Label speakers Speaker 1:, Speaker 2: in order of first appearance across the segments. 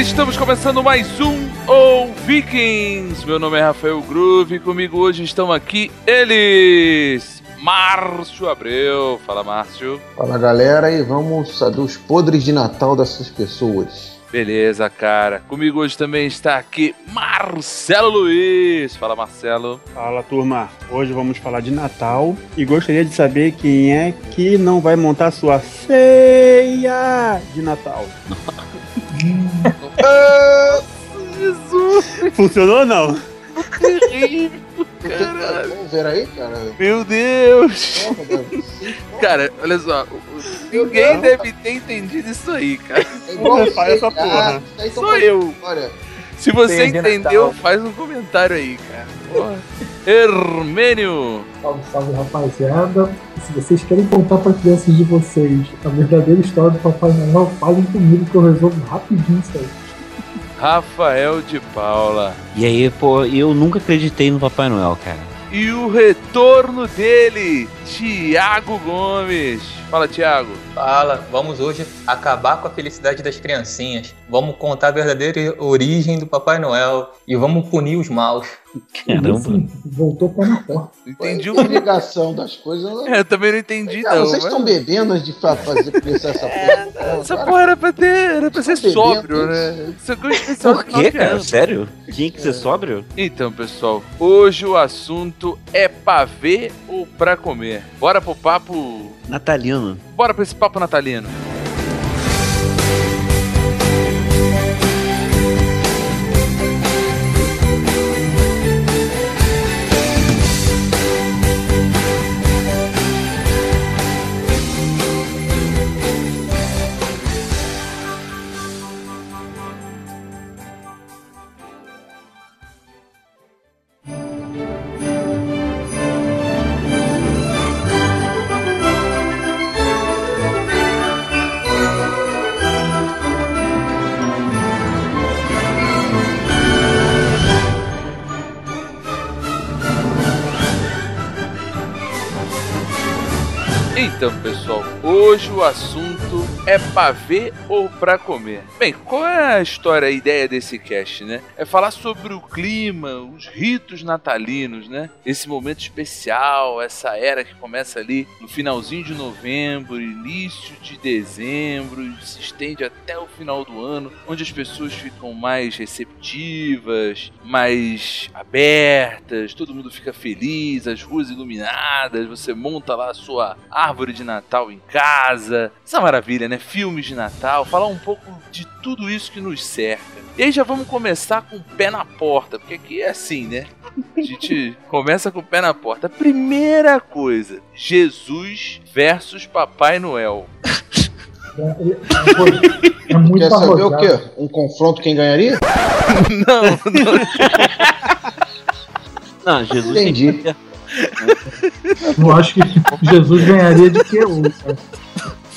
Speaker 1: Estamos começando mais um Ou Vikings. Meu nome é Rafael Groove e comigo hoje estão aqui eles. Márcio Abreu. Fala, Márcio.
Speaker 2: Fala galera, e vamos saber os podres de Natal dessas pessoas.
Speaker 1: Beleza, cara. Comigo hoje também está aqui Marcelo Luiz. Fala, Marcelo.
Speaker 3: Fala turma, hoje vamos falar de Natal e gostaria de saber quem é que não vai montar sua ceia de Natal.
Speaker 1: Jesus,
Speaker 3: Funcionou ou não?
Speaker 1: terrível. Caralho.
Speaker 2: Vamos ver aí, cara.
Speaker 1: Meu Deus.
Speaker 2: Porra, deve ser-
Speaker 1: Cara, olha só. Ninguém deve ter entendido isso aí, cara.
Speaker 2: É igual
Speaker 3: Porra, pai, essa
Speaker 2: sei lá, isso aí
Speaker 1: Sou
Speaker 2: tão-
Speaker 1: eu.
Speaker 2: Olha,
Speaker 1: Se você
Speaker 4: Ceia de
Speaker 1: entendeu,
Speaker 4: Natal.
Speaker 1: faz um comentário aí, cara. Porra. Hermênio.
Speaker 5: Salve, salve rapaziada. Se vocês querem contar para crianças de vocês a verdadeira história do Papai Noel, falem comigo que eu resolvo rapidinho isso aí.
Speaker 1: Rafael de Paula.
Speaker 6: E aí, pô, eu nunca acreditei no Papai Noel, cara.
Speaker 1: E o retorno dele, Tiago Gomes. Fala, Tiago.
Speaker 4: Fala, vamos hoje acabar com a felicidade das criancinhas. Vamos contar a verdadeira origem do Papai Noel e vamos punir os maus.
Speaker 6: Caramba.
Speaker 5: Assim, voltou para Natal.
Speaker 1: Entendi
Speaker 2: a
Speaker 1: o... É,
Speaker 2: ligação das coisas. né?
Speaker 1: Eu também não entendi,
Speaker 2: Cara,
Speaker 1: não.
Speaker 2: vocês
Speaker 1: mas-
Speaker 2: estão bebendo de fa- fazer pensar essa porra.
Speaker 1: É, Essa
Speaker 2: Cara,
Speaker 1: porra era pra, ter, era pra ser
Speaker 2: Vocês estão
Speaker 1: sóbrio,
Speaker 2: bebendo,
Speaker 1: né? Isso é coisa de pessoal
Speaker 6: Por
Speaker 1: de
Speaker 6: quê,
Speaker 1: nove
Speaker 6: cara?
Speaker 1: anos.
Speaker 6: Sério? Tinha que ser sóbrio?
Speaker 1: Então, pessoal, hoje o assunto é pra ver ou pra comer. Bora pro papo
Speaker 6: Natalino.
Speaker 1: Bora pra esse papo natalino. Então, pessoal, hoje o assunto é pra ver ou pra comer. Bem, qual é a história, a ideia desse cast, né? É falar sobre o clima, os ritos natalinos, né? Esse momento especial, essa era que começa ali no finalzinho de novembro, início de dezembro, e se estende até o final do ano, onde as pessoas ficam mais receptivas, mais abertas, todo mundo fica feliz, as ruas iluminadas, você monta lá a sua árvore de Natal em casa. Essa maravilha, né? Filmes de Natal, falar um pouco de tudo isso que nos cerca. E aí já vamos começar com o pé na porta, porque aqui é assim, né? A gente começa com o pé na porta. Primeira coisa, Jesus versus Papai Noel.
Speaker 5: É, é- é muito
Speaker 2: Quer saber o
Speaker 5: arrojado.
Speaker 2: quê? Um confronto quem ganharia?
Speaker 1: Não,
Speaker 6: Não, Jesus tem que
Speaker 2: Entendi.
Speaker 5: Eu acho que Jesus ganharia de que eu. cara.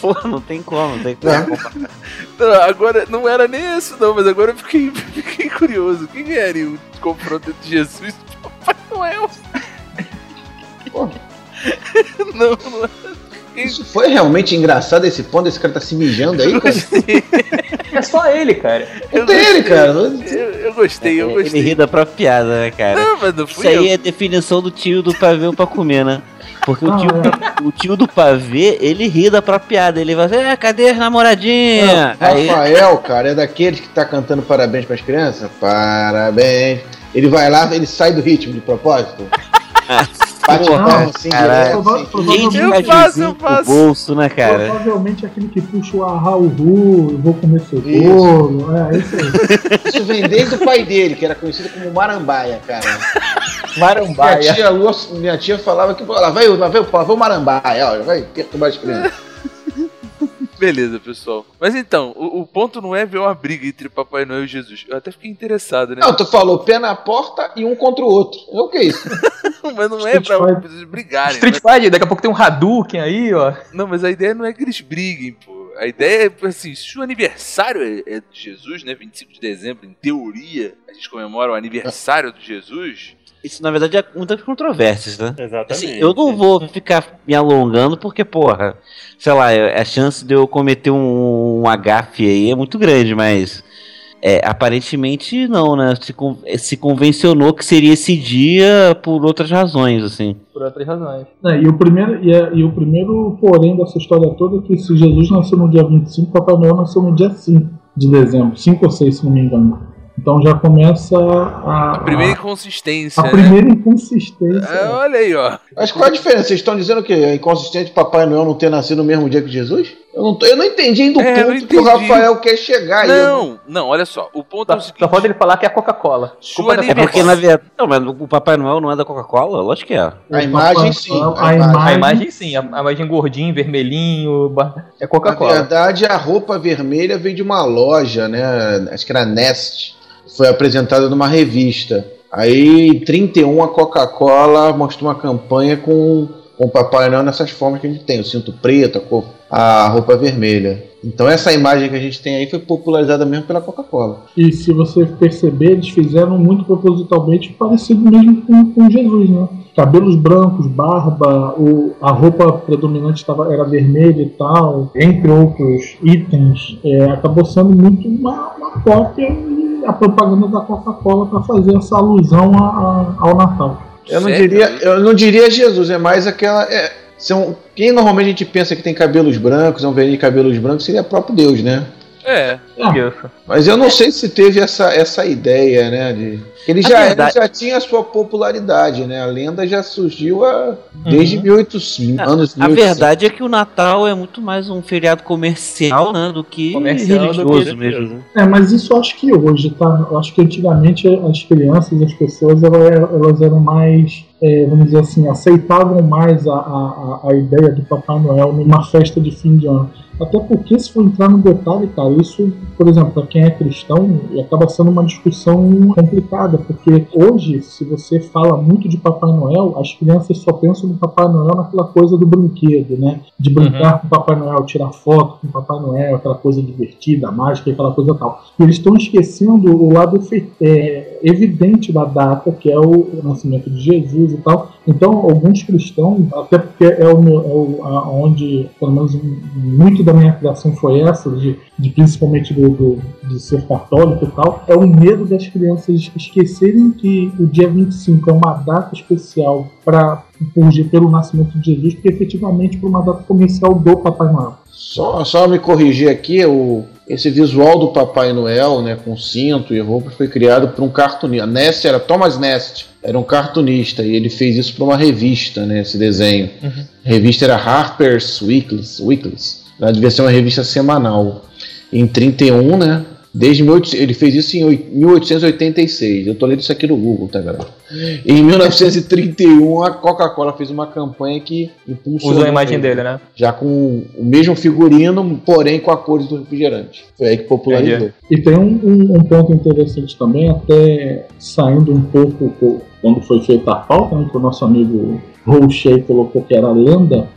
Speaker 6: Pô, é não tem como, não tem como.
Speaker 2: É.
Speaker 1: Não, agora não era nem isso não, mas agora eu fiquei, fiquei curioso. O que que era o confronto entre Jesus e Papai Noel?
Speaker 2: Porra.
Speaker 1: Não, não é.
Speaker 2: Isso foi realmente engraçado esse ponto, esse cara tá se mijando aí, cara.
Speaker 4: É só ele, cara.
Speaker 1: Eu
Speaker 2: Tem ele, cara.
Speaker 1: Eu, eu gostei, eu
Speaker 6: É, Ele
Speaker 1: gostei.
Speaker 6: ri da própria piada, né, cara?
Speaker 1: Não, mas não
Speaker 6: Isso
Speaker 1: fui eu.
Speaker 6: aí é a definição do tio do pavê ou pra comer, né? Porque o tio,
Speaker 5: Ah,
Speaker 6: o tio do pavê, ele ri da própria piada. Ele vai assim, ah, cadê as namoradinhas? Aí,
Speaker 2: Rafael, cara, é daqueles que tá cantando parabéns pras crianças? Parabéns. Ele vai lá, ele sai do ritmo de propósito. Bate
Speaker 6: Porra,
Speaker 2: palma assim,
Speaker 6: caralho.
Speaker 2: direto. assim.
Speaker 6: quem de
Speaker 1: Eu faço, eu
Speaker 6: cajuzinho
Speaker 1: faço.
Speaker 6: pro bolso, né, cara?
Speaker 5: é, Provavelmente aquele que puxa o ahá, uhu, eu vou comer seu
Speaker 2: Isso.
Speaker 5: bolo. É isso aí.
Speaker 2: Isso vem desde o pai dele, que era conhecido como Marambaia, cara. Minha
Speaker 4: Marambaia.
Speaker 2: tia, Lua, minha tia falava que, pô, lá vai, o- lá vai o pau, vai o Marambaia, ó, vai perturbar as crianças.
Speaker 6: é-
Speaker 1: Beleza, pessoal. Mas então, o, o ponto não é ver uma briga entre Papai Noel e Jesus. Eu até fiquei interessado, né?
Speaker 2: Não, tu falou pé na porta e um contra o outro. É o que é isso?
Speaker 1: mas não é pra
Speaker 5: Street Fighter.
Speaker 1: vocês brigarem.
Speaker 4: Street
Speaker 1: né?
Speaker 4: Fighter, daqui a pouco tem um Hadouken aí, ó.
Speaker 1: Não, mas a ideia não é que eles briguem, pô. A ideia é, assim, se o aniversário é, é de Jesus, né? 25 de dezembro, em teoria, a gente comemora o aniversário do Jesus.
Speaker 6: Isso, na verdade, é muitas controvérsias, né?
Speaker 3: Exatamente.
Speaker 6: Assim, eu não vou ficar me alongando porque, porra, sei lá, eu- a chance de eu cometer um, um agafe aí é muito grande, mas É, aparentemente não, né? Se, con- se convencionou que seria esse dia por outras razões, assim.
Speaker 4: Por outras razões.
Speaker 5: É, e, o primeiro, e, é- e o primeiro porém dessa história toda é que se Jesus nasceu no dia 25, Papai Noel nasceu no dia 5 de dezembro, 5 ou 6, se não me engano. Então já começa a,
Speaker 1: A primeira
Speaker 5: a
Speaker 1: inconsistência, né?
Speaker 5: primeira inconsistência.
Speaker 1: Ah, olha aí, ó.
Speaker 2: Mas qual a diferença? Vocês estão dizendo que é inconsistente Papai Noel não ter nascido no mesmo dia que Jesus? Eu não, tô- eu não entendi ainda o
Speaker 1: É, eu não
Speaker 2: ponto que o
Speaker 1: entendi.
Speaker 2: Rafael quer chegar. e Ah, eu Tá,
Speaker 1: Não, não, olha só. O ponto é
Speaker 4: Só,
Speaker 1: o
Speaker 4: só
Speaker 1: seguinte.
Speaker 4: falta ele falar que é a Coca-Cola. tá
Speaker 1: Sua
Speaker 4: Culpa da
Speaker 6: É porque na
Speaker 1: aniversário.
Speaker 6: verdade. Não, mas o Papai Noel não é da Coca-Cola? Lógico que é.
Speaker 2: A imagem, sim,
Speaker 5: A,
Speaker 2: a imagem.
Speaker 4: A
Speaker 5: imagem,
Speaker 4: imagem sim, a, a imagem gordinho, vermelhinho, ba- é
Speaker 2: Na
Speaker 4: Coca-Cola.
Speaker 2: verdade, a roupa vermelha veio de uma loja, né? Acho que era Nest. Foi apresentada numa revista. Aí, em 31, a Coca-Cola mostrou uma campanha com, com o Papai Noel nessas formas que a gente tem: o cinto preto, a, cor- a roupa vermelha. Então, essa imagem que a gente tem aí foi popularizada mesmo pela Coca-Cola.
Speaker 5: e se você perceber, eles fizeram muito propositalmente parecido mesmo com, com Jesus, né? Cabelos brancos, barba, o, a roupa predominante tava, era vermelha e tal, entre outros itens. É, acabou sendo muito uma, uma cópia e a propaganda da Coca-Cola para fazer essa alusão a- a- ao Natal.
Speaker 2: Eu não,
Speaker 1: Sério?
Speaker 2: diria, eu não diria Jesus, é mais aquela. é, são, quem normalmente a gente pensa que tem cabelos brancos, é um velhinho de cabelos brancos, seria próprio Deus, né?
Speaker 1: É.
Speaker 4: Isso.
Speaker 2: Mas eu não sei se teve essa, essa ideia, né? De... Ele,
Speaker 6: É. A
Speaker 2: já, ele
Speaker 6: verdade-
Speaker 2: já tinha a sua popularidade, né? A lenda já surgiu a... desde 1800, anos
Speaker 6: Uhum. É, A
Speaker 2: 1800.
Speaker 6: verdade é que o Natal é muito mais um feriado comercial, né? Do que
Speaker 4: Comercial do
Speaker 6: religioso
Speaker 4: que-
Speaker 6: mesmo. né?
Speaker 5: É, mas isso eu acho que hoje, tá? Eu acho que antigamente as crianças, as pessoas, ela- elas eram mais, é, vamos dizer assim, aceitavam mais a, a, a- a ideia do Papai Noel numa festa de fim de ano. Até porque, se for entrar no detalhe, cara, isso, por exemplo, para quem é cristão, acaba sendo uma discussão complicada, porque hoje, se você fala muito de Papai Noel, as crianças só pensam no Papai Noel naquela coisa do brinquedo, né? de brincar com o Papai Noel, tirar foto com o Papai Noel, aquela coisa divertida, mágica, aquela coisa tal. E eles estão esquecendo o lado fe- é, evidente da data, que é o, o nascimento de Jesus e tal. Então, alguns cristãos, até porque é, o, meu- é o- a- onde, pelo menos, m- muito da minha criação foi essa, de, de principalmente do, do- de ser católico e tal, é o medo das crianças esquecerem que o dia 25 é uma data especial para por, pelo nascimento de Jesus, porque efetivamente por uma data comercial do Papai Noel.
Speaker 2: Só, só me corrigir aqui, o... esse visual do Papai Noel, né? Com cinto e roupa, foi criado por um cartunista. Nest era Thomas Nest, era um cartunista, e ele fez isso para uma revista, né? Esse desenho.
Speaker 4: Uhum.
Speaker 2: A revista era Harper's Weekly. Weeklies. Ela devia ser uma revista semanal. Em 31, né? Desde 1800 ele fez isso em oit- 1886. Eu tô lendo isso aqui no Google, tá, galera? Em 1931, a Coca-Cola fez uma campanha que impulsionou.
Speaker 4: Usou a imagem dele, né?
Speaker 2: Já com o mesmo figurino, porém com a cor do refrigerante. Foi aí que popularizou.
Speaker 5: E tem um, um- um ponto interessante também, até saindo um pouco co- quando foi feita a pauta, né, que o nosso amigo Rocher colocou que era lenda,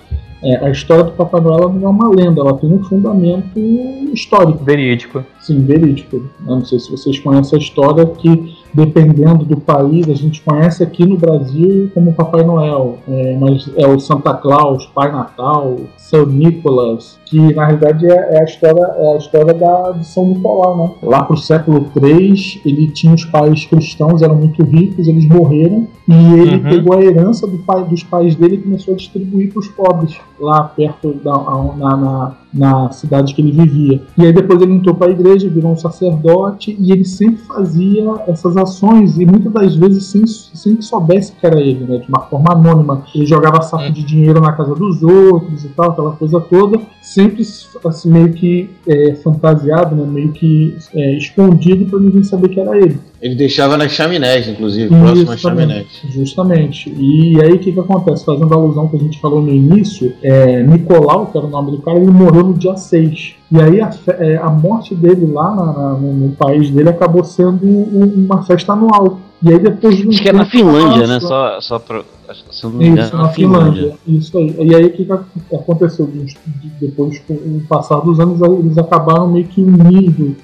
Speaker 5: é, a história do Papai Noel ela não é uma lenda, ela tem um fundamento histórico.
Speaker 4: Verídico.
Speaker 5: Sim, verídico. Eu não sei se vocês conhecem a história que, dependendo do país, a gente conhece aqui no Brasil como Papai Noel, é, mas é o Santa Claus, Pai Natal, São Nicolas, que na realidade é, é a história, é a história da, de São Nicolau, né? Lá pro século III, ele tinha os pais cristãos, eram muito ricos, eles morreram, e ele
Speaker 4: Uhum.
Speaker 5: pegou a herança do pai, dos pais dele e começou a distribuir para os pobres, lá perto da, a- na, na, na cidade que ele vivia. E aí depois ele entrou para a igreja, virou um sacerdote, e ele sempre fazia essas ações, e muitas das vezes sem, sem que soubesse que era ele, né, de uma forma anônima. Ele jogava saco
Speaker 4: Uhum.
Speaker 5: de dinheiro na casa dos outros e tal, aquela coisa toda, sempre assim, meio que é, fantasiado, né, meio que é, escondido para ninguém saber que era ele.
Speaker 2: Ele deixava nas chaminés, inclusive,
Speaker 5: Isso,
Speaker 2: próximo às
Speaker 5: também.
Speaker 2: chaminés.
Speaker 5: Justamente. E aí o que, que acontece? Fazendo a alusão que a gente falou no início, é, Nicolau, que era o nome do cara, ele morreu no dia 6. E aí a, fe- é, a morte dele lá na- na- no, no país dele acabou sendo um- uma festa anual. E aí depois de um
Speaker 6: Acho que é na
Speaker 5: tempo
Speaker 6: Finlândia,
Speaker 5: passa-
Speaker 6: né? Só, só pra. Se eu não me engano, é
Speaker 5: isso, na Finlândia. Isso aí. E aí o que, que ac- aconteceu? De uns- de- Depois, com o passar dos anos, eles acabaram meio que unindo,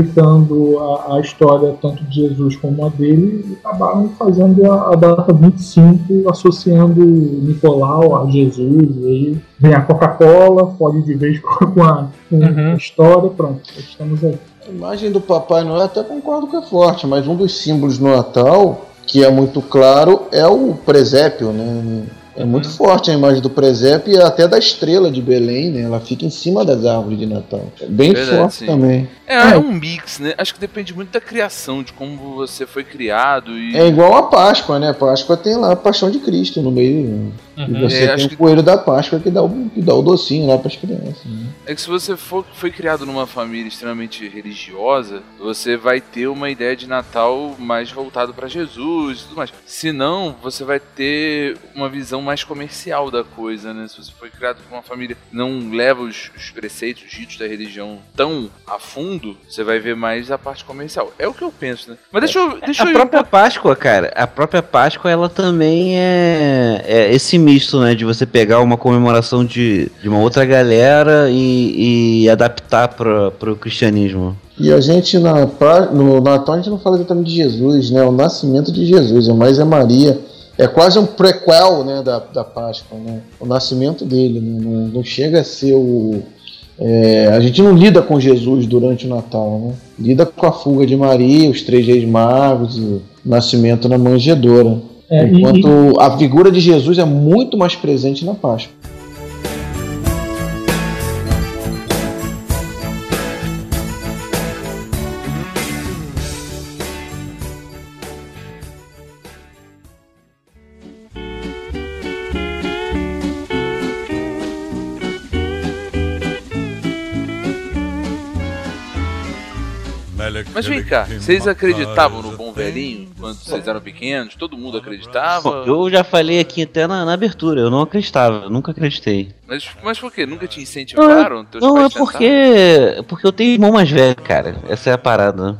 Speaker 5: aproveitando a, a história tanto de Jesus como a dele, e acabaram fazendo a, a data 25, associando Nicolau a Jesus. E aí vem a Coca-Cola, fode de vez com a, com a história, pronto, estamos aí.
Speaker 2: A imagem do Papai Noel até concordo que é forte, mas um dos símbolos do Natal, que é muito claro, é o presépio, né? É muito forte a imagem do presépio e até da estrela de Belém, né? Ela fica em cima das árvores de Natal. É bem
Speaker 1: Verdade,
Speaker 2: forte
Speaker 1: sim.
Speaker 2: também.
Speaker 1: É, é um mix, né? Acho que depende muito da criação, de como você foi criado e.
Speaker 2: É igual a Páscoa, né? Páscoa tem lá a Paixão de Cristo no meio. né? E
Speaker 4: Uhum.
Speaker 2: você
Speaker 1: É, acho
Speaker 2: tem
Speaker 1: que-
Speaker 2: o coelho da Páscoa que dá o, que dá o docinho lá para as crianças. né?
Speaker 1: É que se você for, foi criado numa família extremamente religiosa, você vai ter uma ideia de Natal mais voltado para Jesus e tudo mais. Se não, você vai ter uma visão mais comercial da coisa, né? Se você foi criado por uma família que não leva os, os preceitos, os ritos da religião tão a fundo, você vai ver mais a parte comercial. É o que eu penso, né? Mas deixa eu... Deixa
Speaker 6: É, A
Speaker 1: eu...
Speaker 6: própria Páscoa, cara, a própria Páscoa, ela também é, é esse misto, né? De você pegar uma comemoração de, de uma outra galera e, e adaptar pra, pro cristianismo.
Speaker 2: E a gente na, Pá- no Natal a gente não fala exatamente de Jesus, né? O nascimento de Jesus, é mais é Maria. É quase um prequel né, da, da Páscoa, né? O nascimento dele. né? Não, não chega a ser o. é, a gente não lida com Jesus durante o Natal, né? Lida com a fuga de Maria, os três reis magos, o nascimento na manjedoura.
Speaker 5: É, e-
Speaker 2: Enquanto a figura de Jesus é muito mais presente na Páscoa.
Speaker 1: Mas vem cá, vocês acreditavam no bom velhinho quando vocês eram pequenos? Todo mundo acreditava?
Speaker 6: Eu já falei aqui até na, na abertura, eu não acreditava, eu nunca acreditei.
Speaker 1: Mas, mas por quê? Nunca te incentivaram? Teus
Speaker 6: Não, é
Speaker 1: pais tentaram?
Speaker 6: porque. Porque eu tenho irmão mais velho, cara. Essa é a parada.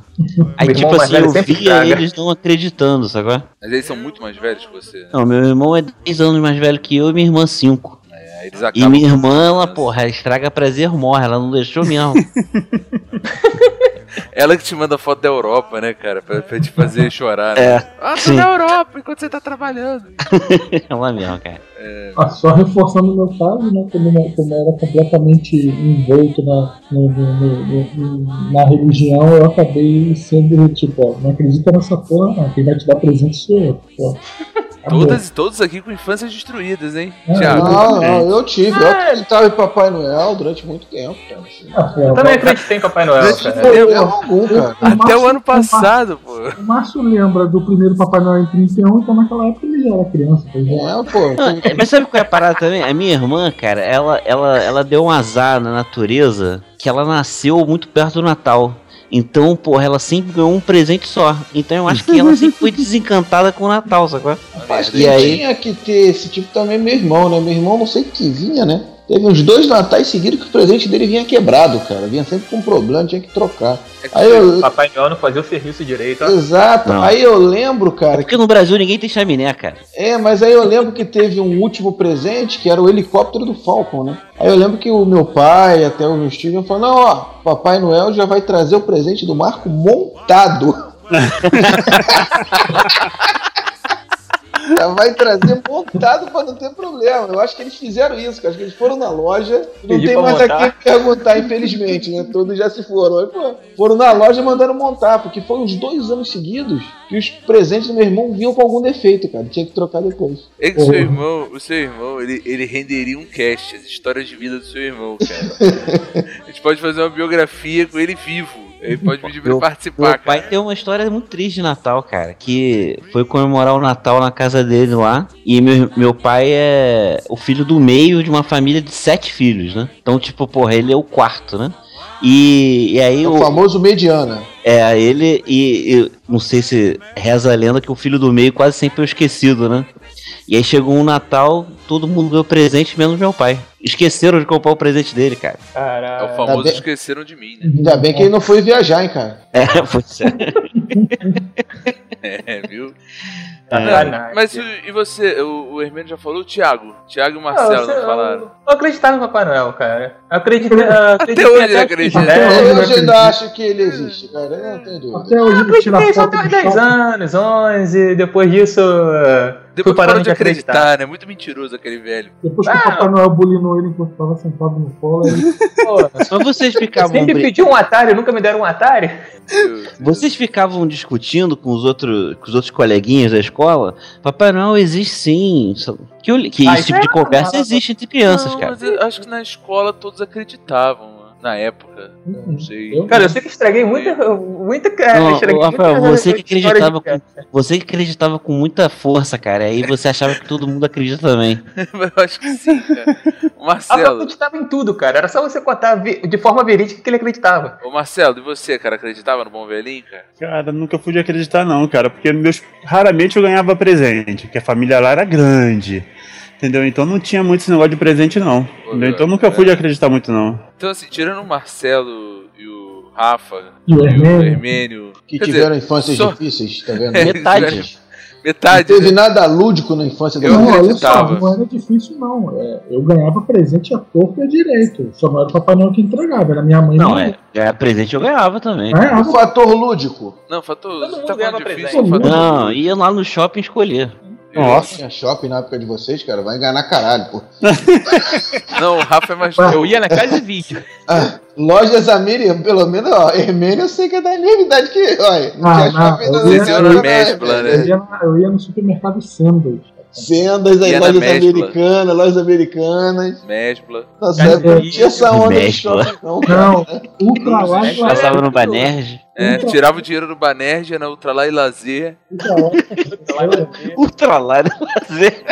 Speaker 6: Aí,
Speaker 4: Meu irmão
Speaker 6: tipo
Speaker 4: mais
Speaker 6: assim,
Speaker 4: velho
Speaker 6: eu
Speaker 4: sempre
Speaker 6: via
Speaker 4: caga.
Speaker 6: eles não acreditando, sacou?
Speaker 1: Mas eles são muito mais velhos que você, né?
Speaker 6: Não, meu irmão é 10 anos mais velho que eu e minha irmã 5.
Speaker 1: Aí eles
Speaker 6: E
Speaker 1: acabam
Speaker 6: minha irmã, ela,
Speaker 1: criança.
Speaker 6: porra, ela estraga prazer, morre. Ela não deixou mesmo.
Speaker 1: Ela que te manda foto da Europa, né, cara? Pra, pra te fazer chorar. né?
Speaker 6: É,
Speaker 1: Ah, tô
Speaker 6: sim.
Speaker 1: na Europa enquanto você tá trabalhando.
Speaker 6: ela mesmo, cara.
Speaker 5: Ah, só reforçando o meu caso, né? Como, eu- como eu era completamente envolto na, no- no- no- no- na religião, eu acabei sendo tipo, ó, não acredita nessa porra, não. Quem vai te dar presente sou eu. Pô. Acabou.
Speaker 1: Todas, todos aqui com infâncias destruídas, hein?
Speaker 5: É,
Speaker 1: Tiago.
Speaker 2: Não, não, Ah, eu tive. Eu acreditava em Papai Noel durante muito tempo. Cara. assim.
Speaker 5: Ah, pô,
Speaker 4: Eu também acreditei em Papai Noel,
Speaker 1: Deixa eu
Speaker 4: cara.
Speaker 1: ver.
Speaker 2: Eu,
Speaker 1: Eu-
Speaker 2: algum, é cara.
Speaker 1: Até o
Speaker 5: Márcio-
Speaker 1: ano
Speaker 2: um
Speaker 1: passado, pô.
Speaker 5: O Márcio lembra do primeiro Papai Noel em 31, então naquela época ele já era criança, pois é.
Speaker 2: É, pô.
Speaker 6: Não, é, Mas sabe qual é a parada também? A minha irmã, cara, ela, ela, ela deu um azar na natureza que ela nasceu muito perto do Natal. Então, porra, ela sempre ganhou um presente só. Então eu acho que ela sempre foi desencantada com o Natal, sacou?
Speaker 1: Merda,
Speaker 2: Mas quem
Speaker 6: E aí?
Speaker 2: tinha que ter esse tipo também é meu irmão, né? Meu irmão não sei o que vinha, né? Teve uns dois natais seguidos que o presente dele vinha quebrado, cara. Vinha sempre com problema, tinha que trocar.
Speaker 1: É que
Speaker 2: Aí eu.
Speaker 4: Papai Noel não fazia o serviço direito. ó.
Speaker 2: Exato,
Speaker 6: Não.
Speaker 2: aí eu lembro, cara.
Speaker 6: Porque no Brasil ninguém tem chaminé, cara.
Speaker 2: É, mas aí eu lembro que teve um último presente que era o helicóptero do Falcon, né? Aí eu lembro que o meu pai, até o meu Steven, falou: não, ó, Papai Noel já vai trazer o presente do Marco montado. Já vai trazer montado pra não ter problema. Eu acho que eles fizeram isso, cara. Acho que eles foram na loja. Não
Speaker 4: Pedi
Speaker 2: tem
Speaker 4: pra
Speaker 2: mais
Speaker 4: montar.
Speaker 2: a quem perguntar, infelizmente, né? Todos já se foram. Aí, pô, foram na loja e mandaram montar, porque foram uns dois anos seguidos que os presentes do meu irmão vinham com algum defeito, cara. Tinha que trocar depois.
Speaker 1: É que seu irmão, o seu irmão, ele, ele renderia um cast, as histórias de vida do seu irmão, cara. A gente pode fazer uma biografia com ele vivo. Ele pode pedir pra ele
Speaker 6: Meu- Meu
Speaker 1: participar, cara.
Speaker 6: pai tem uma história muito triste de Natal, cara. Que foi comemorar o Natal na casa dele lá. E meu, meu pai é o filho do meio de uma família de sete filhos, né? Então, tipo, porra, ele é o quarto, né? E, e aí
Speaker 2: É
Speaker 6: o,
Speaker 2: o famoso mediana.
Speaker 6: é ele e, e não sei se reza a lenda que o filho do meio quase sempre é o esquecido, né? E aí chegou um Natal, todo mundo ganhou presente, menos meu pai. Esqueceram de comprar o presente dele, cara.
Speaker 1: É o
Speaker 4: Caralho.
Speaker 1: famoso
Speaker 2: Tá bem-
Speaker 1: esqueceram de mim, né?
Speaker 2: Ainda bem que ele não foi viajar, hein, cara.
Speaker 6: É, foi sério.
Speaker 1: É, viu?
Speaker 4: Sacanagem.
Speaker 1: É, Mas e e você, o, o Hermênio já falou, o Thiago. Thiago e o
Speaker 4: Ah,
Speaker 1: Marcelo
Speaker 4: eu-
Speaker 1: não falaram.
Speaker 4: Eu, eu acreditava no Papai Noel, cara. Eu acreditei. acreditei
Speaker 1: hoje
Speaker 4: até É,
Speaker 1: eu acredito.
Speaker 2: Eu,
Speaker 4: os 10,
Speaker 5: Até hoje.
Speaker 2: hoje ainda acho que ele existe, cara. Eu não tenho dúvida.
Speaker 5: Até hoje
Speaker 4: Eu
Speaker 5: ele tira
Speaker 4: acreditei só
Speaker 5: foto
Speaker 4: até
Speaker 5: do
Speaker 4: os 10
Speaker 5: shopping.
Speaker 4: anos, 11. Depois disso,
Speaker 1: Depois
Speaker 4: parando
Speaker 1: parou de
Speaker 4: de
Speaker 1: acreditar,
Speaker 4: acreditar.
Speaker 1: né? Muito mentiroso aquele velho.
Speaker 5: Depois que o Papai Noel bulinou ele enquanto estava sentado no colo, ele
Speaker 4: Pô,
Speaker 6: Só vocês
Speaker 4: eu
Speaker 6: ficavam
Speaker 4: sempre
Speaker 6: brin-
Speaker 4: pedi um Atari, nunca me deram um Atari.
Speaker 1: Meu Deus.
Speaker 6: Vocês ficavam discutindo com os outros, com os outros coleguinhas da escola? Papai Noel existe sim. Só- Que, o- que
Speaker 4: Ah,
Speaker 6: esse
Speaker 4: isso
Speaker 6: tipo de conversa existe entre crianças,
Speaker 1: Não,
Speaker 6: cara.
Speaker 4: É,
Speaker 1: mas eu acho que na escola todos acreditavam, né? na época.
Speaker 5: Uhum.
Speaker 1: Não sei.
Speaker 5: Eu-
Speaker 4: Cara, eu sei que estraguei muita. muita cara,
Speaker 6: Não,
Speaker 4: estraguei
Speaker 6: Rafael,
Speaker 4: muita
Speaker 6: você que
Speaker 4: história de
Speaker 6: acreditava
Speaker 4: criança.
Speaker 6: Você que acreditava com muita força, cara. Aí você achava que todo mundo acredita também.
Speaker 1: eu acho que sim, cara. Ô,
Speaker 4: Rafael
Speaker 1: Marcelo,
Speaker 4: acreditava em tudo, cara. Era só você contar vi- de forma verídica que ele acreditava.
Speaker 1: ô Marcelo, e você, cara, acreditava no bom velhinho, cara?
Speaker 3: Cara, nunca fui de acreditar, não, cara, porque meus, raramente eu ganhava presente, porque a família lá era grande. Entendeu? Então não tinha muito esse negócio de presente, não. Entendeu? Então nunca fui de acreditar muito, não.
Speaker 1: Então, assim, tirando o Marcelo e o Rafa
Speaker 5: E o
Speaker 1: o
Speaker 5: Hermênio.
Speaker 1: Hermênio,
Speaker 2: Que
Speaker 1: Quer
Speaker 2: tiveram infâncias
Speaker 1: só-
Speaker 2: difíceis, tá vendo?
Speaker 1: É,
Speaker 6: Metade.
Speaker 2: Não
Speaker 1: metade.
Speaker 2: teve
Speaker 1: né?
Speaker 2: nada lúdico na infância do
Speaker 1: Eu
Speaker 5: não, olha
Speaker 1: acreditava.
Speaker 5: só, não era difícil não. É, eu ganhava presente a torto e a direito. Só não era o Papai Noel que entregava, era minha mãe.
Speaker 6: Não,
Speaker 5: minha
Speaker 6: é. é, presente eu ganhava também.
Speaker 5: mãe.
Speaker 2: O
Speaker 5: Ganhava.
Speaker 2: fator lúdico.
Speaker 1: Não, fator.
Speaker 4: Todo
Speaker 1: Você
Speaker 4: mundo
Speaker 1: tá
Speaker 4: ganhava
Speaker 1: falando difícil,
Speaker 4: presente.
Speaker 1: fator.
Speaker 6: Não, ia lá no shopping escolher.
Speaker 3: Nossa.
Speaker 2: Tinha shopping na época de vocês, cara, vai enganar caralho, pô.
Speaker 1: Não, o Rafa é mais
Speaker 4: Eu ia na casa de vídeo.
Speaker 2: Ah, lojas América, pelo menos, ó, Hermênio eu sei que é da mesma idade que eu, ó. Não
Speaker 5: Ah,
Speaker 2: tinha
Speaker 5: não,
Speaker 2: shopping
Speaker 5: eu
Speaker 2: não,
Speaker 5: ia-
Speaker 2: não tinha
Speaker 5: eu ia-
Speaker 2: nada,
Speaker 1: Mesbla, né?
Speaker 5: Eu ia, na- eu ia no supermercado Sandals.
Speaker 2: Sendas, aí
Speaker 1: Ia na
Speaker 2: lojas
Speaker 1: Mesbla.
Speaker 2: americanas, lojas americanas.
Speaker 1: Mesbla.
Speaker 2: Nossa,
Speaker 4: Cara,
Speaker 2: época não
Speaker 4: eu-
Speaker 2: tinha essa onda de
Speaker 6: Mesbla.
Speaker 2: shopping, não. cara.
Speaker 5: Não, ultra large lá.
Speaker 6: Passava no Banerj.
Speaker 1: É,
Speaker 5: Então.
Speaker 1: tirava o dinheiro do Banerj, ia na Ultra lá e lazer.
Speaker 5: Ultra large.
Speaker 6: Ultra lá, né? Fazer.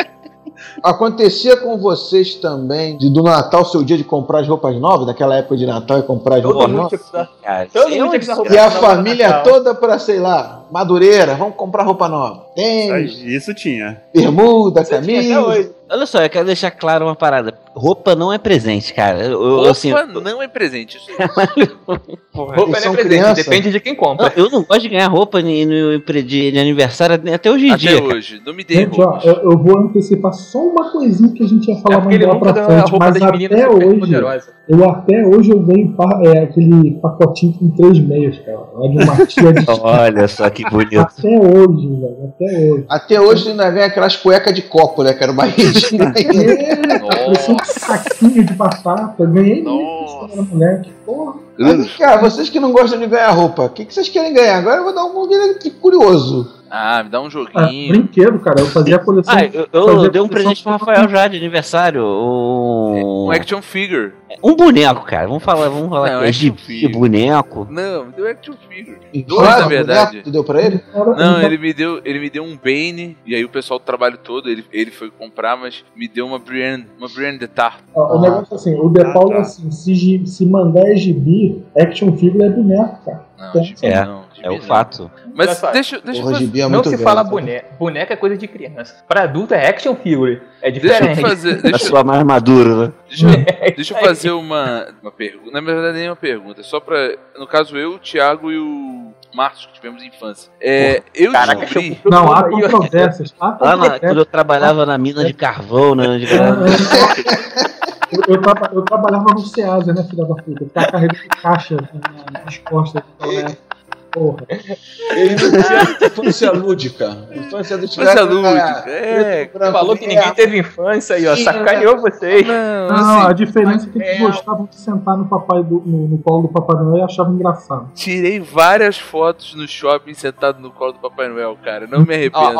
Speaker 2: Acontecia com vocês também de do Natal ser o dia de comprar as roupas novas, daquela época de Natal e comprar as
Speaker 4: Todo
Speaker 2: roupas
Speaker 4: mundo
Speaker 2: novas?
Speaker 4: tinha que usar.
Speaker 6: Cara,
Speaker 4: Todo
Speaker 6: sei
Speaker 4: mundo tinha
Speaker 6: onde
Speaker 4: que usar
Speaker 6: isso- é um
Speaker 4: roupa
Speaker 2: E a
Speaker 4: nova no
Speaker 2: família
Speaker 4: Natal.
Speaker 2: toda pra, sei lá, Madureira, vamos comprar roupa nova. Tem
Speaker 3: Isso tinha.
Speaker 2: bermuda,
Speaker 4: Isso eu tinha até
Speaker 2: camisa.
Speaker 4: hoje.
Speaker 6: Olha só, eu quero deixar claro uma parada. Roupa não é presente, cara. Eu, eu,
Speaker 1: Roupa
Speaker 6: assim,
Speaker 1: não é presente. Isso
Speaker 4: Roupa
Speaker 2: Eles
Speaker 4: não
Speaker 2: são
Speaker 4: é presente,
Speaker 2: criança.
Speaker 4: depende de quem
Speaker 6: não,
Speaker 4: compra.
Speaker 6: eu não gosto de ganhar roupa ni- no- de, de aniversário até hoje em
Speaker 1: até
Speaker 6: dia. cara.
Speaker 1: hoje. Não me dê
Speaker 5: Gente, ó,
Speaker 1: roupas.
Speaker 5: eu, eu vou antecipar só uma coisinha que a gente ia
Speaker 4: É
Speaker 5: falar
Speaker 4: porque
Speaker 5: mais
Speaker 4: ele
Speaker 5: lá
Speaker 4: nunca
Speaker 5: pra
Speaker 4: ganhou a
Speaker 5: frente,
Speaker 4: roupa
Speaker 5: mas
Speaker 4: das meninas
Speaker 5: até
Speaker 4: é super
Speaker 5: hoje,
Speaker 4: poderosa.
Speaker 5: eu até hoje eu ganho pa- é, aquele pacotinho com três meias, cara, lá de uma tia de...
Speaker 6: Olha só que bonito.
Speaker 5: Até hoje, velho, até hoje.
Speaker 2: Até hoje ainda vem aquelas cuecas de copo, né? Que era uma rendinha.
Speaker 5: Parecia um saquinho de batata, eu ganhei muito
Speaker 1: Nossa.
Speaker 5: quando era moleque. Porra,
Speaker 2: Mas, cara, vocês que não gostam de ganhar roupa, o que, que vocês querem ganhar? Agora eu vou dar um movimento aqui curioso.
Speaker 1: Ah, me dá um
Speaker 5: cara,
Speaker 1: joguinho.
Speaker 5: brinquedo, cara, eu fazia a coleção...
Speaker 6: Ah, eu, eu
Speaker 5: fazia a
Speaker 6: dei um
Speaker 5: coleção-
Speaker 6: presente pro Rafael já de aniversário. Um,
Speaker 1: Um action figure.
Speaker 6: um boneco, cara. Vamos falar, vamos falar
Speaker 1: Não,
Speaker 6: que
Speaker 1: é
Speaker 6: é gibi,
Speaker 1: difícil.
Speaker 6: boneco.
Speaker 1: Não, me deu action figure. Dois,
Speaker 2: Inflável,
Speaker 1: na verdade.
Speaker 2: né? Tu deu pra ele?
Speaker 5: Era-
Speaker 1: Não, ele me deu, ele me deu um Bane, e aí o pessoal do trabalho todo, ele, ele foi comprar, mas me deu uma Brienne, uma Brienne de Tart.
Speaker 5: Ó, o negócio é assim, o De
Speaker 3: Ah,
Speaker 5: Paulo
Speaker 3: tá.
Speaker 5: é assim, se, gi- se mandar é gibi, action figure é boneco, cara.
Speaker 1: Não, gibi
Speaker 6: É,
Speaker 1: não, gibi
Speaker 6: É o
Speaker 1: não.
Speaker 6: fato.
Speaker 1: Mas
Speaker 4: Olha só,
Speaker 1: deixa, deixa eu
Speaker 2: Porra,
Speaker 1: fazer,
Speaker 2: Gibi é
Speaker 4: Não
Speaker 2: muito
Speaker 4: se
Speaker 2: velho,
Speaker 4: fala
Speaker 2: tá?
Speaker 4: boneca. Boneca é coisa de criança. Pra adulto é action figure. É
Speaker 1: deixa eu
Speaker 4: diferente.
Speaker 1: fazer,
Speaker 6: A
Speaker 1: deixa,
Speaker 6: sua mais madura, né?
Speaker 1: deixa, eu-
Speaker 4: É isso
Speaker 1: deixa eu
Speaker 4: aí.
Speaker 1: fazer uma, uma pergunta, na verdade nem uma pergunta, só pra, no caso eu, o Thiago e o Márcio, que tivemos infância. É, eu assim,
Speaker 4: Caraca,
Speaker 1: descobri...
Speaker 4: eu- ah,
Speaker 5: Não, há
Speaker 4: eu- eu-
Speaker 5: controvérsias.
Speaker 1: Ah,
Speaker 5: Há
Speaker 6: Lá na-
Speaker 5: controvérsias.
Speaker 6: quando eu trabalhava na mina de carvão, né? De
Speaker 5: É,
Speaker 6: grana.
Speaker 5: é. Eu, eu traba- eu trabalhava no Ceasa, né, filha da puta? Eu ficava carregando caixa na- nas costas. Né? Porra.
Speaker 2: Ele não tinha infância lúdica. Infância do
Speaker 1: Infância lúdica, é.
Speaker 4: Falou que ninguém teve infância aí, ó.
Speaker 2: Sim,
Speaker 4: Sacaneou vocês.
Speaker 1: Não,
Speaker 5: Não,
Speaker 1: assim,
Speaker 5: a diferença é que eles
Speaker 4: é-
Speaker 5: gostavam de sentar no, papai do, no, no colo do Papai Noel e achavam
Speaker 4: ah.
Speaker 5: engraçado.
Speaker 1: tirei várias fotos no shopping sentado no colo do Papai Noel, cara, não me arrependo.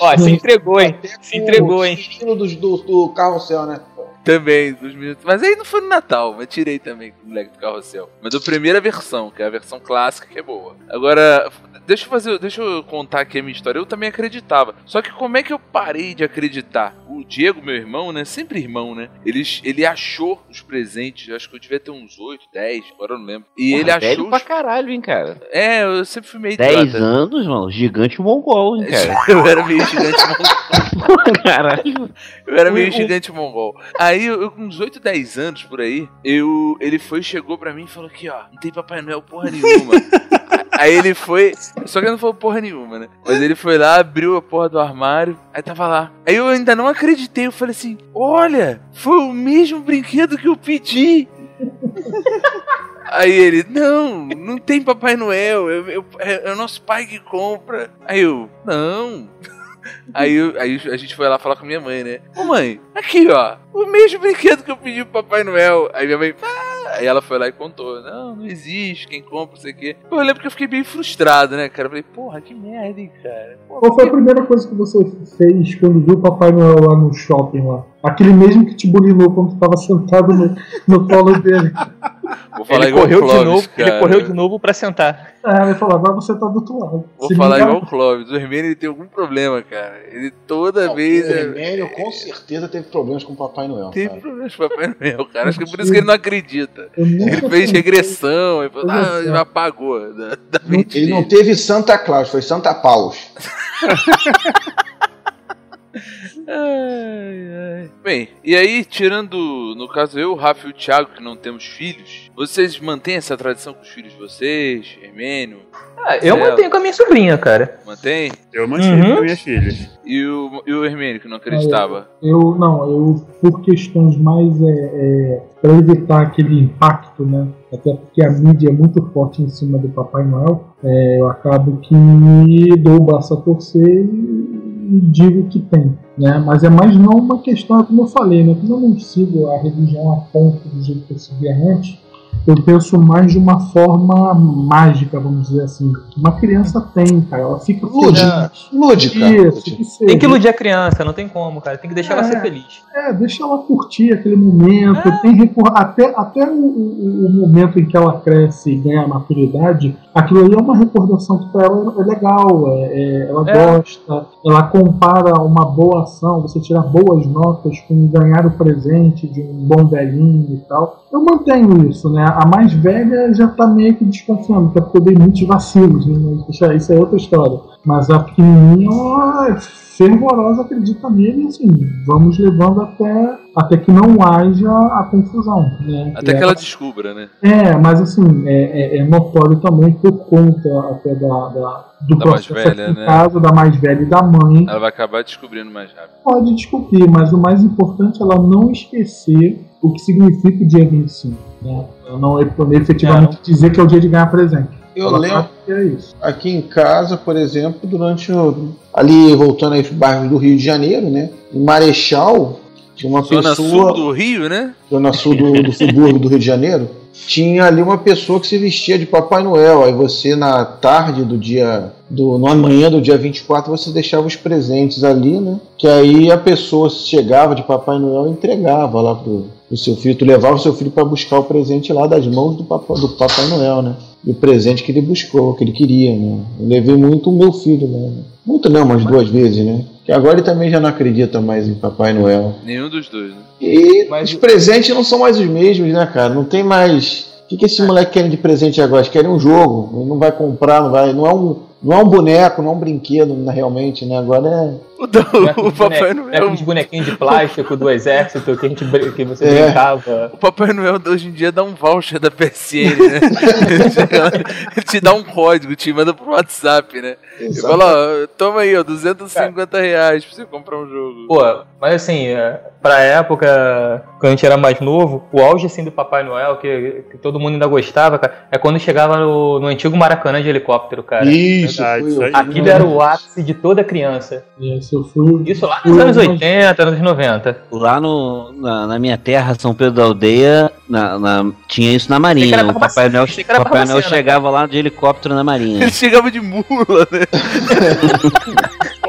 Speaker 4: Ó, se entregou, hein? Se entregou, hein?
Speaker 2: Estilo dos- do, do carrossel, né?
Speaker 1: Também, dos minutos. Mas aí não foi no Natal, mas tirei também com o moleque do carrossel. Mas da primeira versão, que é a versão clássica, que é boa. Agora, deixa eu fazer. Deixa eu contar aqui a minha história. Eu também acreditava. Só que como é que eu parei de acreditar? O Diego, meu irmão, né? Sempre irmão, né? Ele, ele achou os presentes. eu Acho que eu devia ter uns 8, 10, agora eu não lembro. E ele
Speaker 6: Porra,
Speaker 1: achou.
Speaker 6: tá Velho pra
Speaker 1: Os...
Speaker 6: caralho, hein, cara.
Speaker 1: É, eu sempre fui meio
Speaker 6: 10
Speaker 1: idiota.
Speaker 6: anos, mano. Gigante mongol, hein, cara.
Speaker 1: Eu era meio gigante
Speaker 6: Caralho.
Speaker 1: Eu era
Speaker 4: Um-
Speaker 1: meio
Speaker 4: um-
Speaker 1: gigante mongol. Aí, eu, eu com uns 8, 10 anos por aí, eu, ele foi, chegou pra mim e falou aqui, ó, não tem Papai Noel porra nenhuma. A- aí ele foi, só que ele não falou porra nenhuma, né? Mas ele foi lá, abriu a porra do armário, aí tava lá. Aí eu ainda não acreditei, eu falei assim, olha, foi o mesmo brinquedo que eu pedi. Aí ele, não, não tem Papai Noel, eu- eu- é, é o nosso pai que compra. Aí eu, não, Aí, eu- aí a gente foi lá falar com minha mãe, né? Ô mãe, aqui ó, o mesmo brinquedo que eu pedi pro Papai Noel. Aí minha mãe, ah! Aí ela foi lá e contou: Não, não existe, quem compra, não sei o quê. Pô, eu lembro que eu fiquei bem frustrado, né, cara? Eu falei, porra, que merda, hein, cara? Pô,
Speaker 5: Qual foi a primeira coisa que você fez quando viu o Papai Noel lá no shopping lá? Aquele mesmo que te bulinou quando tu tava sentado no, no colo dele.
Speaker 1: vou falar
Speaker 4: Ah, Ele
Speaker 1: igual o
Speaker 4: correu,
Speaker 1: Clóvis,
Speaker 4: de novo, ele
Speaker 1: cara.
Speaker 4: correu de novo pra sentar.
Speaker 5: É, ele falou, agora você tá do outro lado.
Speaker 1: Vou
Speaker 5: Se
Speaker 1: falar
Speaker 5: ligar-
Speaker 4: é
Speaker 1: igual o Clóvis. O Hermênio, ele tem algum problema, cara. Ele toda
Speaker 2: Não,
Speaker 1: vez.
Speaker 2: o
Speaker 1: é-
Speaker 2: Hermênio com certeza teve problemas com o Papai Noel.
Speaker 1: Teve
Speaker 2: cara.
Speaker 1: problemas com o Papai Noel, cara. Acho que é por isso que ele não acredita.
Speaker 5: Eu
Speaker 1: Ele
Speaker 5: nunca
Speaker 1: fez
Speaker 5: sentei-
Speaker 1: regressão, ele falou, ah,
Speaker 4: né?
Speaker 5: Regressão.
Speaker 1: apagou da, da mente
Speaker 2: Ele não
Speaker 1: dele.
Speaker 2: teve Santa Claus, foi Santa Paus.
Speaker 1: Ai, ai. Bem, e aí, tirando, no caso eu, o Rafa e o Thiago, que não temos filhos, vocês mantêm essa tradição com os filhos de vocês, Hermênio?
Speaker 4: Ah, eu
Speaker 1: É.
Speaker 4: mantenho com a minha sobrinha, cara.
Speaker 1: Mantém?
Speaker 3: Eu mantive
Speaker 4: Uhum.
Speaker 3: com minhas filhas.
Speaker 1: E o, e o Hermênio, que não acreditava.
Speaker 5: Eu, não, eu, por questões mais, é, para evitar aquele impacto, né? Até porque a mídia é muito forte em cima do Papai Noel, é, eu acabo que me dou o braço a torcer e, e digo que tem, né? Mas é mais não uma questão, é como eu falei, né? Como eu não sigo a religião a ponto do jeito que eu seguia antes, eu penso mais de uma forma mágica, vamos dizer assim. Uma criança tem, cara, ela fica
Speaker 2: Lúdica.
Speaker 5: feliz.
Speaker 2: Lúdica.
Speaker 5: Isso, que
Speaker 1: um
Speaker 4: Tem que
Speaker 5: seja.
Speaker 4: iludir a criança, não tem como, cara. Tem que deixar ela
Speaker 5: É.
Speaker 4: ser feliz.
Speaker 5: É, deixa ela curtir aquele momento, tem recor- até, até o, o- o momento em que ela cresce e ganha maturidade, aquilo ali é uma recordação que para ela é legal, é- é- ela
Speaker 4: É.
Speaker 5: gosta, ela compara uma boa ação, você tirar boas notas com ganhar o presente de um bom velhinho e tal. Eu mantenho isso, né? A mais velha já tá meio que desconfiando, até porque eu dei muitos vacilos, né? Mas Isso, isso é outra história. Mas a pequenininha, ela é fervorosa, acredita nele, e assim, vamos levando até, até que não haja a confusão, né?
Speaker 1: Até
Speaker 5: é,
Speaker 1: que ela descubra, né?
Speaker 5: É, mas assim, é, é- é notório também por conta até da, da- do
Speaker 1: Da mais
Speaker 5: processo
Speaker 1: velha,
Speaker 5: aqui em
Speaker 1: né? Ah.
Speaker 5: casa, da mais velha e da mãe,
Speaker 1: Ela vai acabar descobrindo mais rápido.
Speaker 5: pode discutir, mas o mais importante é ela não esquecer o que significa o dia 25, né? Ela não efetivamente dizer que é o dia de ganhar presente.
Speaker 2: Eu
Speaker 5: Ela
Speaker 2: lembro.
Speaker 5: acha que é isso.
Speaker 2: aqui em casa, por exemplo, durante o. Ali voltando aí pro bairro do Rio de Janeiro, né? Em Marechal, tinha uma
Speaker 1: Zona
Speaker 2: pessoa.
Speaker 1: Sul do Rio, né?
Speaker 2: Zona Sul do, do subúrbio do Rio de Janeiro. Tinha ali uma pessoa que se vestia de Papai Noel. Aí você, na tarde do dia. Do, na manhã do dia 24, você deixava os presentes ali, né? Que aí a pessoa chegava de Papai Noel e entregava lá pro, pro seu filho. Tu levava o seu filho para buscar o presente lá das mãos do Papai, do Papai Noel, né? E o presente que ele buscou, que ele queria, né? Eu levei muito o meu filho, né? Muito não, umas duas vezes, né? Que agora ele também já não acredita mais em Papai Noel.
Speaker 1: Nenhum dos dois, né?
Speaker 2: E
Speaker 4: Mas-
Speaker 2: os presentes não são mais os mesmos, né, cara? Não tem mais. O que, que esse moleque quer de presente agora? Eles querem um jogo. Ele não vai comprar, não vai. Não é um, não é um boneco, não é um brinquedo, né, realmente, né? Agora
Speaker 1: O, do-
Speaker 4: Boneco
Speaker 1: o
Speaker 4: de
Speaker 1: Papai
Speaker 4: bonequinho- boneco
Speaker 1: Noel.
Speaker 4: de bonequinho é de plástico do exército que, a gente, brin- que você
Speaker 2: É.
Speaker 4: brincava.
Speaker 1: O Papai Noel hoje em dia dá um voucher da PSN, né? Ele te- Ele te dá um código, te manda pro WhatsApp, né?
Speaker 2: é.
Speaker 1: Ele fala, ó, toma aí, ó, 250 reais pra você comprar um jogo.
Speaker 4: Pô, mas assim, é, pra época, quando a gente era mais novo, o auge assim do Papai Noel, que, que todo mundo ainda gostava, cara, é quando chegava no, no antigo Maracanã de helicóptero, cara.
Speaker 2: Isso,
Speaker 3: verdade,
Speaker 2: foi
Speaker 3: isso um-
Speaker 2: eu.
Speaker 3: aí.
Speaker 4: Aquilo era o ápice de toda criança.
Speaker 5: E esse eu fui.
Speaker 4: Isso lá nos
Speaker 5: Uhum.
Speaker 4: anos 80, anos 90.
Speaker 6: Lá no, na, na minha terra, São Pedro da Aldeia, na- na- tinha isso na
Speaker 4: Achei que
Speaker 6: Marinha.
Speaker 4: era
Speaker 6: O Papai Noel,
Speaker 4: Achei que era né?
Speaker 6: Papai Noel
Speaker 4: Barbacena.
Speaker 6: chegava lá de helicóptero na Marinha.
Speaker 1: Ele chegava de mula, né?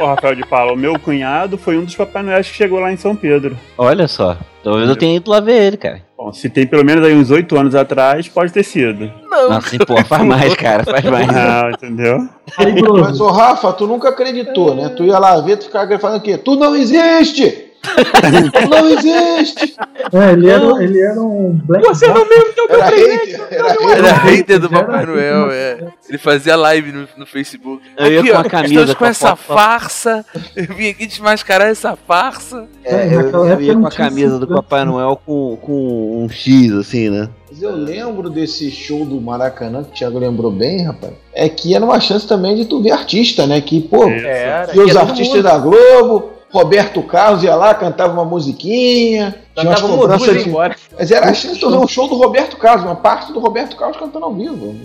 Speaker 3: Ô, Rafael de Paula, o meu cunhado foi um dos Papai Noéis que chegou lá em São Pedro.
Speaker 6: Olha só. Talvez eu tenha ido lá ver ele, cara.
Speaker 3: Bom, se tem pelo menos aí uns oito anos atrás, pode ter sido.
Speaker 1: Não.
Speaker 6: Nossa, assim, pô, faz mais, cara, faz mais.
Speaker 3: Ah, entendeu?
Speaker 5: Aí,
Speaker 2: Mas,
Speaker 5: Bruno,
Speaker 2: ô Rafa, tu nunca acreditou, né? Tu ia lá ver, tu ficava falando o quê? Tu não existe! tu não existe!
Speaker 5: é, ele, era, ele era um black
Speaker 4: Você não me deu
Speaker 2: Era hater, era hater.
Speaker 1: Era hater do
Speaker 5: Ele era
Speaker 1: Papai
Speaker 5: hater,
Speaker 1: Noel,
Speaker 5: mas-
Speaker 1: é. Ele fazia live no, no Facebook.
Speaker 6: Eu ia com a camisa,
Speaker 1: Estamos com,
Speaker 6: com a
Speaker 1: essa
Speaker 6: foto-
Speaker 1: farsa. Eu vim aqui desmascarar essa farsa.
Speaker 6: É, eu, eu ia né? com a camisa do Papai Noel com, com um X, assim, né?
Speaker 2: Mas eu lembro desse show do Maracanã, que o Thiago lembrou bem, rapaz. É que era uma chance também de tu ver artista, né? Que,
Speaker 3: É.
Speaker 2: pô,
Speaker 4: É, Era,
Speaker 2: E os
Speaker 4: ia todo
Speaker 2: artistas
Speaker 4: Tá mundo.
Speaker 2: da Globo, Roberto Carlos ia lá, cantava uma musiquinha, tinha umas
Speaker 4: Cantava um uma música
Speaker 2: cobranças
Speaker 4: e ia
Speaker 2: de...
Speaker 4: embora.
Speaker 2: Mas era a chance de eu ver um show do Roberto Carlos, uma parte do Roberto Carlos cantando ao vivo.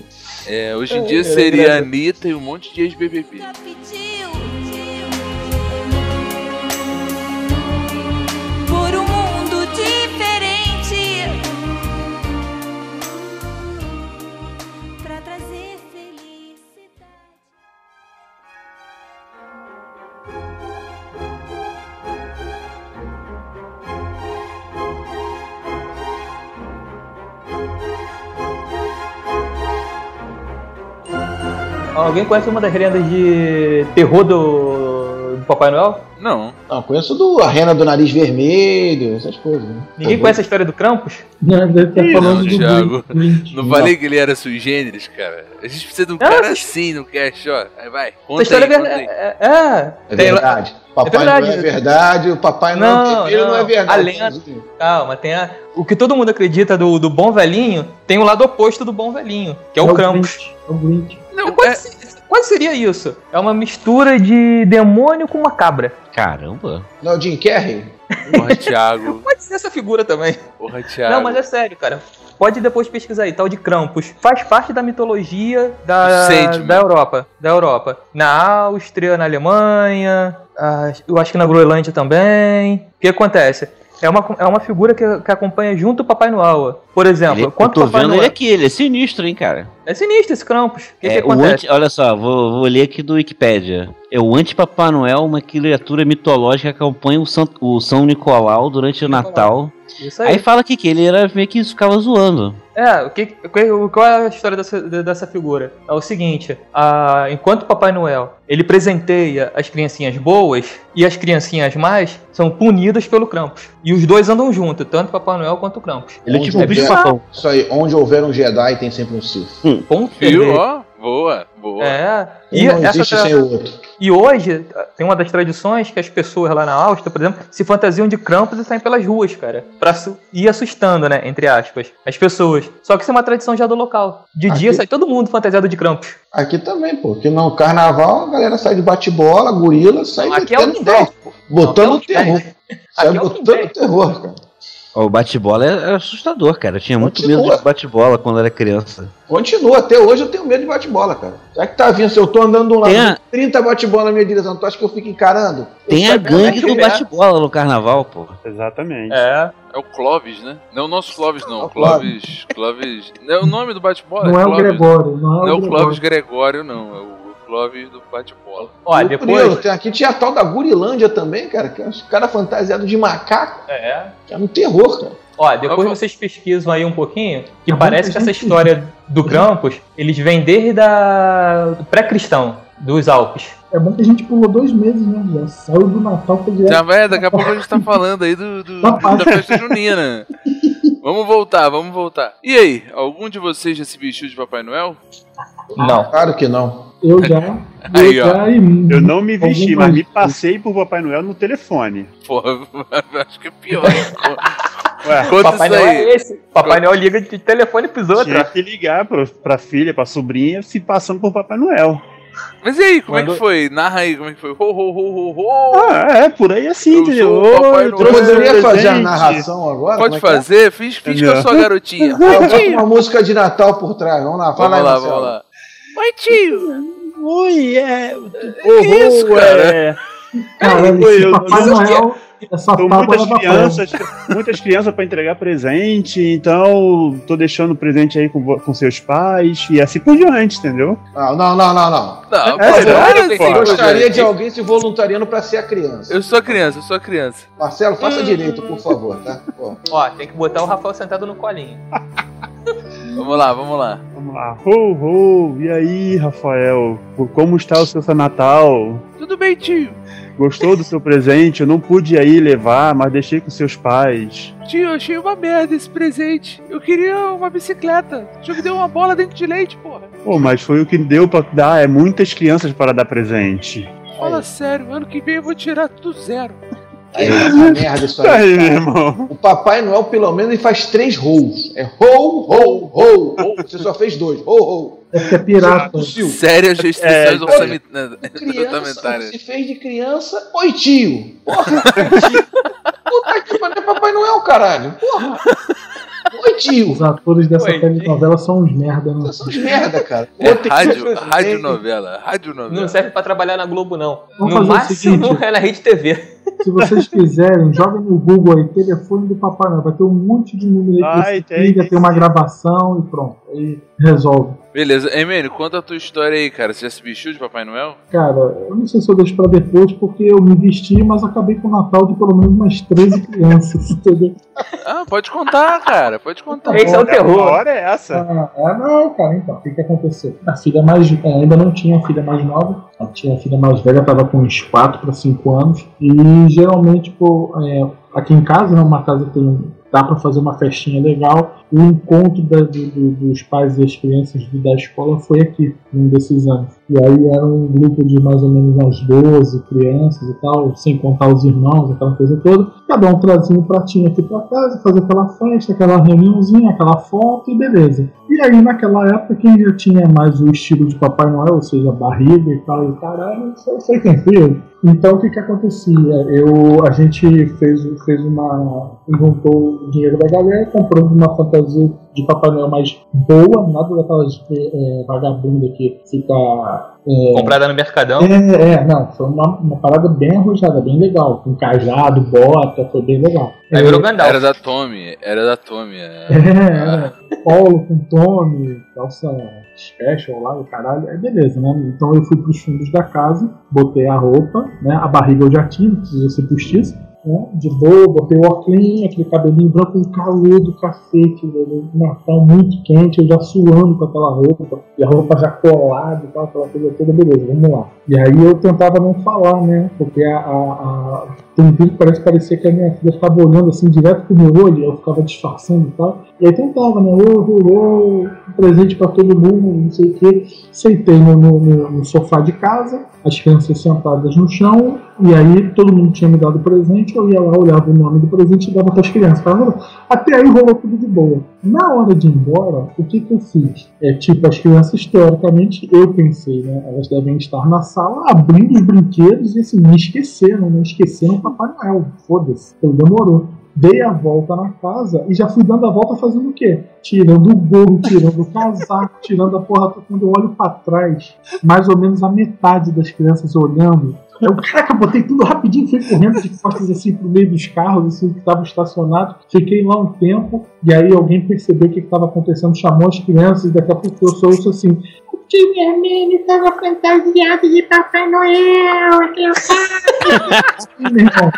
Speaker 1: É, hoje em dia seria a Anitta e um monte de ex-BBB.
Speaker 7: nunca pediu. um
Speaker 4: Alguém conhece uma das lendas de terror do, do Papai Noel?
Speaker 1: Não.
Speaker 2: Não, Ah, conheço do, a rena do nariz vermelho, essas coisas. Né?
Speaker 4: Ninguém
Speaker 2: Tá
Speaker 4: conhece a história do Krampus?
Speaker 5: Né? Deve estar
Speaker 1: Ih,
Speaker 5: falando
Speaker 1: não,
Speaker 5: do
Speaker 1: Thiago.
Speaker 5: Blink.
Speaker 1: Não falei que ele era sui generis, cara. A gente precisa de um
Speaker 4: Ah,
Speaker 1: cara assim no cast, ó. Aí vai.
Speaker 4: Essa
Speaker 1: Conta
Speaker 4: história
Speaker 1: aí,
Speaker 4: é,
Speaker 1: conta aí.
Speaker 4: é, é,
Speaker 2: É
Speaker 4: tem lá-
Speaker 2: verdade. Papai
Speaker 4: verdade. né?
Speaker 2: não é verdade, o Papai
Speaker 4: Não,
Speaker 2: não, é vermelho não,
Speaker 4: não.
Speaker 2: é verdade.
Speaker 4: A lenda- Calma, tem a, o que todo mundo acredita do, do bom velhinho, tem o lado oposto do bom velhinho, que é o Krampus.
Speaker 5: Blink, É o Blink.
Speaker 1: Não,
Speaker 4: Quase,
Speaker 1: é-
Speaker 4: se- quase seria isso. É uma mistura de demônio com uma cabra.
Speaker 6: Caramba.
Speaker 2: Não, é o Jim Carrey?
Speaker 1: Porra, Thiago.
Speaker 4: Pode ser essa figura também.
Speaker 1: Porra, Thiago.
Speaker 4: Não, mas é sério, cara. Pode depois pesquisar aí, tal de Krampus. Faz parte da mitologia da,
Speaker 1: Sandman.
Speaker 4: da Europa. Da Europa. Na Áustria, na Alemanha, ah, eu acho que na Groenlândia também. O que acontece? É uma, é uma figura que, que acompanha junto o Papai Noel. Por exemplo,
Speaker 6: Ele, eu
Speaker 4: quanto
Speaker 6: tô
Speaker 4: Papai
Speaker 6: vendo
Speaker 4: Noel.
Speaker 6: ele aqui, ele é sinistro, hein, cara.
Speaker 4: É sinistro esse Krampus. O que, que
Speaker 6: É, o
Speaker 4: acontece?
Speaker 6: anti, olha só, vou, vou ler aqui do Wikipédia. É o anti-Papai Noel, uma criatura mitológica que acompanha o, San- o São Nicolau durante o Natal.
Speaker 4: Isso
Speaker 6: Aí fala que, que ele era meio que ficava zoando.
Speaker 4: É, o que, que- o- qual é a história dessa, de- dessa figura? É o seguinte, a- enquanto Papai Noel ele presenteia as criancinhas boas e as criancinhas más são punidas pelo Krampus. E os dois andam junto, tanto Papai Noel quanto o Krampus.
Speaker 6: Ele é
Speaker 2: Onde
Speaker 6: tipo um
Speaker 2: houver-
Speaker 6: bicho papão.
Speaker 2: Isso aí, onde houver um Jedi tem sempre um Sith.
Speaker 4: Ponto
Speaker 1: Viu, ó? Boa, boa.
Speaker 4: É,
Speaker 2: Um
Speaker 4: e,
Speaker 2: não
Speaker 4: essa
Speaker 2: existe
Speaker 4: tra-
Speaker 2: sem o outro.
Speaker 4: e hoje tem uma das tradições que as pessoas lá na Áustria, por exemplo, se fantasiam de Krampus e saem pelas ruas, cara, pra su- ir assustando, né, entre aspas, as pessoas. Só que isso é uma tradição já do local. De
Speaker 2: Aqui-
Speaker 4: dia sai todo mundo fantasiado de Krampus.
Speaker 2: Aqui também, pô. Porque no carnaval a galera sai de bate-bola, gorila, sai
Speaker 4: Aqui é o
Speaker 2: metendo
Speaker 4: Quindé.
Speaker 2: Botando
Speaker 4: Aqui é o
Speaker 1: né?
Speaker 2: terror. Sai
Speaker 4: Aqui é o
Speaker 2: botando
Speaker 4: Quindé.
Speaker 2: terror, cara.
Speaker 6: Ó, o bate-bola é- era assustador, cara. Eu tinha muito
Speaker 2: Continua.
Speaker 6: medo Tá de bate-bola quando era criança.
Speaker 2: Continua, até hoje eu tenho medo de bate-bola, cara. Será que tá vindo? Se eu tô andando de um lado,
Speaker 6: Tem a-
Speaker 2: 30 bate-bola na minha direção, tu acha que eu fico encarando? Eu
Speaker 6: Tem a
Speaker 2: saio-
Speaker 6: gangue do
Speaker 4: é.
Speaker 6: bate-bola no carnaval, pô.
Speaker 3: Exatamente.
Speaker 4: É,
Speaker 1: É o Clóvis, né? Não o nosso Clóvis, não.
Speaker 2: o
Speaker 1: Clóvis. Clóvis. Não é o nome do bate-bola?
Speaker 5: Não é o
Speaker 1: Clóvis.
Speaker 5: Gregório, não
Speaker 1: Não
Speaker 5: é o
Speaker 1: Clóvis
Speaker 5: Gregório.
Speaker 1: Gregório, não. É o Clóvis do bate-bola.
Speaker 4: Ó,
Speaker 2: Eu curioso,
Speaker 4: depois.
Speaker 2: tem- aqui tinha a tal da Gurilândia também, cara. Que é os caras fantasiados de macaco.
Speaker 4: É.
Speaker 2: É um terror, cara.
Speaker 4: Ó, depois
Speaker 1: Ó,
Speaker 4: vocês pesquisam aí um pouquinho, que
Speaker 5: Tá bom,
Speaker 4: parece que
Speaker 5: tá
Speaker 4: essa
Speaker 5: bom.
Speaker 4: história do Krampus, eles vêm desde a... do pré-cristão, dos Alpes.
Speaker 5: É bom que a gente pulou dois meses, né? Já saiu do Natal pra direto.
Speaker 1: Já vai, daqui a pouco a gente tá falando aí do, do- da festa junina. Vamos voltar, vamos voltar. E aí, algum de vocês já se vestiu de Papai Noel?
Speaker 4: Não.
Speaker 2: Claro que não.
Speaker 5: Eu já. Eu
Speaker 1: Aí, ó.
Speaker 5: já e muito.
Speaker 3: Eu não me vesti,
Speaker 5: Algum
Speaker 3: mas
Speaker 5: mais?
Speaker 3: me passei por Papai Noel no telefone.
Speaker 1: Porra, acho que é pior. hein?
Speaker 3: Ué,
Speaker 1: Conta
Speaker 4: Papai
Speaker 1: isso
Speaker 4: Noel
Speaker 1: aí.
Speaker 4: é esse. Papai Noel liga de telefone e pisou
Speaker 3: tinha
Speaker 4: atrás.
Speaker 3: que ligar pra, pra filha, pra sobrinha, se passando por Papai Noel.
Speaker 1: Mas e aí, como é que
Speaker 4: Mandou-
Speaker 1: foi? Narra aí como é que foi. Ho, ho, ho, ho, ho.
Speaker 3: Ah, é, por aí assim,
Speaker 1: Eu
Speaker 3: entendeu?
Speaker 1: sou o Papai
Speaker 3: Oi,
Speaker 1: Noel.
Speaker 2: Eu
Speaker 3: trouxe um
Speaker 2: poderia
Speaker 3: presente.
Speaker 2: fazer a narração agora? Como
Speaker 1: Pode
Speaker 2: é que é?
Speaker 1: fazer, fiz, fiz que eu sou a garotinha.
Speaker 2: Ah, bota uma música de Natal por trás. Vamos lá,
Speaker 1: Vamos
Speaker 2: fala aí,
Speaker 1: lá,
Speaker 2: Marcelo.
Speaker 1: vamos lá. Oi, tio.
Speaker 3: Oi, é. Oh,
Speaker 1: isso,
Speaker 3: é.
Speaker 5: Caralho,
Speaker 3: Foi
Speaker 5: esse
Speaker 3: eu,
Speaker 5: Papai
Speaker 3: não sei
Speaker 5: Noel, essa
Speaker 3: São
Speaker 5: tábua
Speaker 3: Então, muitas
Speaker 5: leva pano.
Speaker 3: crianças, muitas crianças para entregar presente, então tô deixando presente aí com, vo- com seus pais e assim por diante, entendeu?
Speaker 2: Não, Ah, não, não, não, não.
Speaker 1: Não,
Speaker 3: É
Speaker 1: pô,
Speaker 3: sério,
Speaker 1: eu
Speaker 3: pô?
Speaker 1: tenho que-
Speaker 2: Gostaria de alguém se voluntariando pra ser a criança.
Speaker 1: né? Eu sou criança, eu sou criança.
Speaker 2: Marcelo, faça direito, por favor, tá? Pô.
Speaker 4: Ó, tem que botar o Rafael sentado no colinho.
Speaker 1: Vamos lá, vamos lá.
Speaker 3: Vamos lá. Ho, ho, e aí, Rafael? Por- Como está o seu Natal?
Speaker 1: Tudo bem, tio?
Speaker 3: Gostou do seu presente? Eu não pude aí levar, mas deixei com seus pais.
Speaker 1: Tio, eu achei uma merda esse presente. Eu queria uma bicicleta. O tio me deu uma bola dentro de leite, porra.
Speaker 3: Pô, mas foi o que deu pra dar, é muitas crianças para dar presente.
Speaker 1: Fala sério, ano que vem eu vou tirar tudo zero.
Speaker 2: Aí, essa merda isso aí.
Speaker 3: Aí, meu irmão.
Speaker 2: O Papai Noel, pelo menos, ele faz três rolos. É rol, rol, rol, rol. Você só fez dois. Rol, rol.
Speaker 5: É porque é pirata.
Speaker 2: Possível.
Speaker 1: Sérias restrições
Speaker 3: É,
Speaker 1: né,
Speaker 2: Criança, se fez de criança. Oi, tio. Porra. Puta que pariu, é Papai Noel, caralho. Porra. Oi, tio.
Speaker 5: Os atores dessa
Speaker 4: Oi,
Speaker 5: telenovela são uns merda, né?
Speaker 2: Vocês são de merda, cara.
Speaker 1: É,
Speaker 2: Outro que
Speaker 1: rádio,
Speaker 2: foi
Speaker 1: rádio
Speaker 2: feito.
Speaker 1: novela, rádio novela.
Speaker 4: Não serve pra trabalhar na Globo, não.
Speaker 5: Vamos
Speaker 4: no
Speaker 5: fazer o
Speaker 4: máximo
Speaker 5: seguinte.
Speaker 4: é na Rede TV.
Speaker 5: Se vocês quiserem, joguem no Google aí, telefone do Papai Noel. Vai ter um monte de número aí que
Speaker 3: Ai,
Speaker 5: você
Speaker 3: tem,
Speaker 5: liga,
Speaker 3: tem
Speaker 5: tem uma
Speaker 3: sim.
Speaker 5: gravação e pronto. Aí resolve.
Speaker 1: Beleza, Emênio, conta a tua história aí, cara. Você já se vestiu de Papai Noel?
Speaker 5: Cara, eu não sei se eu deixo pra depois, porque eu me vesti, mas acabei com o Natal de pelo menos umas 13 crianças, entendeu?
Speaker 1: Ah, pode contar, cara, pode contar.
Speaker 4: Esse é o
Speaker 3: Que
Speaker 4: terror.
Speaker 3: hora é essa?
Speaker 5: Ah, ah, não, cara, então, o que, que aconteceu? A filha mais. eh, Ainda não tinha a filha mais nova, a tinha a filha mais velha, tava com uns 4 para 5 anos. E geralmente, pô, eh, aqui em casa, né, uma casa que tem, dá para fazer uma festinha legal. O encontro da- do- do- dos pais e as crianças do- da escola foi aqui, num desses anos. E aí era um grupo de mais ou menos umas 12 crianças e tal, sem contar os irmãos, aquela coisa toda. Cada um trazia um pratinho aqui pra casa, fazer aquela festa, aquela reuniãozinha, aquela foto e beleza. E aí naquela época quem já tinha mais o estilo de Papai Noel, ou seja, barriga e tal, e caralho, isso aí foi tranquilo. Então o que que acontecia? Eu, a gente fez, fez uma. juntou o dinheiro da galera, comprou uma fantasia de Papai Noel mais boa, nada daquelas eh, eh, vagabunda que fica
Speaker 4: Comprada no Mercadão.
Speaker 5: é, é, não, foi uma, uma parada bem arrojada, bem legal. Com cajado, bota, foi bem legal.
Speaker 4: Aí virou Gandalf.
Speaker 1: Era da Tommy, era da Tommy. é.
Speaker 5: É, era polo com Tommy, calça special lá, o caralho. É beleza, né? Então eu fui pros fundos da casa, botei a roupa, né? A barriga eu já tinha, não precisa ser postiça. Né? De boa, botei o óculos, aquele cabelinho branco, um calor do cacete, velho, um Natal muito quente, eu já suando com aquela roupa, e a roupa já colada e tal, aquela coisa toda, beleza, vamos lá. E aí eu tentava não falar, né? Porque a, a, a tem um vídeo que parece parecia que a minha filha ficava olhando assim direto pro meu olho, eu ficava disfarçando e tal. E aí tentava, né? Ô, rolou um presente pra todo mundo, não sei o quê. Sentei no, no- no- no sofá de casa, as crianças sentadas no chão, e aí todo mundo tinha me dado presente, eu ia lá, olhava o nome do presente e dava para as crianças. Falava, até aí rolou tudo de boa. Na hora de ir embora, o que, que eu fiz? É tipo, as crianças, teoricamente, eu pensei, né? Elas devem estar na sala abrindo os brinquedos e assim, me esqueceram, né? Esqueceram o Papai Noel. Foda-se, ele demorou. Dei a volta na casa e já fui dando a volta fazendo o quê? Tirando o gorro, tirando o casaco, tirando a porra. toda. Quando eu olho pra trás, mais ou menos a metade das crianças olhando. Eu, caraca, botei tudo rapidinho, fui correndo de costas assim pro meio dos carros, assim, que estavam estacionados. Fiquei lá um tempo, e aí alguém percebeu o que estava acontecendo, chamou as crianças, e daqui a pouco eu só ouço assim: O tio vermelho estava fantasiado de Papai Noel, eu Sim, meu irmão.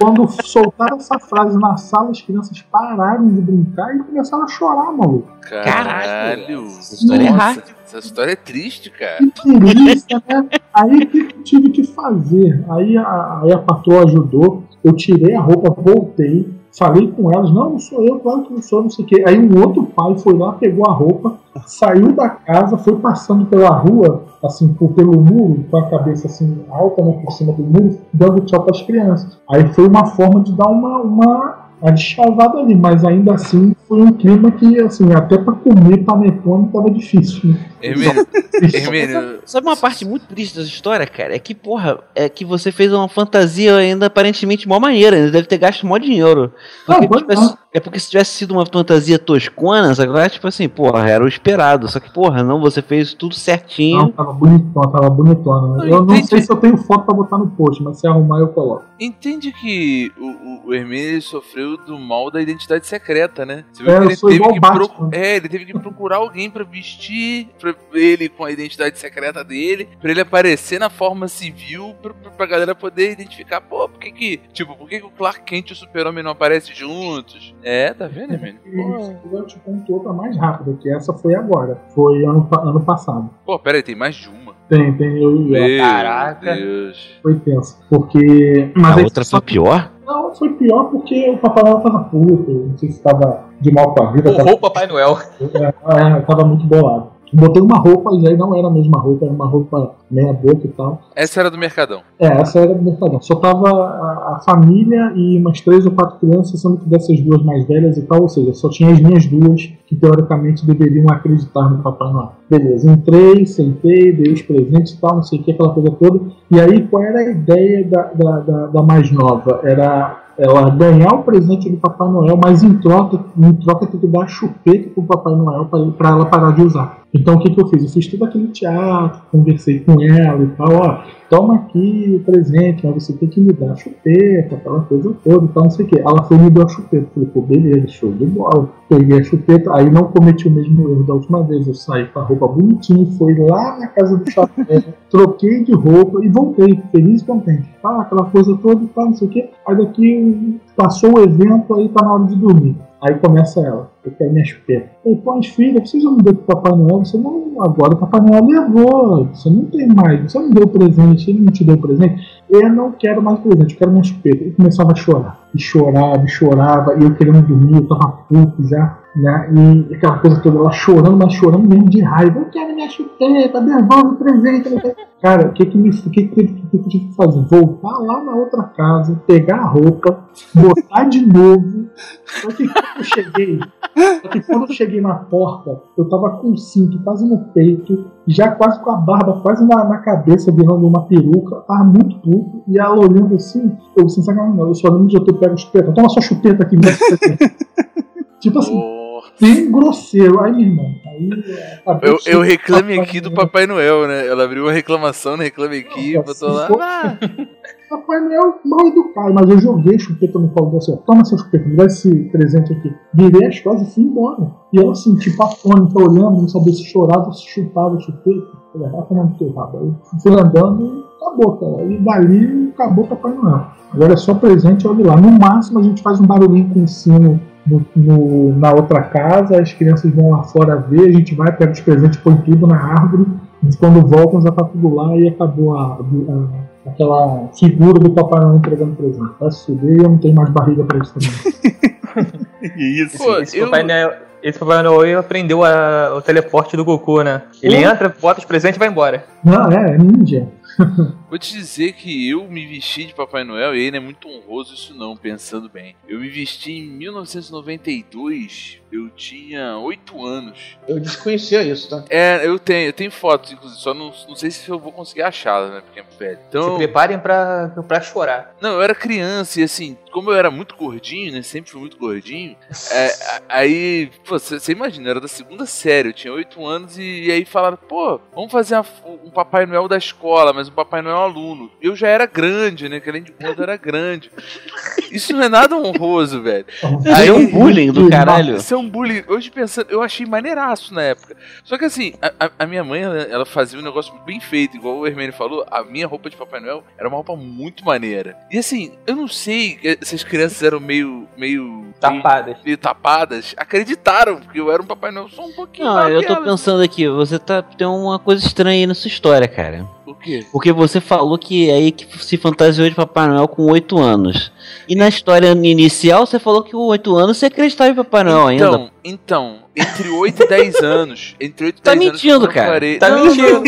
Speaker 5: Quando soltaram essa frase na sala, as crianças pararam de brincar e começaram a chorar, maluco.
Speaker 1: Caralho.
Speaker 6: Essa história é
Speaker 1: Nossa,
Speaker 6: errada.
Speaker 1: Essa história é triste, cara.
Speaker 5: Que delícia, né? Aí o que que eu tive que fazer? Aí a, aí a patroa ajudou, eu tirei a roupa, voltei, falei com elas, não, não sou eu, claro que não sou, não sei o quê. Aí um outro pai foi lá, pegou a roupa, saiu da casa, foi passando pela rua, assim, por, pelo muro, com a cabeça assim, alta, né, por cima do muro, dando tchau para as crianças. Aí foi uma forma de dar uma, uma a deschavada ali, mas ainda assim foi um clima que, assim, até para comer panetone tava difícil. né?
Speaker 1: Hermínio, Hermínio,
Speaker 6: Sabe uma parte muito triste dessa história, cara? É que, porra, é que você fez uma fantasia ainda aparentemente mó maneira, ainda deve ter gasto mó dinheiro.
Speaker 5: Não,
Speaker 6: Porque,
Speaker 5: pois
Speaker 6: tipo,
Speaker 5: não.
Speaker 6: é porque se tivesse sido uma fantasia toscona, agora, tipo assim, porra, era o esperado. Só que, porra, não, você fez tudo
Speaker 5: Não,
Speaker 6: certinho.
Speaker 5: tava bonitona, tava bonitona. né?
Speaker 1: Não,
Speaker 5: eu não
Speaker 1: entendi.
Speaker 5: sei se eu tenho foto pra botar no post, mas se arrumar eu coloco.
Speaker 1: entende que o, o, o Hermínio ele sofreu do mal da identidade secreta, né? Você
Speaker 5: É, eu
Speaker 1: que ele
Speaker 5: sou igual
Speaker 1: que
Speaker 5: o Batman.
Speaker 1: procu- é, ele teve que procurar alguém pra vestir pra ele com a identidade secreta dele, pra ele aparecer na forma civil, pra, pra, pra galera poder identificar, pô, por que que, tipo, por que que o Clark Kent e o Super-Homem não aparecem juntos? É, tá vendo, Hermínio?
Speaker 5: E eu te conto outra mais rápida, que essa foi agora. Foi ano, pa- ano passado.
Speaker 1: Pô, pera aí, tem mais de uma.
Speaker 5: Tem, tem, eu e ela.
Speaker 1: Meu
Speaker 4: caraca.
Speaker 1: Deus.
Speaker 5: Foi tenso. Porque. Mas
Speaker 6: a
Speaker 5: aí-
Speaker 6: outra foi pior?
Speaker 5: Não, foi pior porque o Papai Noel tava puto. eu Não sei se tava de mal com a vida.
Speaker 4: Porrou o Papai Noel.
Speaker 6: Uhum.
Speaker 5: Tava, é, tava muito bolado. Botei uma roupa e aí não era a mesma roupa, era uma roupa meia boca e tal.
Speaker 1: Essa era do Mercadão.
Speaker 5: É, essa era do Mercadão. Só tava a, a família e umas três ou quatro crianças, sendo que dessas duas mais velhas e tal, ou seja, só tinha as minhas duas que teoricamente deveriam acreditar no Papai Noel. Beleza, entrei, sentei, dei os presentes e tal, não sei o que, aquela coisa toda. E aí qual era a ideia da, da, da, da mais nova? Era ela ganhar o presente do Papai Noel, mas em troca, em troca tem que dar chupeta pro Papai Noel para ela parar de usar. Então o que, que eu fiz? Eu fiz todo aquele teatro, conversei com ela e tal, ó, toma aqui o presente, mas você tem que me dar a chupeta, aquela coisa toda e tal, não sei o que. Ela foi e me deu a chupeta. Falei, pô, beleza, show de bola. Peguei a chupeta, aí não cometi o mesmo erro da última vez. Eu saí com a roupa bonitinha, fui lá na casa do chapéu, troquei de roupa e voltei, feliz e contente. Tá, aquela coisa toda e tal, não sei o que. Aí daqui um passou o evento, aí tá na hora de dormir. Aí começa ela, eu quero minha chupeta. Eu falo, filha, você já não deu pro Papai Noel? Você não, agora o Papai Noel levou, você não tem mais, você não deu presente, ele não te deu presente. Eu não quero mais presente, eu quero minha chupeta. E começava a chorar, e chorava, e chorava, e eu querendo dormir, eu tava puto já, né? E aquela coisa toda, ela chorando, mas chorando mesmo de raiva. Eu quero minha chupeta, devolve o presente. Cara, o que que me o que que, que, que, que, que fazer? Voltar lá na outra casa, pegar a roupa, botar de novo. Só que quando eu cheguei, só que quando eu cheguei na porta, eu tava com o cinto quase no peito, já quase com a barba quase na, na cabeça, virando uma peruca, tava muito puto, e ela olhando assim, eu sem sacanagem, eu só lembro de eu ter pego a chupeta, toma sua chupeta aqui, me dá chupeta. tipo assim, bem grosseiro. Aí, meu irmão, aí. é,
Speaker 1: Eu, eu
Speaker 5: tá
Speaker 1: reclame aqui do Papai Noel, né? Ela abriu uma reclamação no Reclame Aqui,
Speaker 5: Não,
Speaker 1: botou
Speaker 5: assim,
Speaker 1: lá.
Speaker 5: pô-
Speaker 1: "Ah,
Speaker 5: Papai Noel mal educado, mas eu joguei chupeta no colo dela assim, ó, toma seu chupeta, me dá esse presente aqui. Virei as costas e fui embora. E ela assim, tipo afônica, olhando, não sabia se chorava, se chutava a chupeta. Falei, "Ah, vai tomar no teu rabo. Aí fui andando e acabou, cara. E dali acabou o Papai Noel. Agora é só presente, olha lá. No máximo a gente faz um barulhinho com o sino no- no- na outra casa, as crianças vão lá fora ver, a gente vai, pega os presentes, põe tudo na árvore, e quando voltam já tá tudo lá e acabou a- a aquela figura do Papai Noel entregando presente. Vai se fuder, eu não tenho mais barriga pra isso também.
Speaker 3: Que isso?
Speaker 1: Pô,
Speaker 4: Esse,
Speaker 1: eu-
Speaker 4: Papai Noel, esse Papai Noel aprendeu a- o teleporte do Goku, né? Ele
Speaker 5: Sim.
Speaker 4: entra, bota os presentes e vai embora.
Speaker 5: não, é, é ninja.
Speaker 1: Vou te dizer que eu me vesti de Papai Noel e ainda é muito honroso isso não, pensando bem. Eu me vesti em 1992, eu tinha 8 anos.
Speaker 2: Eu desconhecia isso, tá?
Speaker 1: É, eu tenho, eu tenho fotos, inclusive, só não, não sei se eu vou conseguir achá-las, né, porque é velho. Então,
Speaker 4: Se preparem pra, pra chorar.
Speaker 1: não, eu era criança e assim, como eu era muito gordinho, né, sempre fui muito gordinho, é, a- aí, pô, você imagina, eu era da segunda série, eu tinha 8 anos e, e aí falaram, pô, vamos fazer uma- um Papai Noel da escola, mas um Papai Noel aluno. Eu já era grande, né, que além de gordo, eu era grande. Isso não é nada honroso, velho.
Speaker 5: Então,
Speaker 6: Aí é um bullying do
Speaker 5: Ih,
Speaker 6: caralho.
Speaker 1: Isso é um bullying. Hoje pensando, eu achei maneiraço na época. Só que assim, a, a- a minha mãe, ela, ela fazia um negócio bem feito, igual o Hermênio falou. A minha roupa de Papai Noel era uma roupa muito maneira. E assim, eu não sei, essas crianças eram meio. meio.
Speaker 4: Tapadas.
Speaker 1: meio tapadas, acreditaram que eu era um Papai Noel só um pouquinho.
Speaker 6: Não, eu tô
Speaker 1: naquela.
Speaker 6: pensando aqui, você tá tem uma coisa estranha aí na sua história, cara.
Speaker 1: O quê?
Speaker 6: Porque você falou que é aí que se fantasiou de Papai Noel com 8 anos. E na história inicial você falou que com 8 anos você acreditava em Papai Noel ainda.
Speaker 1: Então, então, entre 8 e 10 anos. Entre 8 e
Speaker 6: Tá
Speaker 1: 10
Speaker 6: mentindo,
Speaker 1: anos. eu
Speaker 6: cara.
Speaker 1: parei-
Speaker 4: Tá
Speaker 1: Não,
Speaker 4: mentindo.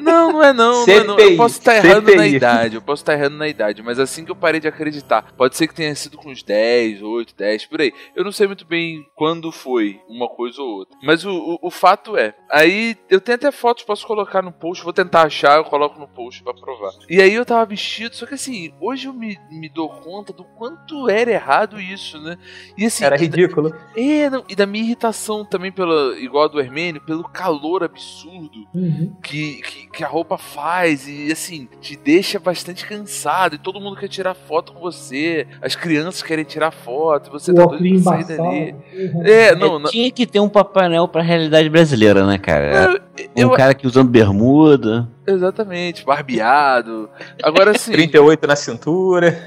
Speaker 1: Não, não é não, não, é não. Eu
Speaker 4: CPI,
Speaker 1: posso estar errando na
Speaker 4: CPI.
Speaker 1: idade, eu posso estar errando na idade, mas assim que eu parei de acreditar, pode ser que tenha sido com uns 10, 8, 10, por aí. Eu não sei muito bem quando foi uma coisa ou outra. Mas o, o, o fato é, aí eu tenho até fotos, posso colocar no post, vou tentar achar, eu coloco no post pra provar. E aí eu tava vestido, só que assim, hoje eu me, me dou conta do quanto era errado isso, né? E assim,
Speaker 4: Era
Speaker 1: e-
Speaker 4: ridículo.
Speaker 1: é, não, e da minha irritação também, pela, igual a do Hermênio, pelo calor absurdo
Speaker 5: Uhum.
Speaker 1: que, que, que a roupa faz e assim, te deixa bastante cansado e todo mundo quer tirar foto com você, as crianças querem tirar foto, e você
Speaker 5: O
Speaker 1: tá doido
Speaker 5: óculos
Speaker 1: pra sair
Speaker 5: embaçado. né?
Speaker 1: dali. É, não, não
Speaker 6: Tinha que ter um Papai Noel pra realidade brasileira, né, cara?
Speaker 1: eu-
Speaker 6: um cara que usando bermuda.
Speaker 1: exatamente, barbeado. Agora assim,
Speaker 4: 38 na cintura.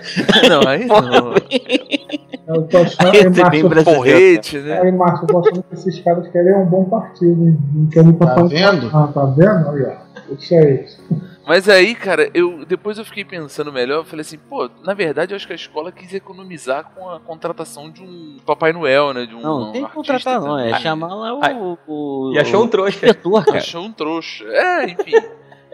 Speaker 1: não, aí não.
Speaker 5: Eu tô achando, aí,
Speaker 6: Esse é bem
Speaker 5: Márcio,
Speaker 6: brasileiro.
Speaker 1: Porrete, né?
Speaker 5: aí, Márcio, É eu tô achando que esses caras querem um bom partido, hein? Não querem
Speaker 2: Tá
Speaker 5: Papai
Speaker 2: vendo?
Speaker 5: Ah, tá vendo? Aí, ó. Isso aí.
Speaker 1: Mas aí, cara, eu depois eu fiquei pensando melhor, eu falei assim, pô, na verdade eu acho que a escola quis economizar com a contratação de um Papai Noel, né? De um
Speaker 6: Não, não tem que
Speaker 1: artista,
Speaker 6: contratar não, é
Speaker 1: Ah,
Speaker 6: chamar lá
Speaker 4: Ai.
Speaker 6: o, o,
Speaker 4: E achou um trouxa.
Speaker 6: inspetor, cara.
Speaker 1: Achou um trouxa. É, enfim.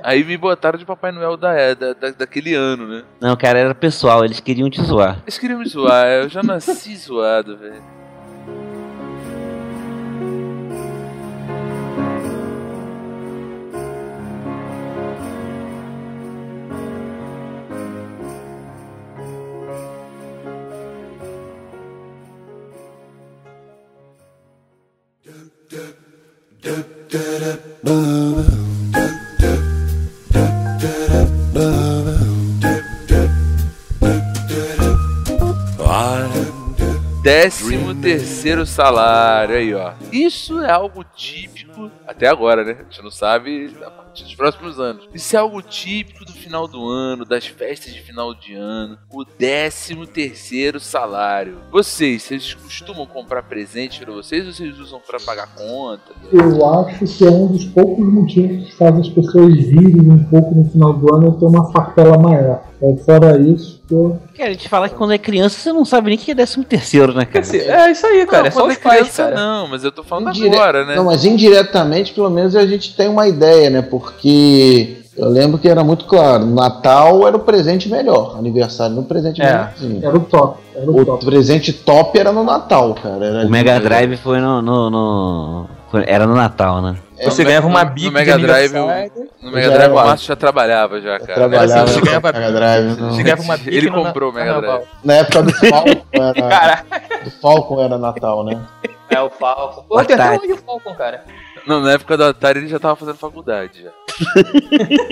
Speaker 1: Aí me botaram de Papai Noel da, da, da- daquele ano, né?
Speaker 6: Não, cara, era pessoal, eles queriam te zoar.
Speaker 1: Eles queriam me zoar, eu já nasci zoado, velho.
Speaker 7: Da, da, da,
Speaker 1: Décimo terceiro salário, aí ó. Isso é algo típico, até agora, né? A gente não sabe a partir dos próximos anos. Isso é algo típico do final do ano, das festas de final de ano, o décimo terceiro salário. Vocês, vocês costumam comprar presente pra vocês ou vocês usam pra pagar conta?
Speaker 5: Eu acho que é um dos poucos motivos que faz as pessoas virem um pouco no final do ano e ter uma fartela maior. É, fora isso, pô,
Speaker 6: Cara, a gente fala que quando é criança você não sabe nem o que é décimo terceiro, né,
Speaker 4: Quer
Speaker 6: cara?
Speaker 4: dizer, é isso aí, cara. é só
Speaker 1: quando
Speaker 4: os
Speaker 1: é
Speaker 4: pais,
Speaker 1: criança,
Speaker 4: cara.
Speaker 1: Não, mas eu tô falando
Speaker 2: Indire-
Speaker 1: agora, né?
Speaker 2: Não, mas indiretamente, pelo menos, a gente tem uma ideia, né? Porque eu lembro que era muito claro, Natal era o presente melhor, aniversário no presente
Speaker 4: É.
Speaker 2: melhorzinho.
Speaker 5: era o top. Era o,
Speaker 2: O
Speaker 5: top.
Speaker 2: presente top era no Natal, cara. Era
Speaker 6: O Mega Drive foi no, no- no- foi- Era no Natal, né?
Speaker 2: É,
Speaker 4: Você
Speaker 1: no
Speaker 4: ganhava
Speaker 1: Mega-
Speaker 4: uma
Speaker 1: no
Speaker 4: bica
Speaker 1: Mega
Speaker 4: de
Speaker 1: Drive,
Speaker 4: aniversário.
Speaker 1: No Mega
Speaker 2: Eu já
Speaker 1: Drive
Speaker 2: era
Speaker 1: o
Speaker 2: lá.
Speaker 1: Márcio já trabalhava já,
Speaker 2: Eu
Speaker 1: cara.
Speaker 2: trabalhava
Speaker 4: Assim,
Speaker 2: no
Speaker 4: você ganhava-
Speaker 2: Mega Drive. então.
Speaker 4: Você ganhava uma bica
Speaker 1: Ele
Speaker 4: no
Speaker 1: comprou o Mega
Speaker 4: carnaval.
Speaker 2: Na época do Falcon era,
Speaker 4: Cara,
Speaker 2: do Falcon era Natal, né?
Speaker 4: é o Falcon. Pô, tem até
Speaker 6: Atari.
Speaker 4: hoje o Falcon, cara.
Speaker 1: Não, na época do Atari ele já tava fazendo faculdade. Já.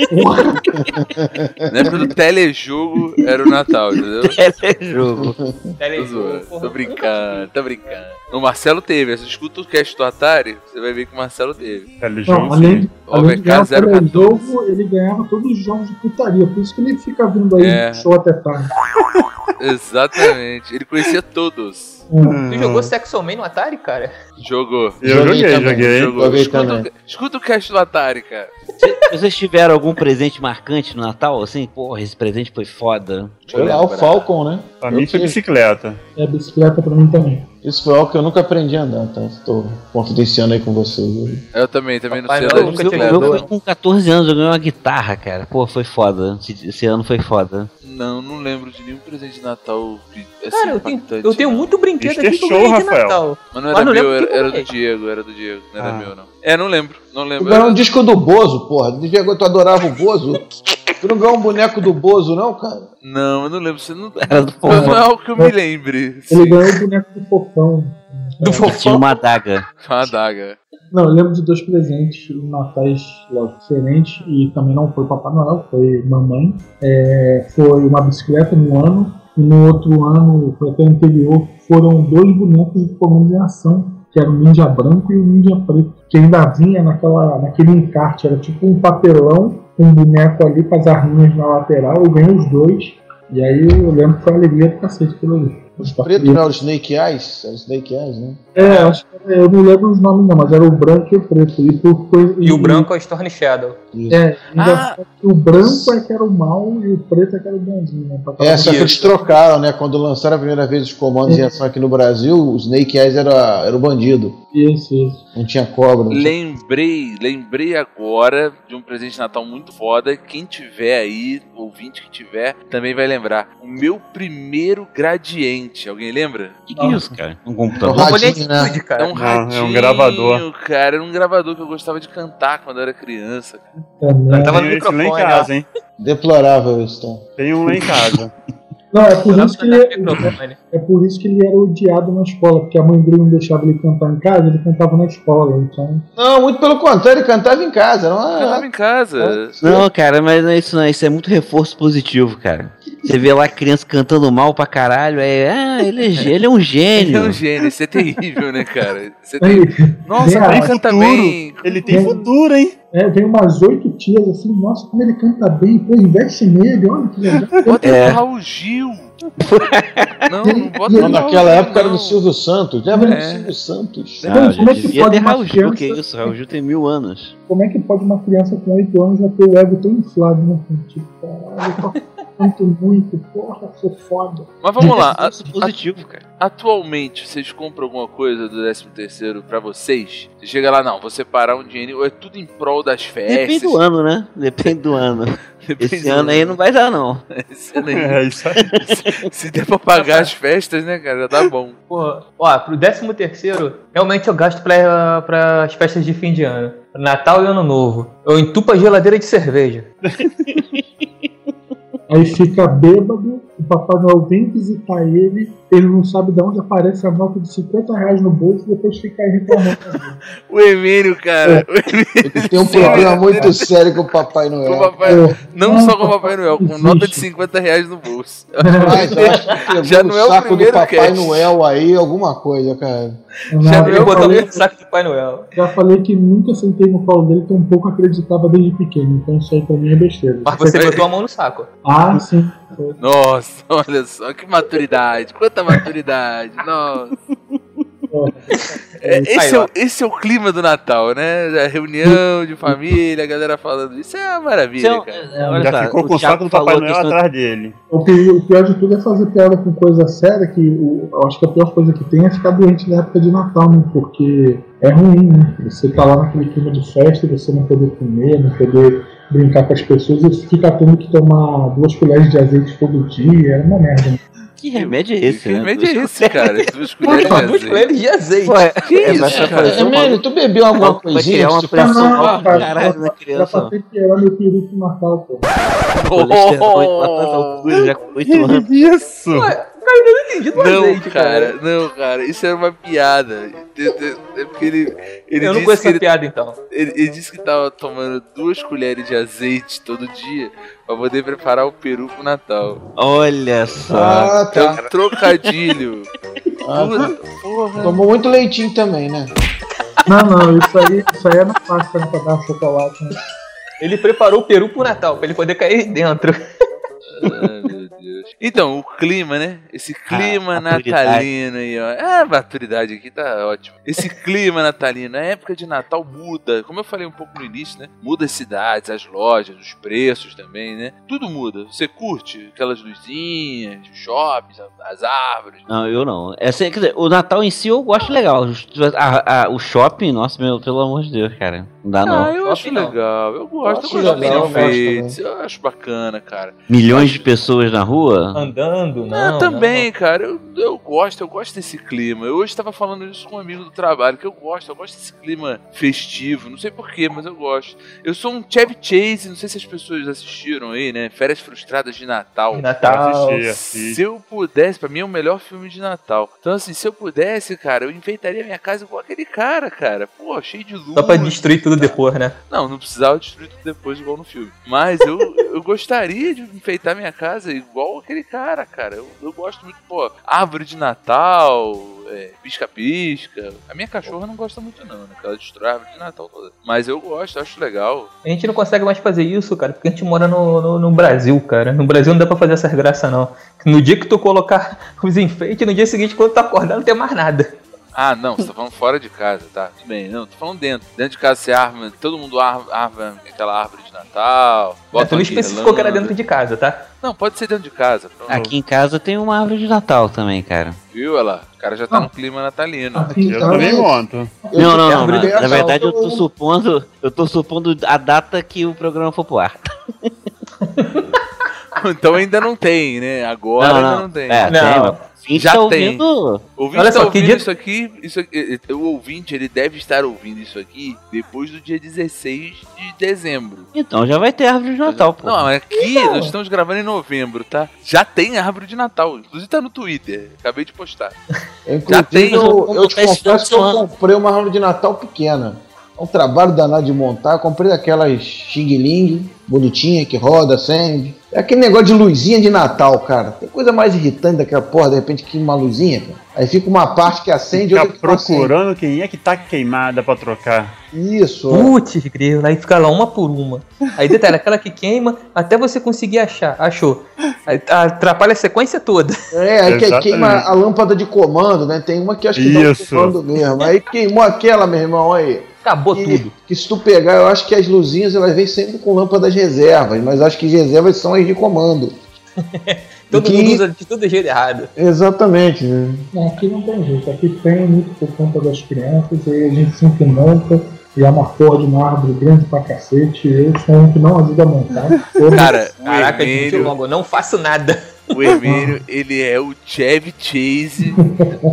Speaker 1: na época do telejogo era o Natal, entendeu?
Speaker 6: Era É, jogo.
Speaker 1: Tô
Speaker 4: Telejogo,
Speaker 1: zoando,
Speaker 4: porra,
Speaker 1: tô
Speaker 4: nunca
Speaker 1: brincando, tô brincando. O Marcelo teve, você escuta o cast do Atari, você vai ver que o Marcelo teve.
Speaker 5: Não, além, de-
Speaker 1: Ó,
Speaker 5: além de
Speaker 1: VK
Speaker 5: ganhar
Speaker 1: 014.
Speaker 5: o jogo, ele ganhava todos os jogos de putaria. Por isso que ele fica vindo aí
Speaker 1: É.
Speaker 5: show até tarde.
Speaker 1: Exatamente, ele conhecia todos.
Speaker 4: Tu jogou Sexo Man no Atari, cara?
Speaker 1: Jogou.
Speaker 3: Eu
Speaker 2: Joguei
Speaker 3: joguei,
Speaker 2: também.
Speaker 3: joguei.
Speaker 1: Jogou.
Speaker 2: Joguei
Speaker 1: Escuta,
Speaker 2: também.
Speaker 1: o- escuta o cast do Atari, cara.
Speaker 6: Vocês tiveram algum presente marcante no Natal? Assim, porra, esse presente foi foda.
Speaker 1: Deixa eu
Speaker 2: Foi lá o
Speaker 1: lembrar.
Speaker 2: Falcon, né?
Speaker 3: Pra mim foi
Speaker 2: Eu-
Speaker 3: bicicleta.
Speaker 5: É, bicicleta pra mim também.
Speaker 2: Isso foi algo que eu nunca aprendi a andar, tá? Estou confidenciando aí com vocês.
Speaker 1: Eu também, também não
Speaker 4: Papai
Speaker 1: sei.
Speaker 4: Noel
Speaker 1: andar de
Speaker 4: nunca
Speaker 6: Eu,
Speaker 4: te
Speaker 1: bicicleta.
Speaker 6: eu
Speaker 4: lembro.
Speaker 6: fui com 14 anos, eu ganhei uma guitarra, cara. Pô, foi foda. Esse, esse ano foi foda.
Speaker 1: Não, não lembro de nenhum presente de Natal que assim,
Speaker 4: Cara, eu tenho,
Speaker 1: impactante,
Speaker 4: eu tenho
Speaker 1: não.
Speaker 4: muito brinquedo
Speaker 3: Mister
Speaker 4: aqui que eu
Speaker 3: Show,
Speaker 4: ganhei de
Speaker 3: Rafael.
Speaker 4: Natal.
Speaker 1: Mas não era
Speaker 4: Mas não lembro
Speaker 1: meu,
Speaker 4: o que
Speaker 1: era,
Speaker 4: eu
Speaker 1: era do
Speaker 4: ganhei.
Speaker 1: Diego, era do Diego, não era
Speaker 3: Ah.
Speaker 1: meu, não. É, não lembro, não
Speaker 2: Tu
Speaker 1: lembro.
Speaker 2: ganhou um
Speaker 1: Era-
Speaker 2: disco do Bozo, porra. Tu devia- Tu adorava o Bozo. Tu não ganhou um boneco do Bozo, não, cara?
Speaker 1: Não, eu não lembro. Você não...
Speaker 6: Era do
Speaker 1: Não, não
Speaker 6: povo.
Speaker 1: é algo que eu me lembre.
Speaker 5: Ele
Speaker 1: Sim,
Speaker 5: ganhou o boneco do fofão. É.
Speaker 4: Do
Speaker 6: Tinha
Speaker 4: fofão.
Speaker 6: uma adaga.
Speaker 1: É uma adaga.
Speaker 5: Não, eu lembro de dois presentes em natais, lógico, diferentes, e também não foi Papai Noel, foi mamãe. É, foi uma bicicleta no ano, e no outro ano, foi até o anterior, foram dois bonecos de Pokémon em ação, que era o Ninja Branco e o Ninja Preto, que ainda vinha naquela, naquele encarte, era tipo um papelão, com um boneco ali com as arminhas na lateral, eu ganhei os dois, e aí eu lembro que foi a alegria do cacete pelo ali.
Speaker 2: Os pretos, né? Os Snake Eyes. Era os Snake Eyes, né?
Speaker 5: É, acho que eu não lembro os nomes não, mas era o branco e o preto. E, por coisa,
Speaker 4: E o branco é o Storm Shadow.
Speaker 5: É,
Speaker 1: Ah.
Speaker 5: ainda o branco é que era o mal e o preto é que era o bonzinho, né? Pra
Speaker 2: É, só que
Speaker 4: Isso.
Speaker 2: eles trocaram, né? Quando lançaram a primeira vez os comandos em ação aqui no Brasil, o Snake Eyes era, era o bandido.
Speaker 5: Isso, isso.
Speaker 2: Não tinha cobra. Não tinha...
Speaker 1: Lembrei, lembrei agora de um presente de Natal muito foda. Quem tiver aí, ouvinte que tiver, também vai lembrar. O meu primeiro gradiente. Alguém lembra?
Speaker 6: Que que é isso, cara? Um computador.
Speaker 4: Uma
Speaker 2: Radinho,
Speaker 4: mulher de
Speaker 2: né?
Speaker 4: tudo,
Speaker 1: É
Speaker 4: cara.
Speaker 1: um
Speaker 3: Não, é um
Speaker 1: radinho,
Speaker 3: gravador.
Speaker 1: Cara, era um gravador que eu gostava de cantar quando eu era criança.
Speaker 5: Também.
Speaker 4: Tava no
Speaker 3: Tenho esse lá em
Speaker 4: microfone,
Speaker 3: casa, hein?
Speaker 2: Deplorável isso, tá?
Speaker 3: Tem um lá em casa.
Speaker 5: Não, é
Speaker 4: um
Speaker 5: por, isso que ele,
Speaker 4: Adorava cantar no microfone.
Speaker 5: é por isso que ele era odiado na escola, porque a mãe dele não deixava ele cantar em casa, ele cantava na escola, então.
Speaker 2: Não, muito pelo contrário, ele cantava em casa.
Speaker 1: Eu
Speaker 2: Não
Speaker 1: cantava
Speaker 2: é...
Speaker 1: em casa.
Speaker 6: Não, cara, mas não é isso não. Isso é muito reforço positivo, cara. Você vê lá criança cantando mal pra caralho, é. Ah, ele é, gê- ele é
Speaker 1: Ele é
Speaker 6: um
Speaker 1: um
Speaker 6: gênio.
Speaker 1: gênio, isso é terrível, né, cara? Isso é terrível.
Speaker 5: Aí,
Speaker 1: Nossa,
Speaker 5: Real.
Speaker 1: ele
Speaker 5: Tem
Speaker 1: canta
Speaker 3: futuro.
Speaker 1: bem.
Speaker 3: Ele tem futuro, hein?
Speaker 5: é, vem umas oito tias assim, nossa, como ele canta bem, pô, investe nele, olha que legal.
Speaker 1: Bota
Speaker 6: É.
Speaker 1: é. o Raul Gil. Não, não bota
Speaker 2: Não,
Speaker 1: o Raul
Speaker 2: naquela
Speaker 1: Gil,
Speaker 2: época era
Speaker 1: não.
Speaker 2: do Silvio Santos. Lembra
Speaker 1: É.
Speaker 2: do Silvio Santos?
Speaker 6: Não,
Speaker 5: Como é que
Speaker 6: Ah, devia
Speaker 5: pode
Speaker 6: ter
Speaker 5: uma
Speaker 6: Raul Gil,
Speaker 5: criança-
Speaker 6: que isso? Raul Gil tem mil anos.
Speaker 5: Como é que pode uma criança com oito anos já ter o ego tão inflado, né? Tipo, caralho, eu tô canto muito, porra, sou foda.
Speaker 1: Mas vamos lá, a-
Speaker 6: Reforço é positivo, cara.
Speaker 1: atualmente vocês compram alguma coisa do 13 terceiro pra vocês? Você chega lá, não, você parar um dinheiro, ou é tudo em prol das festas.
Speaker 6: Depende do ano, né? Depende do ano.
Speaker 1: Depende
Speaker 6: Esse
Speaker 1: do
Speaker 6: ano aí não vai dar, não.
Speaker 1: Esse ano aí.
Speaker 3: É isso aí.
Speaker 1: Se der pra pagar as festas, né, cara, já tá bom.
Speaker 4: Porra, ó, pro 13 terceiro, realmente eu gasto pra, pra as festas de fim de ano. Natal e Ano Novo. Eu entupo a geladeira de cerveja.
Speaker 5: Aí fica bêbado, o Papai Noel vem visitar ele, ele não sabe de onde aparece a nota de 50 reais no bolso e depois fica aí reclamando.
Speaker 1: O Emílio, cara. O
Speaker 2: Ele tem um
Speaker 1: Sim,
Speaker 2: problema
Speaker 1: é.
Speaker 2: muito sério com o Papai
Speaker 6: É,
Speaker 1: Com o
Speaker 2: Noel.
Speaker 1: Papai-
Speaker 5: Pô,
Speaker 1: não
Speaker 5: não,
Speaker 1: só com o Papai Noel, com
Speaker 5: existe.
Speaker 1: nota de 50 reais no bolso.
Speaker 2: Mas eu acho que pegou
Speaker 1: Já não é o
Speaker 2: o saco do
Speaker 1: primeiro
Speaker 2: Papai
Speaker 1: cast.
Speaker 2: Noel aí, alguma coisa, cara.
Speaker 1: Já
Speaker 5: não,
Speaker 1: viu
Speaker 5: eu
Speaker 4: Ele botou
Speaker 5: falei,
Speaker 4: muito saco do Pai Noel.
Speaker 5: já falei que nunca sentei no colo dele, tão pouco acreditava desde pequeno. Então isso aí pra mim é besteira.
Speaker 4: Mas você botou a mão no saco.
Speaker 5: Ah, sim.
Speaker 1: Nossa, olha só, que maturidade, quanta maturidade, nossa. É, esse, é, o- esse é o clima do Natal, né? A reunião de família, a galera falando. Isso é uma maravilha,
Speaker 6: Então,
Speaker 1: cara.
Speaker 6: é, olha
Speaker 3: Já
Speaker 6: só,
Speaker 3: ficou
Speaker 6: o
Speaker 3: com o
Speaker 6: Thiago
Speaker 3: saco do
Speaker 6: falou né?
Speaker 3: Papai
Speaker 6: a
Speaker 3: Noel
Speaker 6: questão-
Speaker 3: atrás dele.
Speaker 5: O, pi- o pior de tudo é fazer piada com coisa séria, que o- eu acho que a pior coisa que tem é ficar doente na época de Natal, né? Porque é ruim, né? Você tá lá naquele clima de festa, você não poder comer, não poder brincar com as pessoas e fica tendo que tomar duas colheres de azeite todo dia, é uma merda. Né?
Speaker 6: Que remédio é
Speaker 1: Esse
Speaker 6: esse? né?
Speaker 1: remédio é esse, cara? Duas colheres de
Speaker 4: Porra, duas
Speaker 1: azeite.
Speaker 4: colheres de azeite.
Speaker 6: Pô, é-
Speaker 1: Que
Speaker 6: é,
Speaker 1: isso,
Speaker 6: vai
Speaker 1: cara?
Speaker 6: fazer
Speaker 2: É,
Speaker 6: uma-
Speaker 2: Mano, tu bebeu alguma
Speaker 6: vai
Speaker 2: coisinha?
Speaker 1: é
Speaker 6: criar uma
Speaker 2: Isso-
Speaker 6: pressão
Speaker 5: Não,
Speaker 2: Ah,
Speaker 6: alta
Speaker 5: cara,
Speaker 6: caralho na
Speaker 5: Já
Speaker 6: criança.
Speaker 5: passei pior meu peru pro Natal, pô.
Speaker 6: Colesterol lá pra altura, já com 8 anos.
Speaker 3: Que isso?
Speaker 4: Entendi do
Speaker 1: Não,
Speaker 4: azeite,
Speaker 1: é cara, não, cara, isso era uma piada. É é porque ele, ele
Speaker 4: Eu não
Speaker 1: disse
Speaker 4: conheço
Speaker 1: que
Speaker 4: essa
Speaker 1: ele,
Speaker 4: piada então.
Speaker 1: ele- ele disse que tava tomando duas colheres de azeite todo dia pra poder preparar o peru pro Natal.
Speaker 6: Olha só.
Speaker 2: Ah,
Speaker 1: É
Speaker 2: tá.
Speaker 1: um trocadilho.
Speaker 2: Ah,
Speaker 1: Puta, porra.
Speaker 2: Tomou muito leitinho também, né?
Speaker 5: Não, não, isso aí, isso aí é na pasta né, pra dar chocolate. Né?
Speaker 4: Ele preparou o peru pro Natal, pra ele poder cair dentro.
Speaker 1: Ai, meu Deus. Então, o clima, né? Esse clima
Speaker 6: Ah, maturidade.
Speaker 1: natalino aí, ó. Ah, a maturidade aqui tá ótimo. Esse clima natalino, a época de Natal muda. Como eu falei um pouco no início, né? Muda as cidades, as lojas, os preços também, né? Tudo muda. Você curte aquelas luzinhas, os shoppings, as árvores.
Speaker 6: Não, eu não. É, assim, quer dizer, o Natal em si eu gosto legal. A- a- o shopping, nossa, meu, pelo amor de Deus, cara. Não dá não.
Speaker 1: Ah, eu acho
Speaker 4: Shopping não.
Speaker 1: legal. Eu gosto. Eu
Speaker 2: Shopping
Speaker 1: gosto de
Speaker 2: legal, eu gosto
Speaker 1: enfeites. Eu acho bacana, cara.
Speaker 6: Milhões de pessoas na rua.
Speaker 4: Andando,
Speaker 1: Ah,
Speaker 4: não.
Speaker 1: também, cara. Eu, eu gosto, eu gosto desse clima. Eu hoje estava falando isso com um amigo do trabalho, que eu gosto, eu gosto desse clima festivo. Não sei porquê, mas eu gosto. Eu sou um Chevy Chase, não sei se as pessoas assistiram aí, né? Férias Frustradas de Natal.
Speaker 4: não. Natal.
Speaker 3: Assistir, assistir.
Speaker 1: Se eu pudesse, pra mim é o melhor filme de Natal. Então, assim, se eu pudesse, cara, eu enfeitaria minha casa igual aquele cara, cara. Pô, cheio de luz.
Speaker 4: Só pra destruir tudo depois, né?
Speaker 1: Não, não precisava destruir tudo depois, igual no filme. Mas eu, eu gostaria de enfeitar minha casa igual aquele cara, cara. Eu, eu gosto muito, pô, árvore de Natal, é, pisca-pisca. A minha cachorra não gosta muito, não, né? porque Ela destrói a árvore de Natal toda. Mas eu gosto, acho legal.
Speaker 4: A gente não consegue mais fazer isso, cara, porque a gente mora no, no, no Brasil, cara. No Brasil não dá pra fazer essas graças, não. No dia que tu colocar os enfeites, no dia seguinte, quando tu acordar, não tem mais nada.
Speaker 1: Ah, não, você tá falando fora de casa, tá? Tudo bem, não, tô falando dentro. Dentro de casa você arma, todo mundo arma, arma aquela árvore de Natal.
Speaker 4: Mas É, tu
Speaker 1: uma
Speaker 4: né, não especificou que era
Speaker 1: guirlanda.
Speaker 4: dentro de casa, tá?
Speaker 1: Não, pode ser dentro de casa. Pronto.
Speaker 6: Aqui em casa tem uma árvore de Natal também, cara.
Speaker 1: Viu, olha lá? O cara já tá no clima natalino.
Speaker 5: Aqui em
Speaker 3: Eu
Speaker 5: casa,
Speaker 3: também monto.
Speaker 2: Eu tenho
Speaker 6: não, não, não.
Speaker 2: árvore
Speaker 6: Na,
Speaker 2: de
Speaker 6: na
Speaker 2: Natal,
Speaker 6: verdade, eu
Speaker 2: então
Speaker 6: tô supondo. Eu tô supondo a data que o programa for pro ar.
Speaker 1: Então ainda não tem, né? Agora
Speaker 6: Não,
Speaker 1: ainda
Speaker 6: não.
Speaker 1: não tem.
Speaker 4: Não.
Speaker 6: É, tem, mas o ouvinte
Speaker 1: Já
Speaker 6: tá
Speaker 1: tem.
Speaker 6: ouvindo.
Speaker 1: O ouvinte tá
Speaker 4: Olha só, que
Speaker 1: ouvindo
Speaker 4: dia-
Speaker 1: isso aqui, isso aqui- eh, O ouvinte, ele deve estar ouvindo isso aqui depois do dia 16 de dezembro.
Speaker 6: Então já vai ter árvore de Natal, pô.
Speaker 1: Não, mas aqui nós estamos gravando em novembro, tá? Já tem árvore de Natal. Inclusive tá no Twitter. Acabei de postar.
Speaker 2: Eu,
Speaker 1: Já tem,
Speaker 2: Inclusive, eu,
Speaker 6: mas
Speaker 2: eu te
Speaker 6: tá esse
Speaker 2: confesso que eu
Speaker 6: ano.
Speaker 2: comprei uma árvore de Natal pequena. É um trabalho danado de montar. Eu comprei daquelas Xing Ling, bonitinha, que roda, acende. É aquele negócio de luzinha de Natal, cara. Tem coisa mais irritante daquela porra, de repente que uma luzinha, cara. Aí fica uma parte que acende e
Speaker 3: Fica
Speaker 2: outra que não acende.
Speaker 3: procurando quem é que tá queimada pra trocar.
Speaker 2: Isso. é.
Speaker 4: Putz, grilo, aí fica lá uma por uma. Aí detalhe, aquela que queima, até você conseguir achar. Achou. Aí atrapalha a sequência toda.
Speaker 2: É, aí que
Speaker 3: Exatamente.
Speaker 2: queima a lâmpada de comando, né? Tem uma que acho que dá um
Speaker 3: Isso.
Speaker 2: comando mesmo. Aí queimou aquela, meu irmão, aí.
Speaker 4: Acabou
Speaker 2: Que,
Speaker 4: tudo.
Speaker 2: que se tu pegar, eu acho que as luzinhas elas vêm sempre com lâmpadas reservas, mas acho que as reservas são as de comando.
Speaker 4: Todo
Speaker 2: que-
Speaker 4: mundo usa de todo jeito errado.
Speaker 2: Exatamente. né?
Speaker 5: Não, Aqui não tem jeito, aqui tem muito por conta das crianças, e a gente sempre monta, e é uma porra de uma árvore grande pra cacete, e eu sou um que não ajuda a montar. Todo-
Speaker 4: Cara,
Speaker 1: o
Speaker 4: caraca, gente,
Speaker 1: Emílio-
Speaker 4: logo, não faço nada.
Speaker 1: O Emílio, ele é o Chevy Chase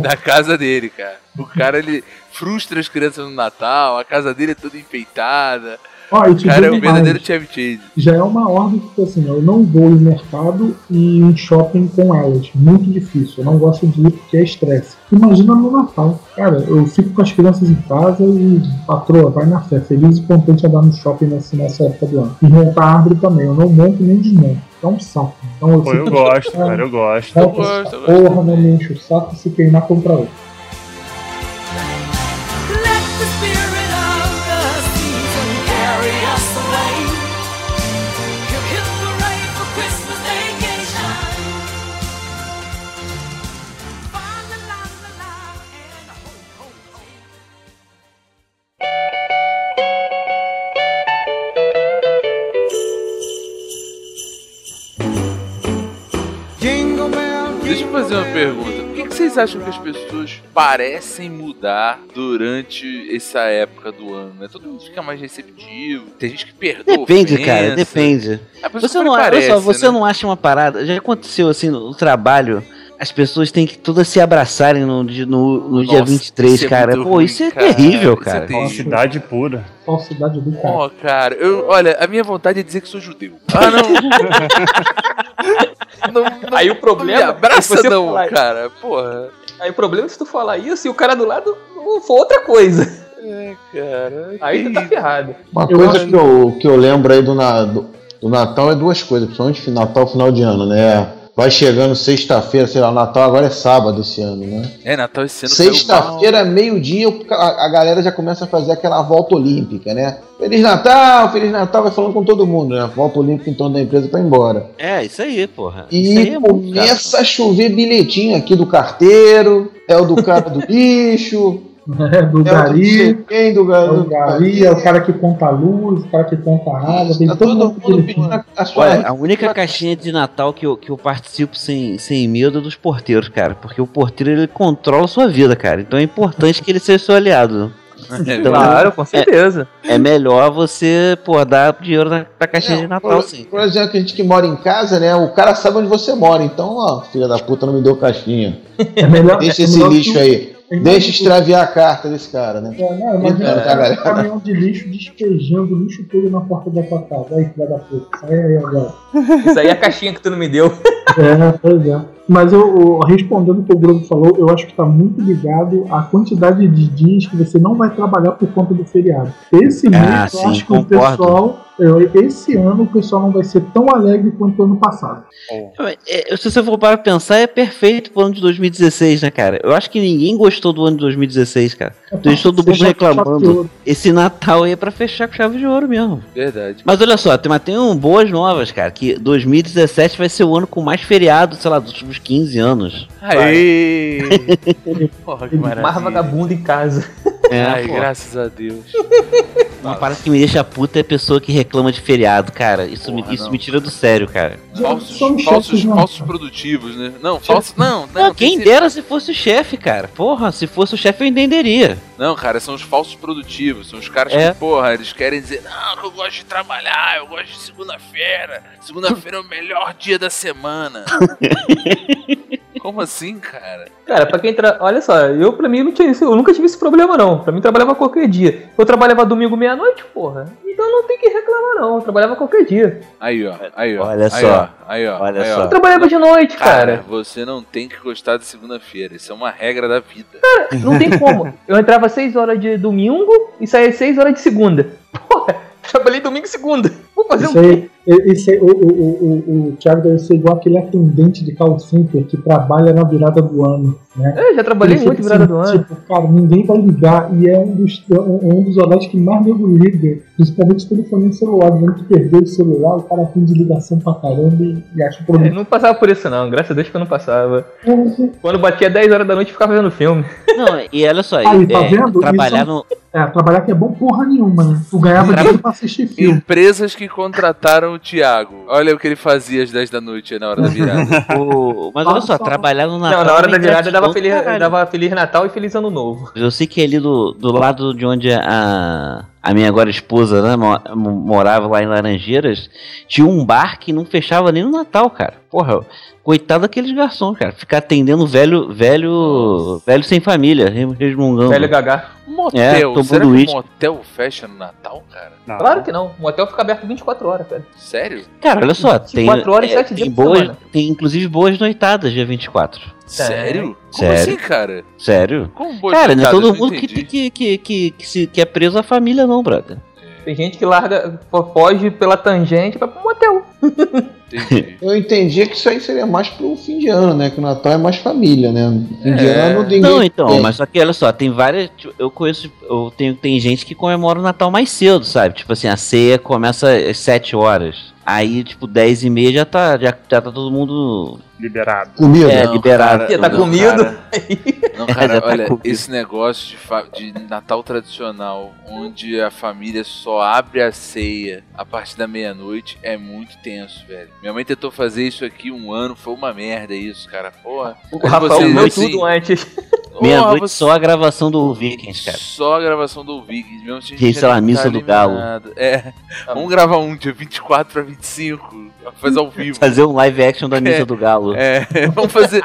Speaker 1: da casa dele, cara. O cara, ele frustra as crianças no Natal, a casa dele é toda enfeitada.
Speaker 5: Ó, eu te
Speaker 1: Cara, é
Speaker 5: digo
Speaker 1: o
Speaker 5: mais,
Speaker 1: verdadeiro Chevy Chase.
Speaker 5: já é uma ordem que tipo assim, eu não vou em mercado e em shopping com elas. Muito difícil. Eu não gosto de ir porque é estresse. Imagina no Natal. Cara, eu fico com as crianças em casa e patroa, vai na fé. Feliz e contente andar no shopping nessa, nessa época do ano. E montar árvore também. Eu não monto nem desmonto. É um saco. Então eu
Speaker 3: Pô, eu
Speaker 5: fico-
Speaker 3: gosto, cara, eu gosto.
Speaker 5: Porra,
Speaker 1: gosto,
Speaker 2: então
Speaker 1: eu gosto.
Speaker 5: Porra, não me enche o saco se queimar comprar outro.
Speaker 7: Let the spirit of the season carry us away. He'll hit the right for Christmas vacation. Find the love, the love, and ho, ho, ho.
Speaker 1: Deixa eu fazer uma pergunta. Por que, que vocês acham que as pessoas parecem mudar durante essa época do ano? né? Todo mundo fica mais receptivo, tem gente que perdoa
Speaker 6: Depende,
Speaker 1: ofensa.
Speaker 6: cara, depende.
Speaker 1: É, por isso
Speaker 6: Você
Speaker 1: que
Speaker 6: não,
Speaker 1: parece,
Speaker 6: olha só, você
Speaker 1: né?
Speaker 6: não acha uma parada. Já aconteceu assim no trabalho. As pessoas têm que todas se abraçarem no, di- no, no dia
Speaker 1: Nossa,
Speaker 6: 23,
Speaker 1: isso é
Speaker 6: cara.
Speaker 1: muito
Speaker 6: Pô,
Speaker 1: ruim,
Speaker 6: isso é
Speaker 1: cara.
Speaker 6: terrível,
Speaker 1: Isso é
Speaker 6: cara.
Speaker 1: terrível.
Speaker 3: Cidade pura.
Speaker 5: Falsidade do cara.
Speaker 1: Ó, cara, eu, olha, a minha vontade é dizer que sou judeu. Ah, não. não, não
Speaker 4: Aí o problema
Speaker 1: me abraça
Speaker 4: é você
Speaker 1: não,
Speaker 4: falar-
Speaker 1: cara. Porra.
Speaker 4: Aí o problema é se tu falar isso e o cara do lado não for outra coisa.
Speaker 1: É, cara.
Speaker 4: Aí tu tá ferrado.
Speaker 2: Uma
Speaker 5: Eu
Speaker 2: coisa
Speaker 5: acho-
Speaker 2: que eu, que eu lembro aí do, na- do- do Natal é duas coisas, principalmente fi- Natal final de ano, né? Vai chegando sexta-feira, sei lá, Natal agora é sábado esse ano, né?
Speaker 1: É, Natal esse ano caiu
Speaker 2: Sexta-feira, meio-dia, o ca- a, a galera já começa a fazer aquela volta olímpica, né? Feliz Natal, Feliz Natal, vai falando com todo mundo, né? Volta olímpica em torno da empresa pra ir embora.
Speaker 6: É, isso aí, porra. isso aí
Speaker 2: E
Speaker 6: é muito caro.
Speaker 2: começa a chover bilhetinho aqui do carteiro, é o do cara do lixo,
Speaker 5: É,
Speaker 2: é
Speaker 5: do
Speaker 2: o do não sei
Speaker 5: Gari,
Speaker 2: quem, do,
Speaker 5: é
Speaker 2: gar-
Speaker 5: o
Speaker 2: do
Speaker 5: Gari, é o cara que conta a luz, o cara que conta a água, tem
Speaker 2: Tá todo mundo
Speaker 5: aquele-
Speaker 2: pedindo a- a sua
Speaker 6: Olha, a única caixinha de Natal que eu, que eu participo sem, sem medo é dos porteiros, cara. Porque o porteiro ele controla a sua vida, cara. Então é importante que ele seja seu aliado.
Speaker 1: É
Speaker 6: Então,
Speaker 4: Claro, com certeza.
Speaker 6: É melhor você, pô, dar dinheiro na, pra caixinha
Speaker 2: Não,
Speaker 6: um de Natal,
Speaker 2: por,
Speaker 6: sim.
Speaker 2: por exemplo, a gente que mora em casa, né? O cara sabe onde você mora. Então, ó, filha da puta, não me deu caixinha.
Speaker 5: É melhor,
Speaker 2: Deixa
Speaker 5: é
Speaker 2: esse
Speaker 5: melhor
Speaker 2: lixo
Speaker 5: que-
Speaker 2: aí.
Speaker 5: é melhor
Speaker 2: Deixa
Speaker 5: que-
Speaker 2: extraviar a carta desse cara, né?
Speaker 5: É, não, imagina
Speaker 2: Então, tá,
Speaker 5: um
Speaker 2: galera.
Speaker 5: caminhão de lixo despejando lixo todo na porta da tua casa. Aí, filha da puta, sai aí agora.
Speaker 4: Isso aí é a caixinha que tu não me deu.
Speaker 5: É, pois é. Mas eu, eu- respondendo o que o Bruno falou, eu acho que está muito ligado à quantidade de dias que você não vai trabalhar por conta do feriado. Esse mês,
Speaker 6: Ah,
Speaker 5: eu
Speaker 6: sim,
Speaker 5: acho que
Speaker 6: concordo.
Speaker 5: o pessoal. eu- esse ano o pessoal não vai ser tão alegre quanto ano passado.
Speaker 6: É, Se você for para pensar, é perfeito pro ano de 2016, né, cara? Eu acho que ninguém gostou do ano de 2016, cara. Deixa todo mundo
Speaker 5: Você tá chateou-
Speaker 6: reclamando. Esse Natal aí é pra fechar com chave de ouro mesmo.
Speaker 1: Verdade.
Speaker 6: Mas olha só, tem, mas tem um boas novas, cara. Que 2017 vai ser o ano com mais feriado, sei lá, dos últimos 15 anos.
Speaker 1: Aê! Porra, que maravilha.
Speaker 4: Mais vagabundo em casa.
Speaker 6: É,
Speaker 1: Ai,
Speaker 6: pô.
Speaker 1: graças a Deus.
Speaker 6: Uma parada que me deixa puta é a pessoa que reclama de feriado, cara. Isso,
Speaker 1: Porra,
Speaker 6: me, isso
Speaker 1: não.
Speaker 6: me tira do sério, cara.
Speaker 1: Falsos,
Speaker 5: Somos
Speaker 1: falsos,
Speaker 5: chefes, não.
Speaker 1: falsos produtivos, né? Não, falsos. Não, não.
Speaker 6: Não, quem
Speaker 1: tem que-
Speaker 6: dera se fosse o chefe, cara. Porra, se fosse o chefe eu entenderia.
Speaker 1: Não, cara, são os falsos produtivos. São os caras
Speaker 6: É.
Speaker 1: que, porra, eles querem dizer, não, que eu gosto de trabalhar, eu gosto de segunda-feira. Segunda-feira é o melhor dia da semana. Como assim, cara?
Speaker 4: Cara, pra quem tra... Olha só, eu pra mim não tinha isso. Eu nunca tive esse problema, não. Pra mim trabalhava qualquer dia. Eu trabalhava domingo meia-noite, porra. Então não tem que reclamar, não. Eu trabalhava qualquer dia.
Speaker 1: Aí, ó, aí, ó.
Speaker 6: Olha
Speaker 1: aí,
Speaker 6: só.
Speaker 1: Ó, aí, ó.
Speaker 6: Olha
Speaker 1: aí,
Speaker 6: só.
Speaker 1: Ó.
Speaker 4: Eu trabalhava de noite,
Speaker 1: Cara,
Speaker 4: cara.
Speaker 1: você não tem que gostar de segunda-feira. Isso é uma regra da vida.
Speaker 4: Não tem como. Eu entrava às 6 horas de domingo e saía às 6 horas de segunda. Porra, trabalhei domingo e segunda. Vou fazer
Speaker 5: Isso
Speaker 4: um
Speaker 5: aí, isso aí, o, o, o, o Thiago deve ser igual aquele atendente de call center que trabalha na virada do ano. Né?
Speaker 4: Eu é, já trabalhei
Speaker 5: Ele
Speaker 4: muito
Speaker 5: fica
Speaker 4: virada
Speaker 5: assim,
Speaker 4: do ano.
Speaker 5: Tipo, cara, ninguém vai ligar e é um dos, é um um dos horários que mais nego liga, principalmente telefonia celular. Dizendo que perdeu o celular, o cara tem de ligação pra caramba e, e acha é o
Speaker 4: Eu
Speaker 5: problema.
Speaker 4: não passava por isso, não. Graças a Deus que eu não passava.
Speaker 5: é,
Speaker 4: Quando batia 10 horas da noite, eu ficava vendo filme.
Speaker 6: Não, e olha só,
Speaker 5: Aí, tá
Speaker 6: é,
Speaker 5: vendo?
Speaker 6: trabalhar
Speaker 5: Isso-
Speaker 6: no,
Speaker 5: É, trabalhar que é bom porra nenhuma, né? Tu ganhava dinheiro pra assistir filme.
Speaker 1: Empresas que contrataram o Thiago. Olha o que ele fazia às 10 da noite na hora da virada.
Speaker 6: O- Mas olha só, trabalhar no Natal.
Speaker 4: não, na hora
Speaker 6: é
Speaker 4: da virada eu dava
Speaker 6: gratificante,
Speaker 4: feliz, eu
Speaker 6: caralho.
Speaker 4: dava feliz Natal e Feliz Ano Novo.
Speaker 6: Eu sei que ali do, do lado de onde a, a minha agora esposa né, mo- morava lá em Laranjeiras, tinha um bar que não fechava nem no Natal, cara. Porra, coitado daqueles garçons, cara. Ficar atendendo velho, velho, velho sem família, resmungando.
Speaker 4: Velho Gagá.
Speaker 1: Motel.
Speaker 6: tomando
Speaker 1: Será que
Speaker 6: uísque.
Speaker 1: motel fecha no Natal, cara?
Speaker 3: Não.
Speaker 4: Claro que não. O motel fica aberto 24 horas, cara.
Speaker 1: Sério?
Speaker 6: Cara, olha só, tem,
Speaker 4: 24 horas e
Speaker 6: é,
Speaker 4: sete dias
Speaker 6: tem,
Speaker 4: por
Speaker 6: boas,
Speaker 4: semana.
Speaker 6: tem inclusive boas noitadas dia 24.
Speaker 1: Sério? Como
Speaker 6: Sério.
Speaker 1: assim, cara?
Speaker 6: Sério?
Speaker 1: Como boa
Speaker 6: cara, não é
Speaker 1: noitada,
Speaker 6: todo
Speaker 1: eu
Speaker 6: mundo que,
Speaker 1: entendi.
Speaker 6: que, que, que, que, se, que é preso à família, não, brother.
Speaker 4: Tem gente que larga, foge pela tangente pra um pro motel.
Speaker 1: Entendi.
Speaker 2: Eu entendi que isso aí seria mais pro fim de ano, né? Que o Natal é mais família, né? Fim de
Speaker 1: É.
Speaker 2: ano ninguém.
Speaker 6: Não, então,
Speaker 2: tem.
Speaker 6: mas só que olha só, tem várias. tipo, Eu conheço. Eu tenho, tem gente que comemora o Natal mais cedo, sabe? Tipo assim, a ceia começa às 7 horas. Aí, tipo, 10 e meia já tá, já, já tá todo mundo
Speaker 3: Liberado.
Speaker 2: Comida.
Speaker 6: é, liberado.
Speaker 4: Ih, tá
Speaker 1: não,
Speaker 4: comido?
Speaker 1: cara. Não, cara,
Speaker 6: Já tá
Speaker 1: olha,
Speaker 6: comido.
Speaker 1: esse negócio de, fa- de Natal tradicional, onde a família só abre a ceia a partir da meia-noite, é muito tenso, velho. Minha mãe tentou fazer isso aqui um ano, foi uma merda isso, cara. Porra.
Speaker 4: O
Speaker 1: Mas
Speaker 4: Rafael
Speaker 1: vocês,
Speaker 4: comeu
Speaker 1: assim,
Speaker 4: tudo antes.
Speaker 1: porra,
Speaker 6: Meia-noite
Speaker 1: você-
Speaker 6: só a gravação do Vikings, cara.
Speaker 1: Só a gravação do Vikings, mesmo se a
Speaker 6: Gente, sei lá,
Speaker 1: não tá
Speaker 6: missa do Galo.
Speaker 1: eliminado. É, vamos gravar um dia 24 pra 25, pra fazer ao vivo.
Speaker 6: Fazer um live action da missa do Galo.
Speaker 1: É, vamos fazer.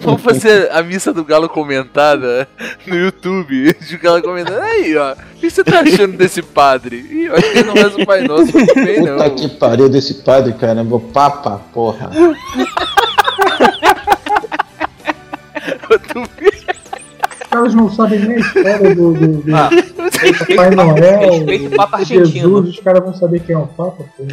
Speaker 1: vamos fazer a missa do Galo comentada no YouTube. De Galo comentando. Aí, ó. O que você tá achando desse padre? Ih, eu acho que ele não faz o Pai Nosso muito bem,
Speaker 6: Tá
Speaker 1: não.
Speaker 2: Puta que pariu desse padre, caramba. O Papa, porra.
Speaker 5: Os caras não sabem nem a história do, do, do
Speaker 4: Ah,
Speaker 5: Pai Noel,
Speaker 4: respeita o Papa
Speaker 5: do
Speaker 4: argentino.
Speaker 5: Jesus, os caras vão saber quem é o Papa, pô.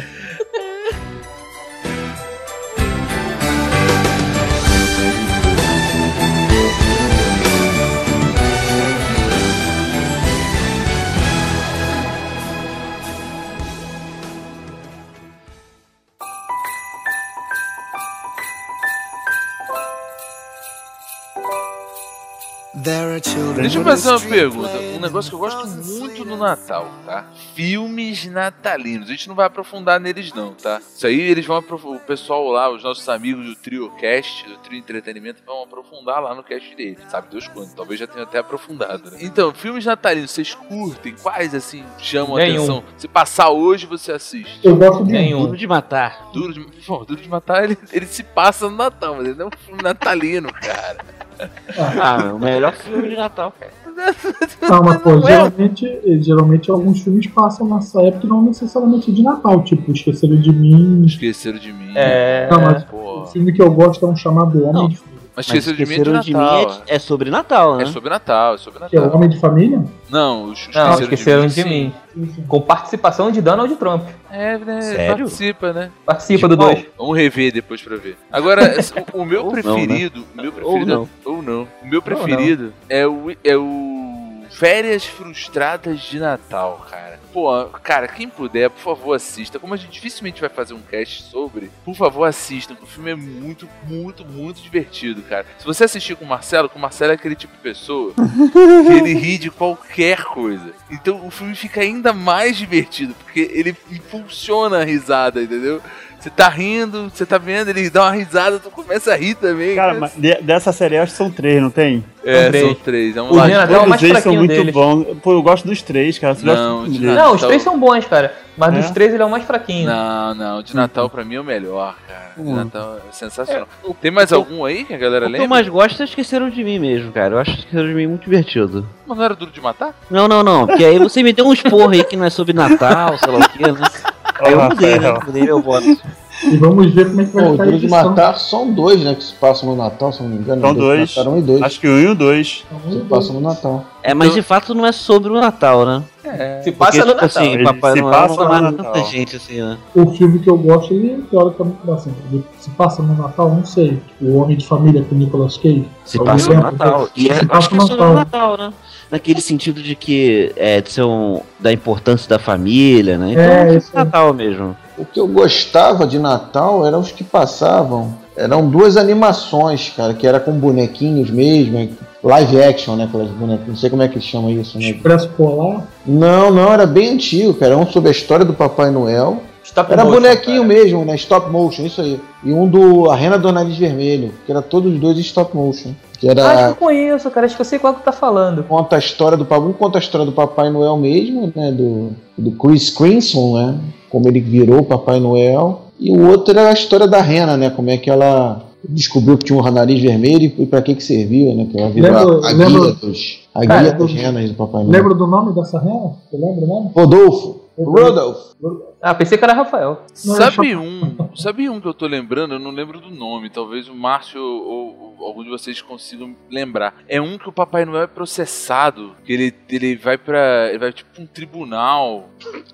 Speaker 1: Deixa eu fazer uma pergunta. Um negócio que eu gosto muito do Natal, tá? Filmes natalinos. A gente não vai aprofundar neles, não, tá? Isso aí eles vão aprofundar. O pessoal lá, os nossos amigos do TrioCast, do Trio Entretenimento, vão aprofundar lá no cast dele. Sabe Deus quando? Talvez já tenha até aprofundado. né? Então, filmes natalinos, vocês curtem? Quais, assim, chamam a
Speaker 4: Nenhum.
Speaker 1: atenção? Se passar hoje, você assiste.
Speaker 5: Eu gosto de
Speaker 4: Nenhum.
Speaker 6: Duro É de matar.
Speaker 1: Duro de, Bom, Duro de Matar, ele, ele se passa no Natal, mas ele não é um filme natalino, cara.
Speaker 6: Ah, meu, o melhor filme de Natal, cara.
Speaker 5: Calma, pô.
Speaker 1: Não é?
Speaker 5: Geralmente, eh, geralmente alguns filmes passam nessa época e não necessariamente de Natal, tipo Esqueceram de Mim.
Speaker 1: Esqueceram de mim.
Speaker 4: É.
Speaker 5: Não, mas
Speaker 1: Pô.
Speaker 5: o filme que eu gosto é um chamado Homem
Speaker 6: Não.
Speaker 5: de Família.
Speaker 1: Mas
Speaker 6: Mas
Speaker 1: esqueceram de mim é de Natal.
Speaker 6: é, é sobre Natal, né?
Speaker 1: É sobre Natal, é sobre
Speaker 5: Que é o
Speaker 1: Natal.
Speaker 5: Homem de Família?
Speaker 1: Não, os os
Speaker 4: Não, esqueceram de
Speaker 1: sim.
Speaker 4: mim. Com participação de Donald Trump.
Speaker 1: É, né?
Speaker 6: Sério?
Speaker 1: Participa, né?
Speaker 4: Participa do
Speaker 6: Qual?
Speaker 4: 2.
Speaker 1: Vamos rever depois pra ver. Agora, o, o meu
Speaker 6: Ou não, né?
Speaker 1: preferido. o meu preferido. é- Ou não. O meu preferido é o. É o Férias Frustradas de Natal, cara. Pô, cara, quem puder, por favor, assista. Como a gente dificilmente vai fazer um cast sobre, por favor, assistam. que O filme é muito, muito, muito divertido, cara. Se você assistir com o Marcelo, que o Marcelo é aquele tipo de pessoa que ele ri de qualquer coisa. Então o filme fica ainda mais divertido, porque ele impulsiona a risada, entendeu? Você tá rindo, você tá vendo, ele dá uma risada, tu começa a rir também.
Speaker 3: Cara, mas de- dessa série eu acho que são três, não tem?
Speaker 1: é,
Speaker 4: são três.
Speaker 1: são três. É um
Speaker 4: O
Speaker 1: lado.
Speaker 4: Renato- Natal é o
Speaker 3: Todos
Speaker 4: mais
Speaker 3: eles são
Speaker 4: fraquinho
Speaker 3: muito
Speaker 4: deles.
Speaker 3: bons. Pô, eu gosto dos três, cara. Você
Speaker 1: Não,
Speaker 3: gosta
Speaker 1: de
Speaker 3: de
Speaker 1: nada.
Speaker 3: deles.
Speaker 4: Não, os
Speaker 1: Natal.
Speaker 4: três são bons, cara. Mas
Speaker 3: É?
Speaker 4: dos três ele é o mais fraquinho.
Speaker 1: Não, não, de Natal pra mim é o melhor, cara. De
Speaker 3: Hum.
Speaker 1: Natal é sensacional. Tem mais algum aí que a galera
Speaker 6: O que eu
Speaker 1: lembra?
Speaker 6: mais gosto é Esqueceram de Mim mesmo, cara. Eu acho Esqueceram de Mim muito divertido.
Speaker 1: Mas não era duro de matar?
Speaker 6: Não, não, não. Porque aí você me deu um esporro aí que não é sobre Natal, sei lá o quê, né? Aí eu
Speaker 3: Olha,
Speaker 6: mudei, né?
Speaker 3: Rafael.
Speaker 6: Mudei meu voto.
Speaker 5: E vamos ver como é que vai
Speaker 2: Pô, o
Speaker 5: ficar a
Speaker 2: Duro de
Speaker 5: edição.
Speaker 2: Matar são dois, né? Que se passam no Natal, se eu não me engano.
Speaker 3: São
Speaker 2: Duro de
Speaker 3: dois.
Speaker 2: Matar, um e dois.
Speaker 3: Acho que um e o dois.
Speaker 2: que se passam no Natal.
Speaker 6: É, mas de fato não é sobre o Natal, né?
Speaker 4: Se passa no
Speaker 6: Porque, tipo
Speaker 4: Natal.
Speaker 6: assim,
Speaker 3: Ele
Speaker 6: Papai
Speaker 3: se
Speaker 6: Noel
Speaker 3: passa
Speaker 6: não
Speaker 3: no
Speaker 6: mata
Speaker 3: Natal.
Speaker 6: tanta gente assim, né?
Speaker 5: O filme que eu gosto, ele teoricamente assim, ele se passa no Natal, não sei. O Homem de Família com o Nicolas Cage.
Speaker 6: Se
Speaker 5: Algum
Speaker 6: passa no
Speaker 5: tempo,
Speaker 6: Natal.
Speaker 5: né?
Speaker 6: E é,
Speaker 5: Se
Speaker 6: acho
Speaker 5: passa
Speaker 6: que
Speaker 5: no
Speaker 6: é sobre o
Speaker 5: Natal.
Speaker 6: Natal, né? Naquele sentido de que é de ser um, da importância da família, né? Então
Speaker 5: É,
Speaker 6: é,
Speaker 5: isso
Speaker 6: sobre
Speaker 5: aí.
Speaker 6: Natal mesmo.
Speaker 2: O que eu gostava de Natal eram os que passavam. Eram duas animações, cara, que era com bonequinhos mesmo, live action, né? Aquelas bonequinhas, não sei como é que chama isso, né?
Speaker 5: Expresso Polar.
Speaker 2: Não, não, era bem antigo, cara. Era um sobre a história do Papai Noel.
Speaker 4: Stop
Speaker 2: Era
Speaker 4: motion,
Speaker 2: bonequinho
Speaker 4: tá cara.
Speaker 2: mesmo, né? Stop motion, isso aí. E um do A Rena do Nariz Vermelho, que era todos os dois stop motion. Que
Speaker 4: Acho que
Speaker 2: era.
Speaker 4: Ah, eu conheço, cara. Acho que eu sei qual que tá falando.
Speaker 2: Conta a história do Papai. Um conta a história do Papai Noel mesmo, né? Do, do Chris Crimson, né? Como ele virou o Papai Noel. E o outro era a história da rena, né? Como é que ela descobriu que tinha um nariz vermelho e pra que que servia, né? Que ela virou
Speaker 5: Lembro-
Speaker 2: a, a guia
Speaker 5: lembro-
Speaker 2: dos, a
Speaker 5: Cara,
Speaker 2: guia das
Speaker 5: eu-
Speaker 2: renas do Papai Noel.
Speaker 5: Lembra do nome dessa rena? Você lembra o nome?
Speaker 2: Rodolfo. Rodolfo.
Speaker 4: Ah, pensei que era Rafael.
Speaker 5: Não,
Speaker 1: Sabe um, sabe um que eu tô lembrando, eu não lembro do nome, talvez o Márcio ou, ou algum de vocês consigam lembrar. É um que o Papai Noel é processado, que ele, ele vai para ele vai tipo pra um tribunal.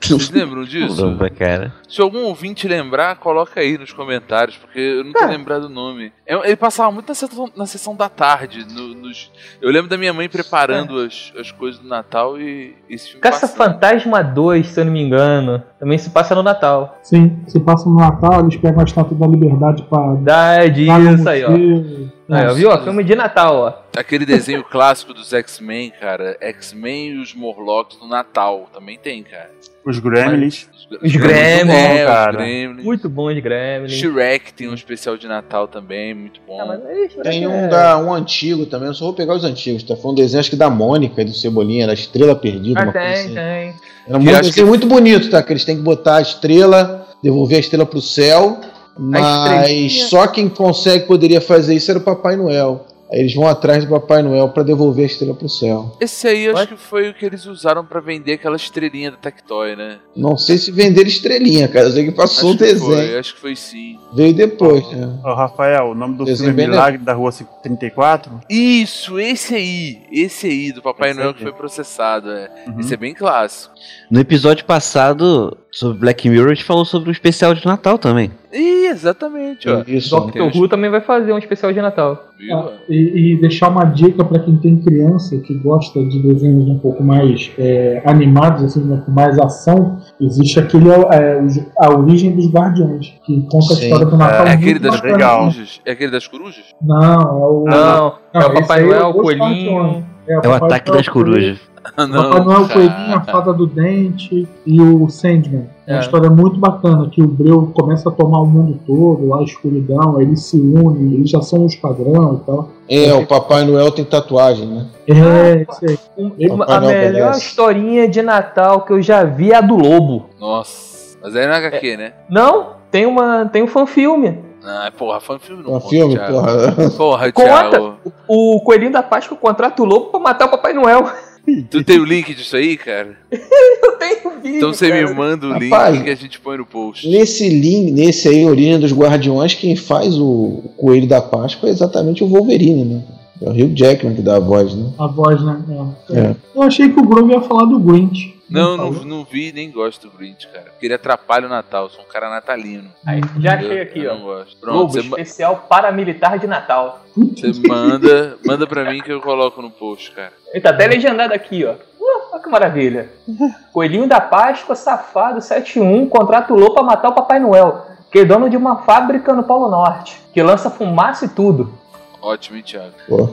Speaker 1: Vocês lembram disso?
Speaker 6: Puta, cara.
Speaker 1: Se algum ouvinte lembrar, coloca aí nos comentários, porque eu não tô lembrado o nome. É, Ele passava muito na sessão, na sessão da tarde. no- nos- eu lembro da minha mãe preparando as, as coisas do Natal e esse filme
Speaker 4: Caça
Speaker 1: passando.
Speaker 4: Fantasma 2, se eu não me engano. Também se passa no Natal.
Speaker 5: Sim, se passa no Natal, eles pegam a estátua da liberdade pra
Speaker 4: Verdade,
Speaker 5: dar um
Speaker 4: isso aí, ó.
Speaker 5: motivo.
Speaker 4: Aí, ó,
Speaker 5: Nossa.
Speaker 4: viu? Ó, Filme de Natal, ó.
Speaker 1: Aquele desenho clássico dos X-Men, cara. X-Men e os Morlocks no Natal. Também tem, cara.
Speaker 3: Os Gremlins.
Speaker 1: Os,
Speaker 4: Gremlins,
Speaker 1: é,
Speaker 3: cara.
Speaker 1: Os Gremlins.
Speaker 4: Muito bom de Gremlin.
Speaker 1: Shrek tem um especial de Natal também, muito bom.
Speaker 4: Ah, mas aí, Shrek
Speaker 2: Tem
Speaker 4: é-
Speaker 2: um, da, um antigo também, eu só vou pegar os antigos, tá? Foi um desenho acho que da Mônica e do Cebolinha, da Estrela Perdida,
Speaker 4: Ah,
Speaker 2: uma coisa
Speaker 4: tem,
Speaker 2: assim.
Speaker 4: tem.
Speaker 2: Era
Speaker 1: Que
Speaker 2: muito,
Speaker 1: acho que-
Speaker 2: assim, muito bonito, tá? Que eles têm que botar a estrela, devolver a estrela pro céu,
Speaker 4: estrelinha.
Speaker 2: mas só quem consegue poderia fazer isso era o Papai Noel. Aí eles vão atrás do Papai Noel pra devolver a estrela pro céu.
Speaker 1: Esse aí eu
Speaker 4: What?
Speaker 1: acho que foi o que eles usaram pra vender aquela estrelinha da Tectoy, né?
Speaker 2: Não sei se venderam estrelinha, cara. Eu sei que passou
Speaker 1: acho
Speaker 2: um
Speaker 1: que
Speaker 2: desenho.
Speaker 1: foi, acho que foi sim.
Speaker 2: Veio depois, né?
Speaker 3: Ó, Rafael, o nome do
Speaker 2: Desenho
Speaker 3: filme é
Speaker 2: bem
Speaker 3: Milagre da Rua 34?
Speaker 1: Isso, esse aí, esse aí do Papai
Speaker 3: Esse
Speaker 1: Noel
Speaker 3: aí.
Speaker 1: que foi processado, é.
Speaker 3: Uhum.
Speaker 1: Esse é bem clássico.
Speaker 6: No episódio passado sobre Black Mirror, a gente falou sobre o especial de Natal também.
Speaker 1: Ih, exatamente, ó.
Speaker 2: Isso.
Speaker 1: Só que-
Speaker 4: Doctor Who também vai fazer um especial de Natal.
Speaker 1: Viu?
Speaker 5: Ah, e, e deixar uma dica pra quem tem criança que gosta de desenhos um pouco mais é, animados, assim, né, com mais ação, existe aquele é, os- a origem dos guardiões, que
Speaker 2: Sim.
Speaker 5: conta a história do Natal.
Speaker 1: É
Speaker 5: muito
Speaker 1: aquele das
Speaker 5: bacana.
Speaker 3: legal.
Speaker 1: corujas? É aquele das corujas?
Speaker 5: Não, é o.
Speaker 4: Não, é o
Speaker 5: esse
Speaker 4: Papai
Speaker 5: aí
Speaker 4: Noel, o
Speaker 5: os
Speaker 4: Coelhinho.
Speaker 5: Guardiões.
Speaker 6: É o ataque das corujas.
Speaker 1: Ah,
Speaker 5: O Papai Noel, o
Speaker 1: cara.
Speaker 5: Coelhinho, a Fada do Dente e o Sandman. É uma
Speaker 4: É.
Speaker 5: história muito bacana, que o Breu começa a tomar o mundo todo, lá a escuridão, aí eles se unem, eles já são um esquadrão e tal.
Speaker 2: É, o Papai Noel tem tatuagem, né?
Speaker 5: É, isso aí.
Speaker 4: Um-
Speaker 2: Ele-
Speaker 4: uma-
Speaker 2: Papai
Speaker 4: a
Speaker 2: Noel
Speaker 4: melhor
Speaker 2: obedece.
Speaker 4: historinha de Natal que eu já vi é a do Lobo.
Speaker 1: Nossa. Mas aí não é HQ, né?
Speaker 4: Não, tem uma. tem um fanfilme.
Speaker 1: Ah, porra, fã filme não
Speaker 2: Um
Speaker 1: conta,
Speaker 2: filme,
Speaker 1: Thiago.
Speaker 2: porra.
Speaker 1: Porra,
Speaker 4: Conta.
Speaker 1: Thiago.
Speaker 4: O Coelhinho da Páscoa contrata o Lobo pra matar o Papai Noel.
Speaker 1: Tu tem o link disso aí, cara?
Speaker 4: Eu tenho vídeo.
Speaker 1: Então você
Speaker 4: cara.
Speaker 1: me manda o link
Speaker 2: Rapaz.
Speaker 1: que a gente põe no post.
Speaker 2: Nesse link, nesse aí, Origem dos Guardiões, quem faz o Coelho da Páscoa é exatamente o Wolverine, né? É o Hugh Jackman que dá a voz, né?
Speaker 5: A voz, né? É.
Speaker 2: É.
Speaker 5: Eu achei que o Bruno ia falar do Grinch.
Speaker 1: Não, não,
Speaker 5: falou.
Speaker 1: não vi nem gosto do Grinch, cara. Porque ele atrapalha o Natal. Sou um cara natalino.
Speaker 4: Aí,
Speaker 5: né?
Speaker 4: já achei
Speaker 1: entendeu?
Speaker 4: aqui,
Speaker 1: Eu
Speaker 4: ó.
Speaker 1: Não gosto. Pronto,
Speaker 4: Lobo,
Speaker 1: você ma-
Speaker 4: especial paramilitar de Natal.
Speaker 1: você manda, manda pra mim que eu coloco no post, cara.
Speaker 4: Ele tá até legendado aqui, ó. Uh, olha que maravilha. Coelhinho da Páscoa, safado, 71, contrata o Lobo pra matar o Papai Noel, que é dono de uma fábrica no Polo Norte, que lança fumaça e tudo.
Speaker 1: Ótimo, hein, Thiago?
Speaker 2: Pô.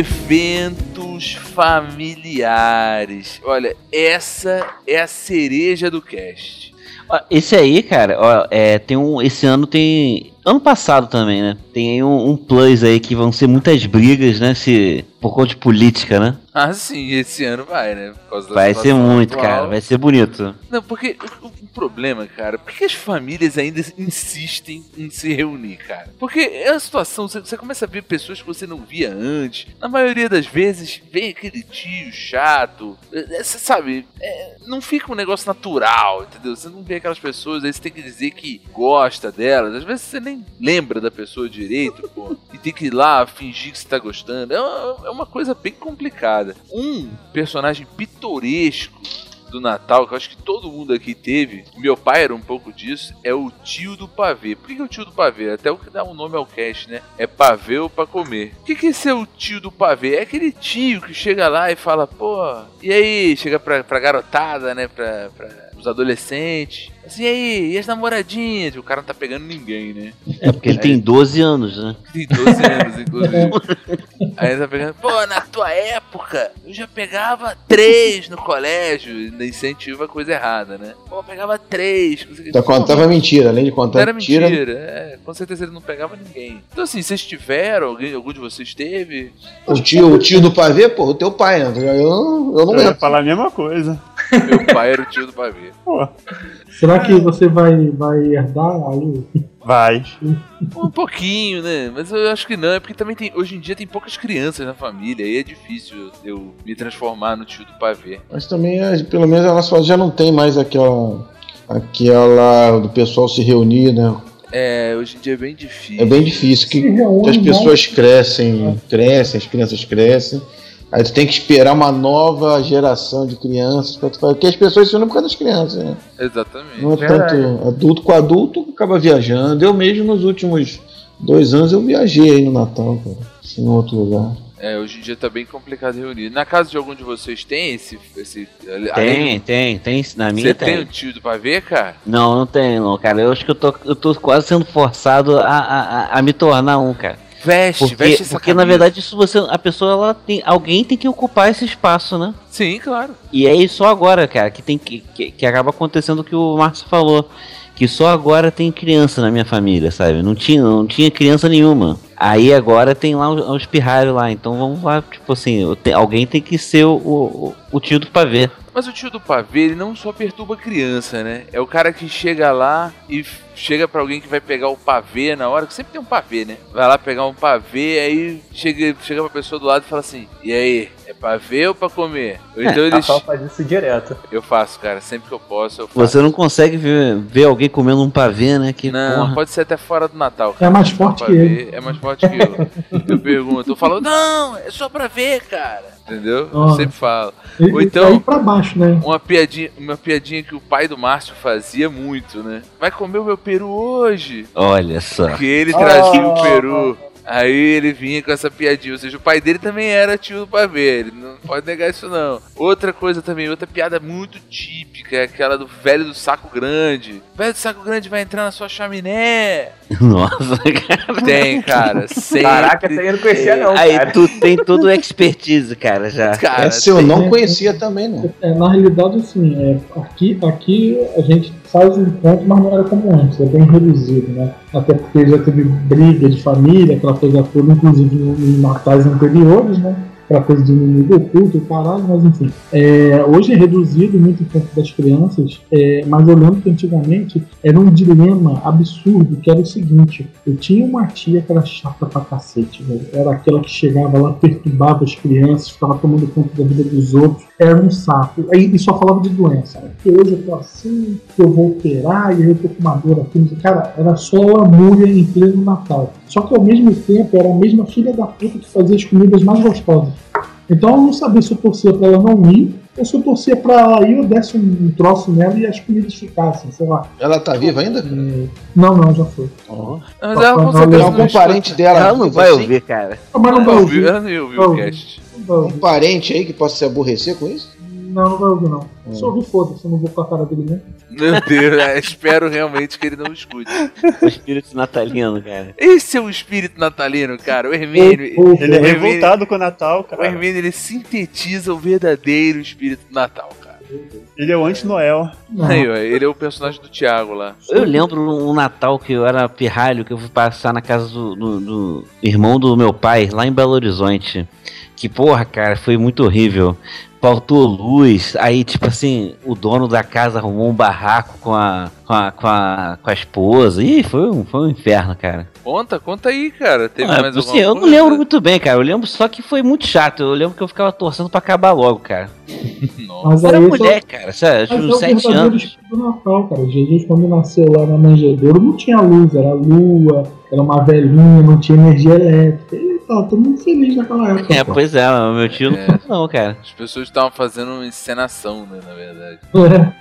Speaker 1: Eventos familiares. Olha, essa é a cereja do cast.
Speaker 6: Ó, Esse aí, cara, ó, é, tem um. Esse ano tem. Ano passado também, né? Tem aí um, um plus aí que vão ser muitas brigas, né? Se, por conta de política, né?
Speaker 1: Ah, sim, esse ano vai, né? Por causa da
Speaker 6: Vai ser
Speaker 1: situação
Speaker 6: muito,
Speaker 1: atual.
Speaker 6: cara. Vai ser bonito.
Speaker 1: Não, porque o, o problema, cara, por que as famílias ainda insistem em se reunir, cara? Porque é uma situação, você, você começa a ver pessoas que você não via antes. Na maioria das vezes, vem aquele tio chato. É, é, Você sabe, é, não fica um negócio natural, entendeu? Você não vê aquelas pessoas, aí você tem que dizer que gosta delas. Às vezes você nem lembra da pessoa direito, pô. E tem que ir lá fingir que você tá gostando. É uma, é uma coisa bem complicada. Um personagem pitoresco do Natal, que eu acho que todo mundo aqui teve, meu pai era um pouco disso, é o tio do pavê. Por que, que é o tio do pavê? Até o que dá um nome ao cast, né? É pavê ou pra comer. O que, que é ser o tio do pavê? É aquele tio que chega lá e fala, pô, e aí? Chega pra, pra garotada, né? Pra, pra os adolescentes. assim, e aí, e as namoradinhas? O cara não tá pegando ninguém, né?
Speaker 6: É porque ele
Speaker 1: É.
Speaker 6: tem 12 anos, né?
Speaker 1: Tem 12 anos, inclusive. Aí ele tá pegando, pô, na tua época, eu já pegava três no colégio, ainda incentiva a coisa errada, né? Pô, eu pegava três. não sei o que.
Speaker 2: Então
Speaker 1: Pô,
Speaker 2: contava mentira, além de contar
Speaker 1: não era mentira,
Speaker 2: mentira.
Speaker 1: é, com certeza ele não pegava ninguém. Então assim, vocês tiveram, alguém, algum de vocês teve?
Speaker 2: O tio, o tio do pavê, pô, o teu pai, né? Eu não,
Speaker 1: É.
Speaker 2: eu não
Speaker 3: Eu ia
Speaker 2: lembro.
Speaker 3: falar a mesma coisa.
Speaker 1: Meu pai era o tio do pavê.
Speaker 3: Pô,
Speaker 5: Será que você vai, vai herdar aí?
Speaker 3: vai.
Speaker 1: Um pouquinho, né? Mas eu acho que não, é porque também tem, hoje em dia tem poucas crianças na família, aí é difícil eu me transformar no tio do pavê.
Speaker 2: Mas também, é, pelo menos, a nossa já não tem mais aquela. Aquela do pessoal se reunir, né?
Speaker 1: É, hoje em dia é bem difícil.
Speaker 2: É bem difícil.
Speaker 5: Se
Speaker 2: Que,
Speaker 5: reúne,
Speaker 2: que as
Speaker 5: né?
Speaker 2: pessoas crescem, crescem, as crianças crescem. Aí tu tem que esperar uma nova geração de crianças pra tu fazer. Porque as pessoas se unem por causa das crianças, né?
Speaker 1: Exatamente.
Speaker 2: Não é
Speaker 4: Verdade.
Speaker 2: tanto adulto com adulto que acaba viajando. Eu mesmo nos últimos dois anos eu viajei aí no Natal, cara. Assim, em outro lugar.
Speaker 1: É, hoje em dia tá bem complicado reunir. Na casa de algum de vocês tem esse. esse além
Speaker 6: Tem, tem, tem. Na
Speaker 1: do-
Speaker 6: minha
Speaker 1: Você
Speaker 6: tem.
Speaker 1: tem o tio do pavê, cara?
Speaker 6: Não, não tem, não, cara. Eu acho que eu tô, eu tô quase sendo forçado a, a, a- a me tornar um, cara.
Speaker 1: Veste,
Speaker 6: Porque,
Speaker 1: veste essa
Speaker 6: porque na
Speaker 1: camisa.
Speaker 6: verdade, isso você. A pessoa ela tem. Alguém tem que ocupar esse espaço, né?
Speaker 1: Sim, claro.
Speaker 6: E aí só agora, cara, que tem que, que, que acaba acontecendo o que o Marcos falou. Que só agora tem criança na minha família, sabe? Não tinha, não tinha criança nenhuma. Aí agora tem lá os, os pirralhos lá. Então vamos lá, tipo assim, eu te- alguém tem que ser o, o, o tio do pavê.
Speaker 1: Mas o tio do pavê, ele não só perturba a criança, né? É o cara que chega lá e f- chega pra alguém que vai pegar o pavê na hora, que sempre tem um pavê, né? Vai lá pegar um pavê, aí chega, chega pra pessoa do lado e fala assim: E aí, é pavê ou pra comer? Ou então
Speaker 4: A
Speaker 1: eles.
Speaker 4: Cal faz isso direto.
Speaker 1: Eu faço, cara, sempre que eu posso, eu faço.
Speaker 6: Você não consegue ver, ver alguém comendo um pavê, né? Que
Speaker 1: Não,
Speaker 6: porra.
Speaker 1: pode ser até fora do Natal.
Speaker 5: É mais forte
Speaker 1: pra
Speaker 5: que ele.
Speaker 1: ver, É mais forte que eu. Eu pergunto, eu falo, não, é só pra ver, cara. Entendeu? Eu
Speaker 5: Ah.
Speaker 1: sempre falo.
Speaker 5: Ele
Speaker 1: Ou
Speaker 5: ele
Speaker 1: então-
Speaker 5: tá indo pra baixo, né?
Speaker 1: Uma piadinha, uma piadinha que o pai do Márcio fazia muito, né? Vai comer o meu peru hoje.
Speaker 6: Olha só.
Speaker 1: Porque ele
Speaker 4: Ah.
Speaker 1: trazia o peru. Aí ele vinha com essa piadinha. Ou seja, o pai dele também era tio do pavê. Ele não pode negar isso, não. Outra coisa também, outra piada muito típica é aquela do velho do saco grande. O velho do saco grande vai entrar na sua chaminé.
Speaker 6: Nossa, cara.
Speaker 1: Tem, cara. Sempre
Speaker 4: Caraca, essa aí eu não
Speaker 1: é,
Speaker 4: conhecia, não.
Speaker 6: Aí
Speaker 4: cara.
Speaker 6: tu tem todo o expertise, cara, já.
Speaker 1: Cara,
Speaker 2: Essa eu não
Speaker 5: tem-
Speaker 2: conhecia também, né?
Speaker 5: É, na realidade, assim, é, aqui, aqui a gente faz o encontro, mas não era como antes, é bem reduzido, né? Até porque já teve briga de família, aquela coisa toda, inclusive em em natais anteriores, né? Aquela coisa de inimigo oculto e caralho, mas enfim. É, hoje é reduzido muito o encontro das crianças, é, mas eu lembro que antigamente era um dilema absurdo, que era o seguinte, eu tinha uma tia que era chata pra cacete, velho. Era aquela que chegava lá, perturbava as crianças, ficava tomando conta da vida dos outros, era um saco. E, e só falava de doença, né? Porque hoje eu tô assim, que eu vou operar, e aí eu tô com uma dor aqui. não sei- Cara, era só lamúria em pleno Natal. Só que ao mesmo tempo era a mesma filha da puta que fazia as comidas mais gostosas. Então eu não sabia se eu torcia pra ela não ir, ou se eu torcia pra ela ir, eu desse um troço nela e as comidas ficassem, sei lá.
Speaker 2: Ela tá viva ainda?
Speaker 5: É, Não, não, já foi.
Speaker 1: Mas ela com
Speaker 5: Não,
Speaker 1: certeza
Speaker 2: Tem
Speaker 5: não,
Speaker 1: não
Speaker 2: algum
Speaker 1: escuta.
Speaker 2: parente dela?
Speaker 6: Ela não
Speaker 2: vivo
Speaker 6: vai
Speaker 2: assim?
Speaker 6: ouvir, cara.
Speaker 5: Ah, Mas não
Speaker 1: Ela
Speaker 5: vai
Speaker 1: não é? ouviu,
Speaker 5: ouvir.
Speaker 1: ela não ouviu
Speaker 5: Não
Speaker 1: o
Speaker 5: ouvi.
Speaker 1: cast.
Speaker 5: Não vai ouvir.
Speaker 2: Um parente aí que possa se aborrecer com isso?
Speaker 5: Não, não vai ouvir, não. Se ouvir, foda-se, eu não vou com a cara dele mesmo.
Speaker 1: Meu Deus, eu espero realmente que ele não escute.
Speaker 6: O espírito natalino, cara.
Speaker 1: Esse é o espírito natalino, cara. O Hermínio,
Speaker 5: Ou- ou-
Speaker 3: Ele é
Speaker 1: Eu vi-
Speaker 3: revoltado com o Natal,
Speaker 1: o
Speaker 3: cara.
Speaker 1: Hermínio ele sintetiza o verdadeiro espírito do Natal, cara.
Speaker 3: Ele é o anti-Noel.
Speaker 5: não.
Speaker 1: Aí, ó, ele é o personagem do Thiago lá.
Speaker 6: Eu lembro um Natal que eu era pirralho, que eu fui passar na casa do, do- do irmão do meu pai, lá em Belo Horizonte. Que porra, cara, foi muito horrível. Faltou luz, aí, tipo assim, o dono da casa arrumou um barraco com a, com a, com a, com a esposa. Ih, foi um, foi um inferno, cara.
Speaker 1: Conta, conta aí, cara. Teve
Speaker 6: Ah,
Speaker 1: mais alguma
Speaker 6: assim, eu não
Speaker 1: coisa?
Speaker 6: lembro muito bem, cara. Eu lembro só que foi muito chato. Eu lembro que eu ficava torcendo pra acabar logo, cara.
Speaker 1: Nossa.
Speaker 5: Mas
Speaker 6: Eu
Speaker 5: aí
Speaker 6: era
Speaker 5: eu tô-
Speaker 6: mulher, cara, sério, eu
Speaker 5: Mas
Speaker 6: tinha
Speaker 5: é
Speaker 6: uns
Speaker 5: o
Speaker 6: 7
Speaker 5: verdadeiro
Speaker 6: anos.
Speaker 5: espírito do Natal, cara. Jesus, quando nasceu lá na manjedoura, não tinha luz, era lua, era uma velhinha, não tinha energia elétrica. E tá todo mundo feliz naquela época.
Speaker 6: É,
Speaker 5: pô.
Speaker 6: pois é, mas meu tio
Speaker 1: É.
Speaker 6: não foi não, cara.
Speaker 1: As pessoas estavam fazendo uma encenação, né, na verdade.
Speaker 5: É.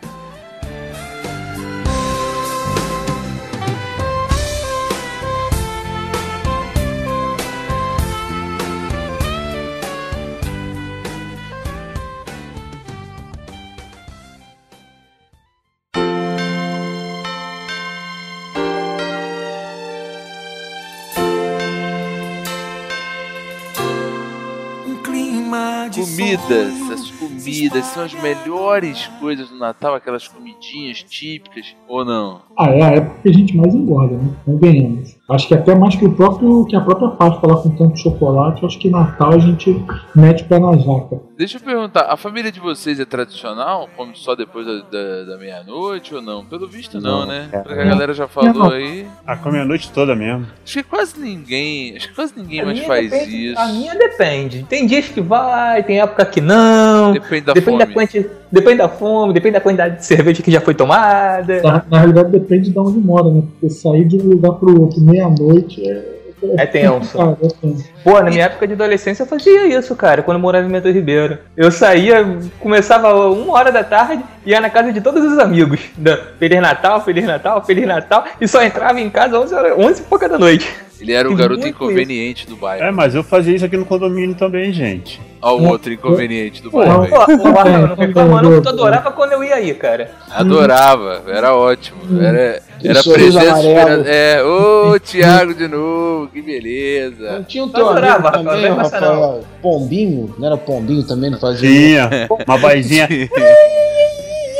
Speaker 1: Comidas, as comidas são as melhores coisas do Natal, aquelas comidinhas típicas, ou não?
Speaker 5: Ah, é a época que a gente mais engorda, né? Convenhamos. Acho que até mais que o próprio que a própria Páscoa lá com tanto chocolate, acho que Natal a gente mete o pé na jaca.
Speaker 1: Deixa eu perguntar, a família de vocês é tradicional? Come só depois da, da- da meia-noite ou não? Pelo visto não,
Speaker 6: Não,
Speaker 1: né?
Speaker 6: cara.
Speaker 1: Porque a galera já falou
Speaker 5: Não.
Speaker 1: aí.
Speaker 3: Ah, come a noite toda mesmo.
Speaker 1: Acho que quase ninguém, acho que quase ninguém
Speaker 4: A
Speaker 1: mais
Speaker 4: minha
Speaker 1: faz
Speaker 4: depende-
Speaker 1: isso.
Speaker 4: A minha depende. Tem dias que vai, tem época que não.
Speaker 1: Depende da
Speaker 4: depende, da
Speaker 1: fome.
Speaker 4: quanti... depende da fome, depende da quantidade de cerveja que já foi tomada.
Speaker 5: Na, na realidade depende de onde mora, né? Porque sair de um lugar pro outro meia-noite é.
Speaker 4: É tenso.
Speaker 5: complicado, é tenso.
Speaker 4: Pô, na minha época de adolescência eu fazia isso, cara, quando eu morava em Mentor Ribeiro. Eu saía, começava uma hora da tarde, ia na casa de todos os amigos. Da Feliz Natal, Feliz Natal, Feliz Natal. E só entrava em casa 11, horas, 11 e pouca da noite.
Speaker 1: Ele era o
Speaker 4: tem
Speaker 1: garoto
Speaker 4: muito
Speaker 1: inconveniente do
Speaker 3: É,
Speaker 1: bairro.
Speaker 3: mas eu fazia isso aqui no condomínio também, gente.
Speaker 1: Ó, o
Speaker 5: É.
Speaker 1: outro inconveniente do
Speaker 5: Pô,
Speaker 1: bairro. aí.
Speaker 4: Pô, porra, não reclamando que tu adorava quando eu ia aí, cara.
Speaker 1: Adorava, era
Speaker 4: Hum.
Speaker 1: ótimo. Era, era
Speaker 2: sorriso
Speaker 1: presença.
Speaker 2: amarelo.
Speaker 1: Era, é, ô Thiago de novo, que beleza.
Speaker 2: Não tinha um
Speaker 4: Vai
Speaker 2: teu amigo
Speaker 4: adorar, Rafael,
Speaker 2: também,
Speaker 4: vai passar não.
Speaker 2: Rafael? Pombinho? Não era Pombinho também, não fazia?
Speaker 3: Tinha uma vozinha.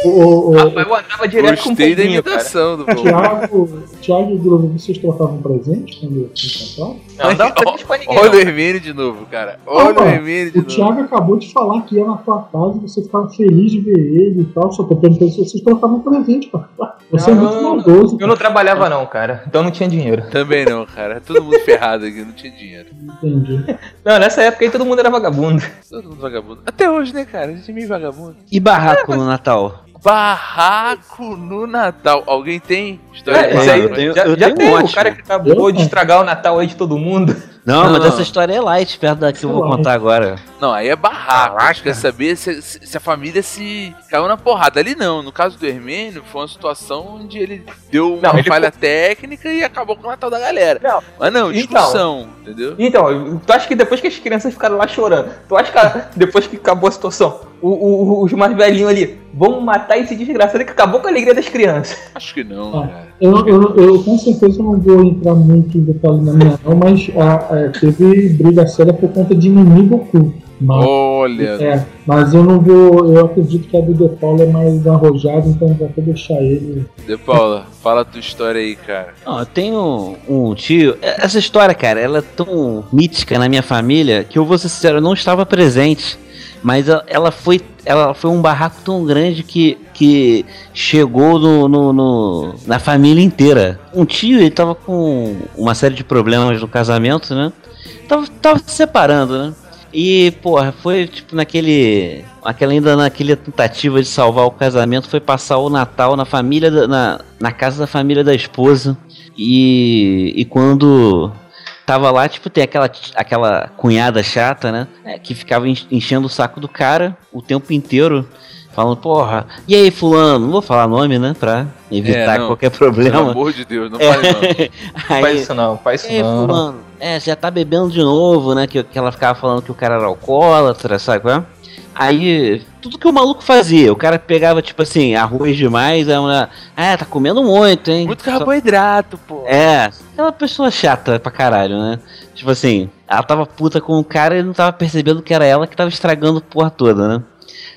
Speaker 5: O, o, o,
Speaker 4: Rapaz, eu andava direto com o
Speaker 1: Gostei da
Speaker 4: pombinho, cara.
Speaker 1: imitação do povo.
Speaker 5: Tiago, Tiago e o Globo, vocês trocavam presente quando eu fui cantar?
Speaker 4: Não, não dava presente pra ninguém.
Speaker 1: Olha o
Speaker 4: não.
Speaker 1: Hermínio de novo, cara. Olha o
Speaker 5: mano,
Speaker 1: Hermínio de
Speaker 5: O
Speaker 1: novo.
Speaker 5: Thiago acabou de falar que ia na tua casa e você ficava feliz de ver ele e tal. Só tô perguntando se vocês trocavam presente, cara. Você
Speaker 4: Não,
Speaker 5: é muito
Speaker 4: não,
Speaker 5: maldoso.
Speaker 4: Eu não trabalhava não, cara. Então não tinha dinheiro.
Speaker 1: Também não, cara. É Todo mundo ferrado aqui, não tinha dinheiro.
Speaker 5: Entendi.
Speaker 4: Não, nessa época aí todo mundo era vagabundo.
Speaker 1: Todo mundo vagabundo. Até hoje, né, cara? A gente é meio vagabundo.
Speaker 6: E
Speaker 5: É,
Speaker 6: barraco no Natal?
Speaker 1: Barraco no Natal. Alguém tem história
Speaker 6: É,
Speaker 1: de
Speaker 4: isso aí,
Speaker 1: barraco?
Speaker 6: eu tenho-
Speaker 4: já
Speaker 6: eu
Speaker 4: já
Speaker 6: tenho
Speaker 4: tem
Speaker 6: um
Speaker 4: o
Speaker 6: ótimo.
Speaker 4: cara que acabou
Speaker 5: Eu?
Speaker 4: de estragar o Natal aí de todo mundo.
Speaker 6: Não,
Speaker 1: Não,
Speaker 6: mas
Speaker 1: não.
Speaker 6: essa história é light, perto da que eu vou
Speaker 5: Light.
Speaker 6: contar agora.
Speaker 1: Não, aí é barraco. Quer saber se, se- se a família se caiu na porrada. Ali não. No caso do Hermênio, foi uma situação onde ele deu uma
Speaker 4: Não, ele
Speaker 1: falha técnica e acabou com o Natal da galera.
Speaker 4: Não.
Speaker 1: Mas não,
Speaker 4: Então.
Speaker 1: discussão, entendeu?
Speaker 4: Então, tu acha que depois que as crianças ficaram lá chorando, tu acha que a- depois que acabou a situação, o- o- o- os mais velhinhos ali vão matar esse desgraçado que acabou com a alegria das crianças?
Speaker 1: Acho que não,
Speaker 5: Ah.
Speaker 1: cara.
Speaker 5: Eu, eu, eu com certeza não vou entrar muito em detalhe na minha, não, mas ah, ah, teve briga séria por conta de inimigo oculto. Mas,
Speaker 1: Olha.
Speaker 5: é, mas eu não vou. Eu acredito que a do De Paula é mais arrojada, então eu já vou deixar ele.
Speaker 1: De Paula, fala a tua história aí, cara.
Speaker 6: Não, eu tenho um tio. é- Essa história, cara, ela é tão mítica na minha família que eu vou ser sincero, eu não estava presente. Mas a- ela foi, ela foi um barraco tão grande que, que chegou no, no- no- na família inteira. Um tio, ele tava com uma série de problemas no casamento, né? Tava, tava se separando, né? E, porra, foi tipo naquele. Aquela, ainda naquela tentativa de salvar o casamento, foi passar o Natal na família da- na, na casa da família da esposa. E, e quando tava lá, tipo, tem aquela, aquela cunhada chata, né? é, Que ficava en- enchendo o saco do cara o tempo inteiro. Falando, porra, e aí, fulano? Não vou falar nome, né? Pra evitar
Speaker 1: É, não.
Speaker 6: qualquer
Speaker 1: Pelo
Speaker 6: problema.
Speaker 1: amor de Deus, não fale não.
Speaker 6: Aí-
Speaker 4: Faz isso não, faz isso
Speaker 6: é,
Speaker 4: não.
Speaker 6: fulano, é, você já tá bebendo de novo, né? Que, que ela ficava falando que o cara era alcoólatra, sabe qual é? Aí, tudo que o maluco fazia, o cara pegava, tipo assim, arroz demais, aí a mulher, ah, tá comendo muito, hein?
Speaker 1: Muito
Speaker 6: Só-
Speaker 1: carboidrato, pô.
Speaker 6: É, aquela pessoa chata pra caralho, né? Tipo assim, ela tava puta com o cara e não tava percebendo que era ela que tava estragando a porra toda, né?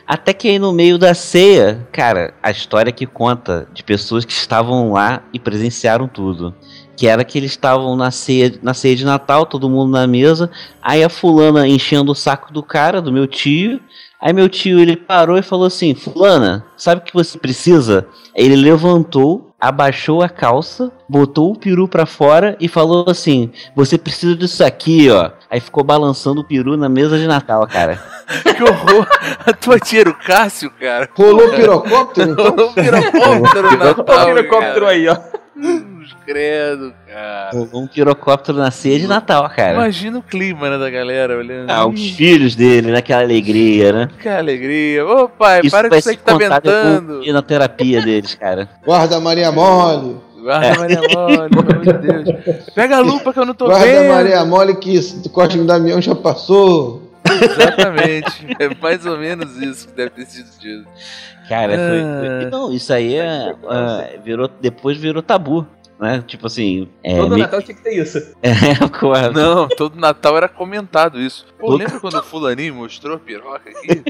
Speaker 6: Até que aí no meio da ceia, cara, a história que conta de pessoas que estavam lá e presenciaram tudo. Que era que eles estavam na ceia, na ceia de Natal, todo mundo na mesa, aí a fulana enchendo o saco do cara, do meu tio. Aí meu tio ele parou e falou assim: Fulana, sabe o que você precisa? Ele levantou, abaixou a calça, botou o peru pra fora e falou assim: Você precisa disso aqui, ó. Aí ficou balançando o peru na mesa de Natal, cara.
Speaker 1: Que horror. A tua tia era o Cássio, cara.
Speaker 2: Rolou pirocóptero? então?
Speaker 1: Rolou um pirocóptero no Natal,
Speaker 4: Olha o pirocóptero
Speaker 1: cara.
Speaker 4: aí, ó.
Speaker 1: Deus, credo, cara.
Speaker 6: Rolou um pirocóptero na ceia de Natal, cara.
Speaker 1: Imagina o clima, né, da galera olhando.
Speaker 6: Ah, os
Speaker 1: Ih,
Speaker 6: filhos dele, naquela alegria, né?
Speaker 1: que alegria. Ô, pai, para com isso aí que tá
Speaker 6: contado
Speaker 1: ventando.
Speaker 6: e na terapia deles, cara.
Speaker 2: Guarda Maria Mole.
Speaker 1: Guarda Maria Mole, pelo amor de Deus. Pega a lupa que eu não tô
Speaker 2: Guarda
Speaker 1: vendo.
Speaker 2: Maria Mole que o Cosme Damião já passou.
Speaker 1: Exatamente. É mais ou menos isso que deve ter sido dito.
Speaker 6: Cara, foi. então,
Speaker 1: Ah.
Speaker 6: foi- Não, isso aí é, ah, virou, depois virou tabu. né? Tipo assim, é,
Speaker 4: Todo
Speaker 6: meio-
Speaker 4: Natal tinha que ter isso.
Speaker 6: é, correto.
Speaker 1: Não, todo Natal era comentado isso. Pô,
Speaker 6: Todo-
Speaker 1: lembra quando o fulaninho mostrou a piroca aqui?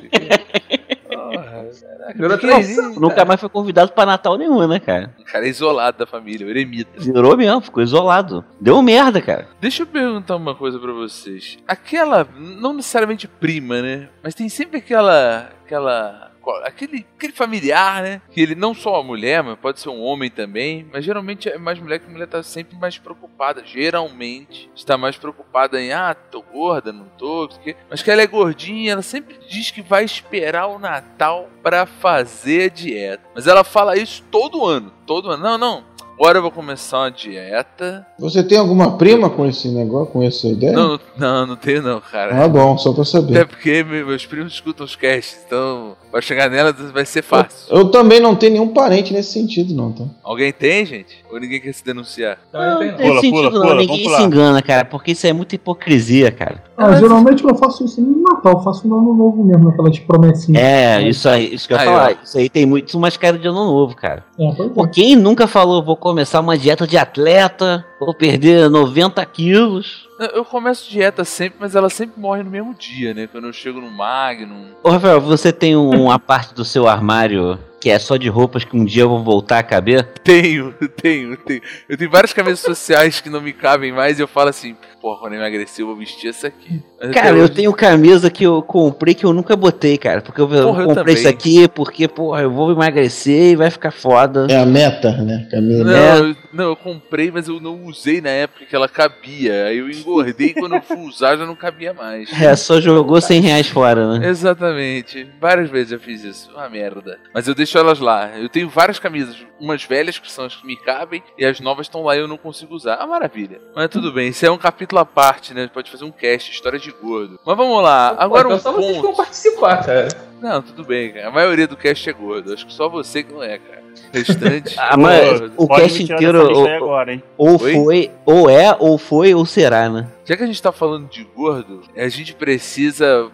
Speaker 1: Porra,
Speaker 4: É, Virou
Speaker 2: é
Speaker 1: que
Speaker 4: tradição.
Speaker 6: Nunca mais foi convidado pra Natal nenhum, né, cara?
Speaker 1: o cara é isolado da família, o eremita.
Speaker 6: Virou mesmo, ficou isolado. Deu merda, cara.
Speaker 1: Deixa eu perguntar uma coisa pra vocês. Aquela, não necessariamente prima, né? Mas tem sempre aquela. aquela. Aquele, aquele familiar, né? Que ele não só a mulher, mas pode ser um homem também. Mas geralmente é mais mulher que a mulher tá sempre mais preocupada. Geralmente está mais preocupada em, ah, tô gorda, não tô. não sei o quê. Mas que ela é gordinha, ela sempre diz que vai esperar o Natal pra fazer a dieta. Mas ela fala isso todo ano. Todo ano. Não, não. Agora eu vou começar uma dieta.
Speaker 2: Você tem alguma prima com esse negócio, com essa
Speaker 6: É.
Speaker 2: ideia?
Speaker 1: Não, não, não tenho não, cara.
Speaker 2: Ah, bom, só pra
Speaker 1: Até
Speaker 2: saber.
Speaker 1: porque me- meus primos escutam os casts, então pra chegar nela vai ser fácil.
Speaker 2: Eu também não tenho nenhum parente nesse sentido, não, tá?
Speaker 1: Alguém tem, gente? Ou ninguém quer se denunciar?
Speaker 4: Então, não tem
Speaker 6: não
Speaker 4: não.
Speaker 6: tem
Speaker 3: Pula,
Speaker 6: sentido
Speaker 3: pula,
Speaker 6: não,
Speaker 3: pula,
Speaker 6: ninguém
Speaker 3: vamos pular.
Speaker 6: se engana, cara, porque isso é muita hipocrisia, cara.
Speaker 5: Ah, geralmente eu faço isso no Natal, eu faço no Ano Novo mesmo, aquelas promessinhas.
Speaker 6: É, isso aí, isso que eu ia
Speaker 1: Aí,
Speaker 6: falar. Isso aí tem muito mais cara de ano novo, cara.
Speaker 5: É, pois
Speaker 6: Pô,
Speaker 5: é.
Speaker 6: quem nunca falou, vou começar uma dieta de atleta, vou perder 90 quilos.
Speaker 1: Eu- Eu começo dieta sempre, mas ela sempre morre no mesmo dia, né? Quando eu chego no Magnum.
Speaker 6: Ô, Rafael, você tem um- uma parte do seu armário que é só de roupas que um dia vão voltar a caber?
Speaker 1: Tenho, tenho, tenho. Eu tenho várias camisas sociais que não me cabem mais e eu falo assim, porra, quando eu emagrecer eu vou vestir essa aqui. Mas até
Speaker 6: Cara, eu
Speaker 1: hoje-
Speaker 6: tenho camisa que eu comprei que eu nunca botei, cara. Porque eu, eu
Speaker 1: Porra, eu
Speaker 6: comprei isso
Speaker 1: também.
Speaker 6: aqui porque, porra, eu vou emagrecer e vai ficar foda.
Speaker 2: É a meta, né? Camisa
Speaker 1: Não,
Speaker 2: meta.
Speaker 6: né?
Speaker 1: eu, não, eu comprei, mas eu não usei na época que ela cabia. Aí eu engordei e quando eu fui usar já não cabia mais.
Speaker 6: É, só jogou 100 reais fora, né?
Speaker 1: Exatamente. Várias vezes eu fiz isso. Uma merda. Mas eu deixo elas lá. Eu tenho várias camisas. Umas velhas, que são as que me cabem, e as novas estão lá e eu não consigo usar. Ah, maravilha. Mas tudo bem, isso é um capítulo à parte, né? Pode fazer um cast, história de gordo. Mas vamos lá. Agora
Speaker 4: Pô, então
Speaker 1: um
Speaker 4: só vocês que vão
Speaker 1: ponto.
Speaker 4: participar, cara.
Speaker 1: Não, tudo bem, cara. A maioria do cast é gordo. Acho que só você que não é, cara. O restante. é
Speaker 6: Ah, mas
Speaker 1: gordo.
Speaker 6: o
Speaker 3: Pode me
Speaker 6: cast
Speaker 3: tirar
Speaker 6: inteiro
Speaker 3: dessa lista aí
Speaker 6: ou,
Speaker 3: agora, hein?
Speaker 6: ou
Speaker 1: Oi?
Speaker 6: foi, ou é, ou foi, ou será, né?
Speaker 1: Já que a gente tá falando de gordo, a gente precisa.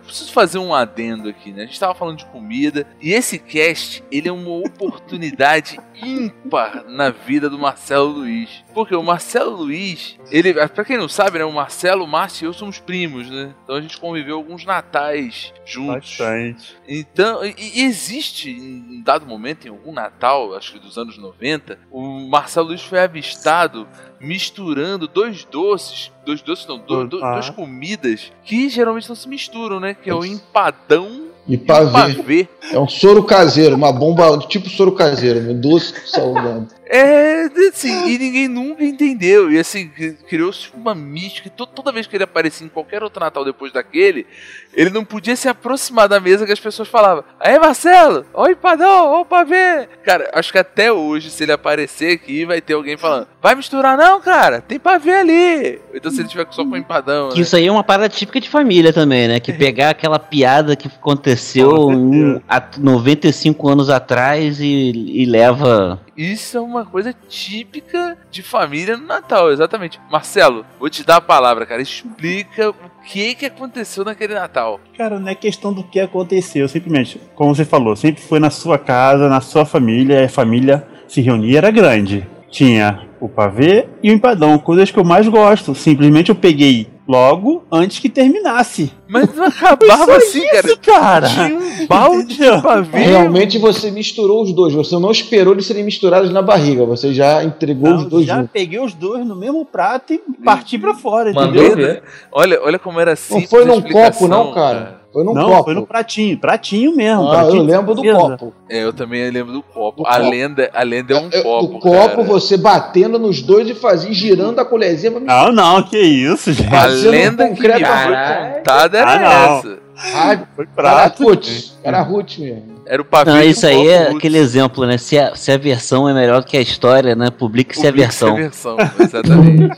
Speaker 1: Preciso fazer um adendo aqui, né? A gente tava falando de comida. E esse cast, ele é uma oportunidade ímpar na vida do Marcelo Luiz. Porque o Marcelo Luiz, ele. Pra quem não sabe, né? O Marcelo, o Márcio e eu somos primos, né? Então a gente conviveu alguns natais juntos.
Speaker 3: Bastante.
Speaker 1: Então, e, e existe em dado momento, em algum Natal, acho que dos anos 90, o Marcelo Luiz foi avistado misturando dois doces, dois doces não, do- do-
Speaker 3: Ah.
Speaker 1: duas comidas que geralmente não se misturam, né? Que é o empadão
Speaker 2: E
Speaker 1: e o
Speaker 2: pavê.
Speaker 1: pavê.
Speaker 2: É um soro caseiro, uma bomba tipo soro caseiro, né? doce com salgado.
Speaker 1: É, assim, e ninguém nunca entendeu. E assim, cri- criou-se uma mística. To- Toda vez que ele aparecia em qualquer outro Natal depois daquele, ele não podia se aproximar da mesa que as pessoas falavam. Aí, Marcelo, olha o empadão, olha o pavê. Cara, acho que até hoje, se ele aparecer aqui, vai ter alguém falando: vai misturar, não, cara, tem pavê ali. Então, se ele tiver só com empadão.
Speaker 6: Que
Speaker 1: né?
Speaker 6: isso aí é uma parada típica de família também, né? Que pegar aquela piada que aconteceu
Speaker 3: Com certeza.
Speaker 6: um, há 95 anos atrás e, e leva.
Speaker 1: Isso é uma coisa típica de família no Natal, exatamente. Marcelo, vou te dar a palavra, cara. Explica o que, que aconteceu naquele Natal.
Speaker 3: Cara, não é questão do que aconteceu, simplesmente, como você falou, sempre foi na sua casa, na sua família, e a família se reunia, era grande. Tinha o pavê e o empadão, coisas que eu mais gosto. Simplesmente eu peguei logo antes que terminasse.
Speaker 1: Mas não acabava assim, cara.
Speaker 3: Isso, cara!
Speaker 1: Tinha um balde de
Speaker 3: Entendeu?
Speaker 1: pavê.
Speaker 2: Realmente você misturou os dois, você não esperou eles serem misturados na barriga, você já entregou os
Speaker 3: Não,
Speaker 2: dois
Speaker 3: já
Speaker 2: juntos.
Speaker 3: peguei os dois no mesmo prato e parti pra fora,
Speaker 4: Mandou
Speaker 3: entendeu?
Speaker 4: ver.
Speaker 1: Olha, olha como era simples.
Speaker 2: Não foi
Speaker 1: a
Speaker 2: num
Speaker 1: explicação,
Speaker 2: copo, não, cara. Foi num
Speaker 3: não,
Speaker 2: copo.
Speaker 3: foi no pratinho, pratinho mesmo.
Speaker 2: Ah, eu
Speaker 3: pratinho de
Speaker 2: lembro do
Speaker 3: certeza.
Speaker 2: copo.
Speaker 1: É, eu também lembro do copo.
Speaker 2: Do
Speaker 1: a,
Speaker 2: copo.
Speaker 1: Lenda, a lenda é um
Speaker 2: É,
Speaker 1: copo.
Speaker 2: o copo
Speaker 1: cara.
Speaker 2: você batendo nos dois e fazia girando a colherzinha pra
Speaker 3: Não, não, que isso, gente.
Speaker 1: A
Speaker 2: Fazendo um
Speaker 1: lenda que me foi
Speaker 2: concreto.
Speaker 4: Caralho.
Speaker 1: contada era
Speaker 3: Ah, não.
Speaker 1: essa.
Speaker 2: Ah,
Speaker 3: Foi
Speaker 2: era
Speaker 3: prato.
Speaker 2: Ruth. Era Ruth mesmo.
Speaker 1: Era o pavê
Speaker 6: Não,
Speaker 1: de um
Speaker 6: isso aí
Speaker 1: copo
Speaker 6: é
Speaker 1: Lutz.
Speaker 6: aquele exemplo, né? Se a, se a versão é melhor que a história, né? Publique-se a
Speaker 2: é
Speaker 1: Publique-se
Speaker 6: versão.
Speaker 1: é versão,
Speaker 5: é.
Speaker 1: Exatamente.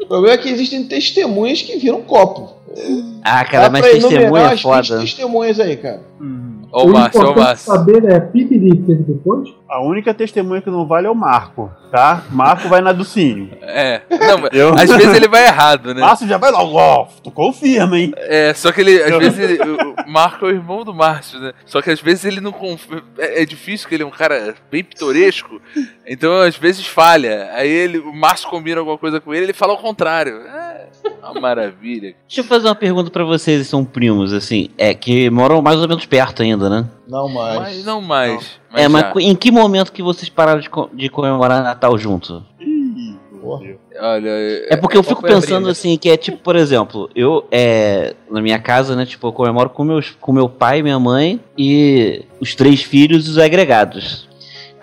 Speaker 2: O problema é que existem testemunhas que viram copo.
Speaker 6: Ah, cara,
Speaker 2: Dá
Speaker 6: mas
Speaker 2: pra enumerar
Speaker 6: testemunha é
Speaker 2: as 20
Speaker 6: foda.
Speaker 2: testemunhas aí, cara.
Speaker 3: Hum,
Speaker 1: Ó o Márcio, ó o
Speaker 5: importante
Speaker 1: Márcio.
Speaker 5: saber é Pibiri teve depois?
Speaker 3: A única testemunha que não vale é o Marco, tá? Marco vai na do Cine.
Speaker 1: É. Não, mas
Speaker 3: Eu-
Speaker 1: às vezes ele vai errado,
Speaker 2: Ah,
Speaker 1: né?
Speaker 3: Márcio já vai logo, ó, tu confirma, hein?
Speaker 1: É, só que ele, às
Speaker 3: Eu-
Speaker 1: vezes, ele, o o Marco é o irmão do Márcio, né? Só que às vezes ele não. conf- É, é difícil, porque ele é um cara bem pitoresco, então às vezes falha. Aí ele, o Márcio combina alguma coisa com ele, ele fala o contrário. É, uma maravilha.
Speaker 6: Deixa eu fazer uma pergunta pra vocês, eles são primos, assim, é que moram mais ou menos perto ainda, né?
Speaker 2: Não mais.
Speaker 1: Mas não mais.
Speaker 6: é,
Speaker 1: Mas já.
Speaker 6: mas em que momento que vocês pararam de, co- de comemorar Natal junto?
Speaker 3: Ih, meu Deus.
Speaker 1: Olha,
Speaker 6: É porque eu fico
Speaker 1: qual foi a
Speaker 6: pensando
Speaker 2: né?
Speaker 1: briga?
Speaker 6: assim, que é tipo, por exemplo, eu é, na minha casa, né, tipo, eu comemoro com, meus, com meu pai, minha mãe e os três filhos e os agregados.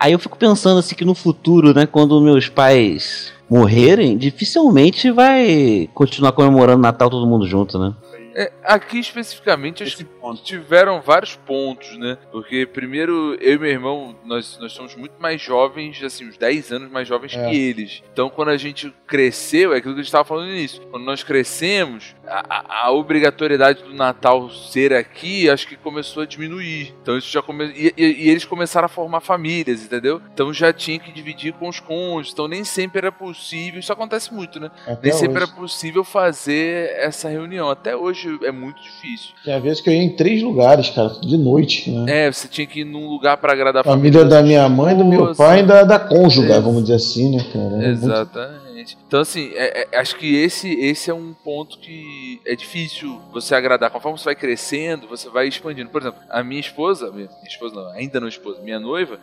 Speaker 6: Aí eu fico pensando assim que no futuro, né, quando meus pais morrerem, dificilmente vai continuar comemorando Natal todo mundo junto, né?
Speaker 1: É, aqui especificamente acho
Speaker 3: Esse ponto.
Speaker 1: tiveram vários pontos, né? Porque primeiro, eu e meu irmão, nós, nós somos muito mais jovens, assim, uns 10 anos mais jovens
Speaker 2: É.
Speaker 1: que eles. Então, quando a gente cresceu, é aquilo que a gente estava falando no início. Quando nós crescemos, a, a- a obrigatoriedade do Natal ser aqui, acho que começou a diminuir. Então, isso já começou. E, e- e eles começaram a formar famílias, entendeu? Então, já tinha que dividir com os cônjuges. Então, nem sempre era possível. Isso acontece muito, né?
Speaker 2: Até
Speaker 1: Nem sempre
Speaker 2: hoje.
Speaker 1: era possível fazer essa reunião. Até hoje é muito difícil.
Speaker 2: Tinha vezes que eu ia em três lugares, cara, de noite, né?
Speaker 1: É, você tinha que ir num lugar pra agradar a
Speaker 2: A família da minha
Speaker 1: pessoas.
Speaker 2: mãe, do meu pai e da, da cônjuga,
Speaker 1: Ex-
Speaker 2: vamos dizer assim, né, cara? Era muito-
Speaker 1: Exatamente. Então, assim, é- é- acho que esse, esse é um ponto que é difícil você agradar. Conforme você vai crescendo, você vai expandindo. Por exemplo, a minha esposa, minha minha esposa não, ainda não esposa, minha noiva,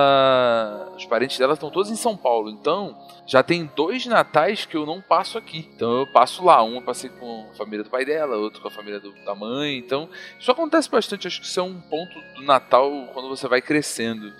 Speaker 1: ela. Os parentes dela estão todos em São Paulo. Então, já tem dois natais que eu não passo aqui. Então, eu passo lá. Um eu passei com a família do pai dela, outro com a família do- da mãe. Então, isso acontece bastante. Acho que isso é um ponto do Natal quando você vai crescendo.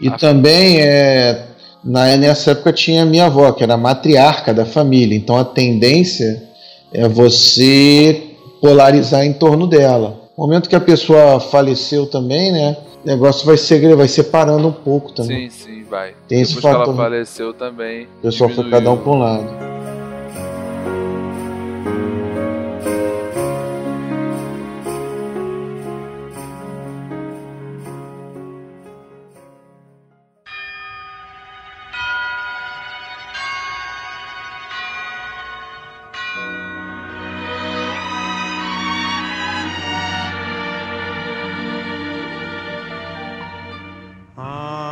Speaker 2: E
Speaker 1: Ah.
Speaker 2: também é, na, nessa época tinha minha avó, que era a matriarca da família. Então a tendência é você polarizar em torno dela. No momento que a pessoa faleceu também, né? O negócio vai, segre, vai separando um pouco também.
Speaker 1: Sim, sim, vai.
Speaker 2: Tem esse
Speaker 1: Depois que ela
Speaker 2: fator.
Speaker 1: faleceu também.
Speaker 2: o pessoal foi
Speaker 1: diminuiu.
Speaker 2: cada um para um lado.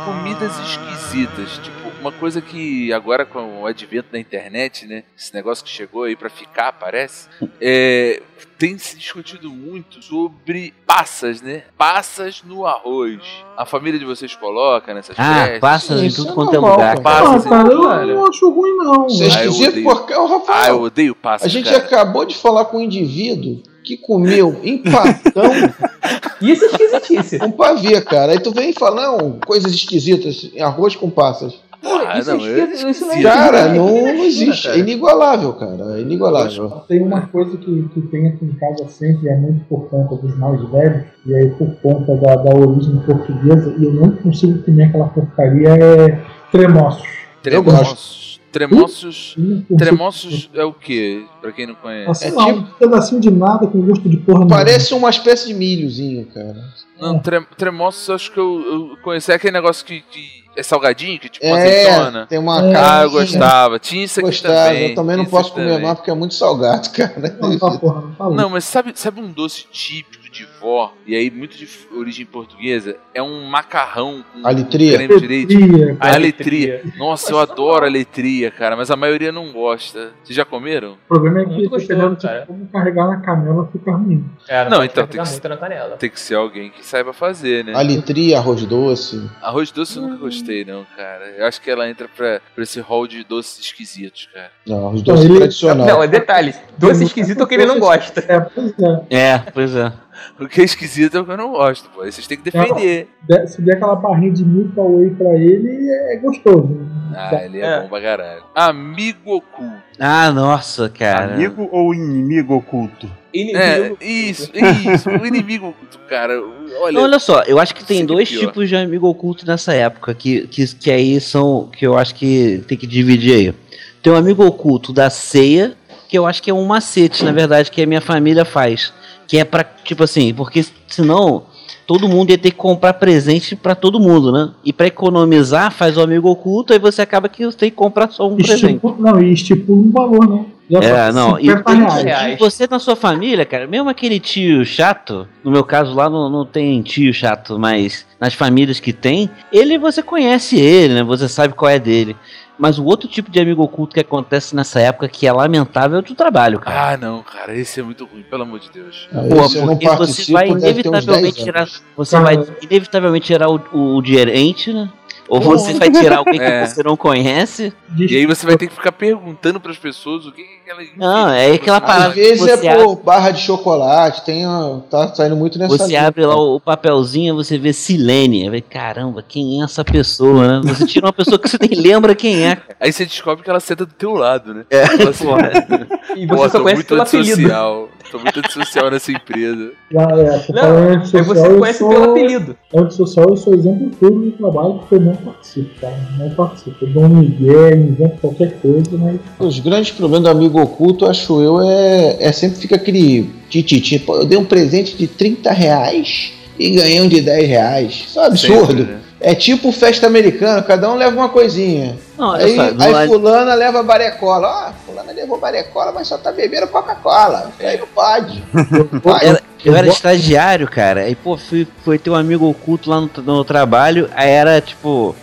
Speaker 1: Comidas esquisitas, tipo, uma coisa que agora com o advento da internet, né? Esse negócio que chegou aí pra ficar, parece. É, tem se discutido muito sobre passas, né? Passas no arroz. A família de vocês coloca nessas
Speaker 6: Ah,
Speaker 1: festas.
Speaker 6: passas em
Speaker 2: Isso
Speaker 6: tudo
Speaker 2: é
Speaker 6: quanto é
Speaker 2: normal, cara.
Speaker 6: lugar, cara.
Speaker 5: Ah,
Speaker 1: Passas em
Speaker 5: cara,
Speaker 1: tudo,
Speaker 5: eu
Speaker 1: olha.
Speaker 5: não acho ruim, não.
Speaker 2: Você é
Speaker 1: Ah, eu
Speaker 2: esquisito
Speaker 1: odeio.
Speaker 2: porque o
Speaker 1: Ah,
Speaker 2: Rafael.
Speaker 1: eu odeio passas.
Speaker 2: a gente é
Speaker 1: cara.
Speaker 2: acabou de falar com um indivíduo que comeu empatão
Speaker 4: Isso é esquisitice.
Speaker 2: com Um pavê, cara. Aí tu vem falar, não, coisas esquisitas, arroz com passas.
Speaker 1: Ah,
Speaker 4: isso,
Speaker 1: não,
Speaker 4: é
Speaker 1: eu-
Speaker 4: esquisito, isso não é
Speaker 2: Cara,
Speaker 4: esquisito,
Speaker 2: não,
Speaker 4: isso é esquisito,
Speaker 2: existe.
Speaker 4: cara.
Speaker 2: É inigualável, cara. É inigualável.
Speaker 5: Tem uma coisa que, que tem aqui em casa sempre, e é muito por conta dos mais velhos, e aí por conta da, da origem portuguesa, e eu não consigo comer aquela porcaria, é tremoços.
Speaker 1: Tremoços. Tremoços.
Speaker 5: Não consigo.
Speaker 1: Tremoços é o quê? Pra quem não conhece.
Speaker 5: Assim,
Speaker 2: é
Speaker 5: lá, um pedacinho de nada com gosto de porra nenhuma.
Speaker 2: Parece uma espécie de milhozinho, cara.
Speaker 1: Não, tre tremoços acho que eu, eu conheci. É aquele negócio que, que é salgadinho, que tipo uma
Speaker 2: É,
Speaker 1: azeitona.
Speaker 2: tem uma
Speaker 5: É.
Speaker 1: Ah,
Speaker 2: cara.
Speaker 1: eu gostava. Tinha isso aqui
Speaker 2: Gostava.
Speaker 1: também.
Speaker 2: Eu também não
Speaker 1: tinha
Speaker 2: posso
Speaker 1: isso
Speaker 2: comer
Speaker 1: também.
Speaker 2: mais porque é muito salgado, cara.
Speaker 5: Não, tá, porra, não tá
Speaker 1: Não, mas sabe, sabe um doce típico de vó, e aí muito de f- origem portuguesa? É um macarrão com
Speaker 2: Aletria.
Speaker 1: creme de leite.
Speaker 5: Petria,
Speaker 1: A Aletria. Nossa, eu adoro aletria, cara, mas a maioria não gosta. Vocês já comeram?
Speaker 5: O problema é que
Speaker 4: Muito gostoso,
Speaker 5: você pegando
Speaker 4: cara.
Speaker 5: tipo, como carregar na canela fica ruim.
Speaker 4: É,
Speaker 1: Não,
Speaker 4: pode
Speaker 1: então,
Speaker 4: carregar
Speaker 1: tem que-
Speaker 4: muito na canela.
Speaker 1: Tem que ser alguém que saiba fazer, né?
Speaker 2: Alitria, arroz doce.
Speaker 1: Arroz doce eu nunca gostei, não, cara. Eu acho que ela entra pra, pra esse hall de doces esquisitos, cara.
Speaker 2: Não, arroz doce
Speaker 5: Ele-
Speaker 2: tradicional.
Speaker 4: Não, é detalhe. Doce esquisito é o que ele não gosta.
Speaker 5: É, pois é.
Speaker 6: É, pois é.
Speaker 1: O que é esquisito é o que eu não gosto, pô. Aí Vocês têm que defender.
Speaker 5: De- Se der aquela barrinha de Milkway pra ele, é gostoso.
Speaker 1: Ah, ele é,
Speaker 4: É.
Speaker 1: bom pra caralho. Amigo oculto.
Speaker 6: Ah, nossa, cara.
Speaker 3: Amigo ou inimigo oculto?
Speaker 1: É, isso, isso. O inimigo oculto, cara. Olha,
Speaker 6: Não, olha só, eu acho que tem
Speaker 1: Sei que é
Speaker 6: dois
Speaker 1: pior.
Speaker 6: tipos de amigo oculto nessa época que, que, que aí são. que eu acho que tem que dividir aí. Tem um amigo oculto da ceia, que eu acho que é um macete, na verdade, que a minha família faz. Que é pra, tipo assim, porque senão todo mundo ia ter que comprar presente pra todo mundo, né? E pra economizar, faz o amigo oculto, aí você acaba que você tem que comprar só um presente.
Speaker 5: Estipula, não, e estipula um valor, né? Já
Speaker 6: É,
Speaker 5: tá
Speaker 6: não, e,
Speaker 5: 50 reais.
Speaker 6: e você na sua família, cara, mesmo aquele tio chato, no meu caso lá não, não tem tio chato, mas nas famílias que tem, ele você conhece ele, né? Você sabe qual é dele. Mas o outro tipo de amigo oculto que acontece nessa época que é lamentável é o do trabalho, cara.
Speaker 1: Ah, não, cara, esse é muito ruim, pelo amor de Deus.
Speaker 2: Ah,
Speaker 6: Pô,
Speaker 2: esse eu não
Speaker 6: porque você
Speaker 2: participo,
Speaker 6: vai
Speaker 2: deve ter uns 10
Speaker 6: inevitavelmente tirar,
Speaker 2: anos.
Speaker 6: você
Speaker 5: Cara.
Speaker 6: vai inevitavelmente tirar o, o gerente, né? Ou você vai tirar alguém
Speaker 1: É.
Speaker 6: que você não conhece.
Speaker 5: Diz-
Speaker 1: E aí você vai ter que ficar perguntando pras pessoas o que que aquela.
Speaker 6: Não, é aquela parada
Speaker 2: Às vezes
Speaker 6: você
Speaker 2: é por barra de chocolate, tem, a- tá saindo muito nessa
Speaker 6: Você
Speaker 2: linha.
Speaker 6: abre lá o papelzinho, você vê Silene. Aí, caramba, quem é essa pessoa, né? Você tira uma pessoa que você nem lembra quem é.
Speaker 1: Aí você descobre que ela senta do teu lado, né? É, assim,
Speaker 4: E
Speaker 1: Pô,
Speaker 4: você só
Speaker 1: tô
Speaker 4: conhece
Speaker 1: muito
Speaker 4: pelo
Speaker 6: né?"
Speaker 4: apelido.
Speaker 1: antissocial. Tô muito antissocial nessa empresa.
Speaker 5: Já é, por
Speaker 4: Não,
Speaker 5: falar em
Speaker 4: Aí
Speaker 5: antissocial,
Speaker 4: você
Speaker 5: eu
Speaker 4: conhece
Speaker 5: sou-
Speaker 4: pelo apelido.
Speaker 5: Antissocial, eu sou exemplo puro de trabalho porque eu não participo, cara. Não participo. Eu dou um migué, invento qualquer coisa, mas
Speaker 2: Os grandes problemas do amigo oculto, acho eu, é, é sempre fica aquele tititi. Pô, eu dei um presente de 30 reais e ganhei um de 10 reais. Isso é um absurdo.
Speaker 1: Sempre, né?
Speaker 2: É tipo festa americana, cada um leva uma coisinha.
Speaker 6: Não, olha
Speaker 2: Aí,
Speaker 6: só,
Speaker 2: aí
Speaker 6: não há-
Speaker 2: fulana leva barecola. Ó, fulana levou barecola, mas só tá bebendo Coca-Cola. Aí não pode. Não pode.
Speaker 6: era- eu era
Speaker 5: eu-
Speaker 6: estagiário, cara. Aí, pô, fui, foi ter um amigo oculto lá no, no trabalho. Aí era tipo.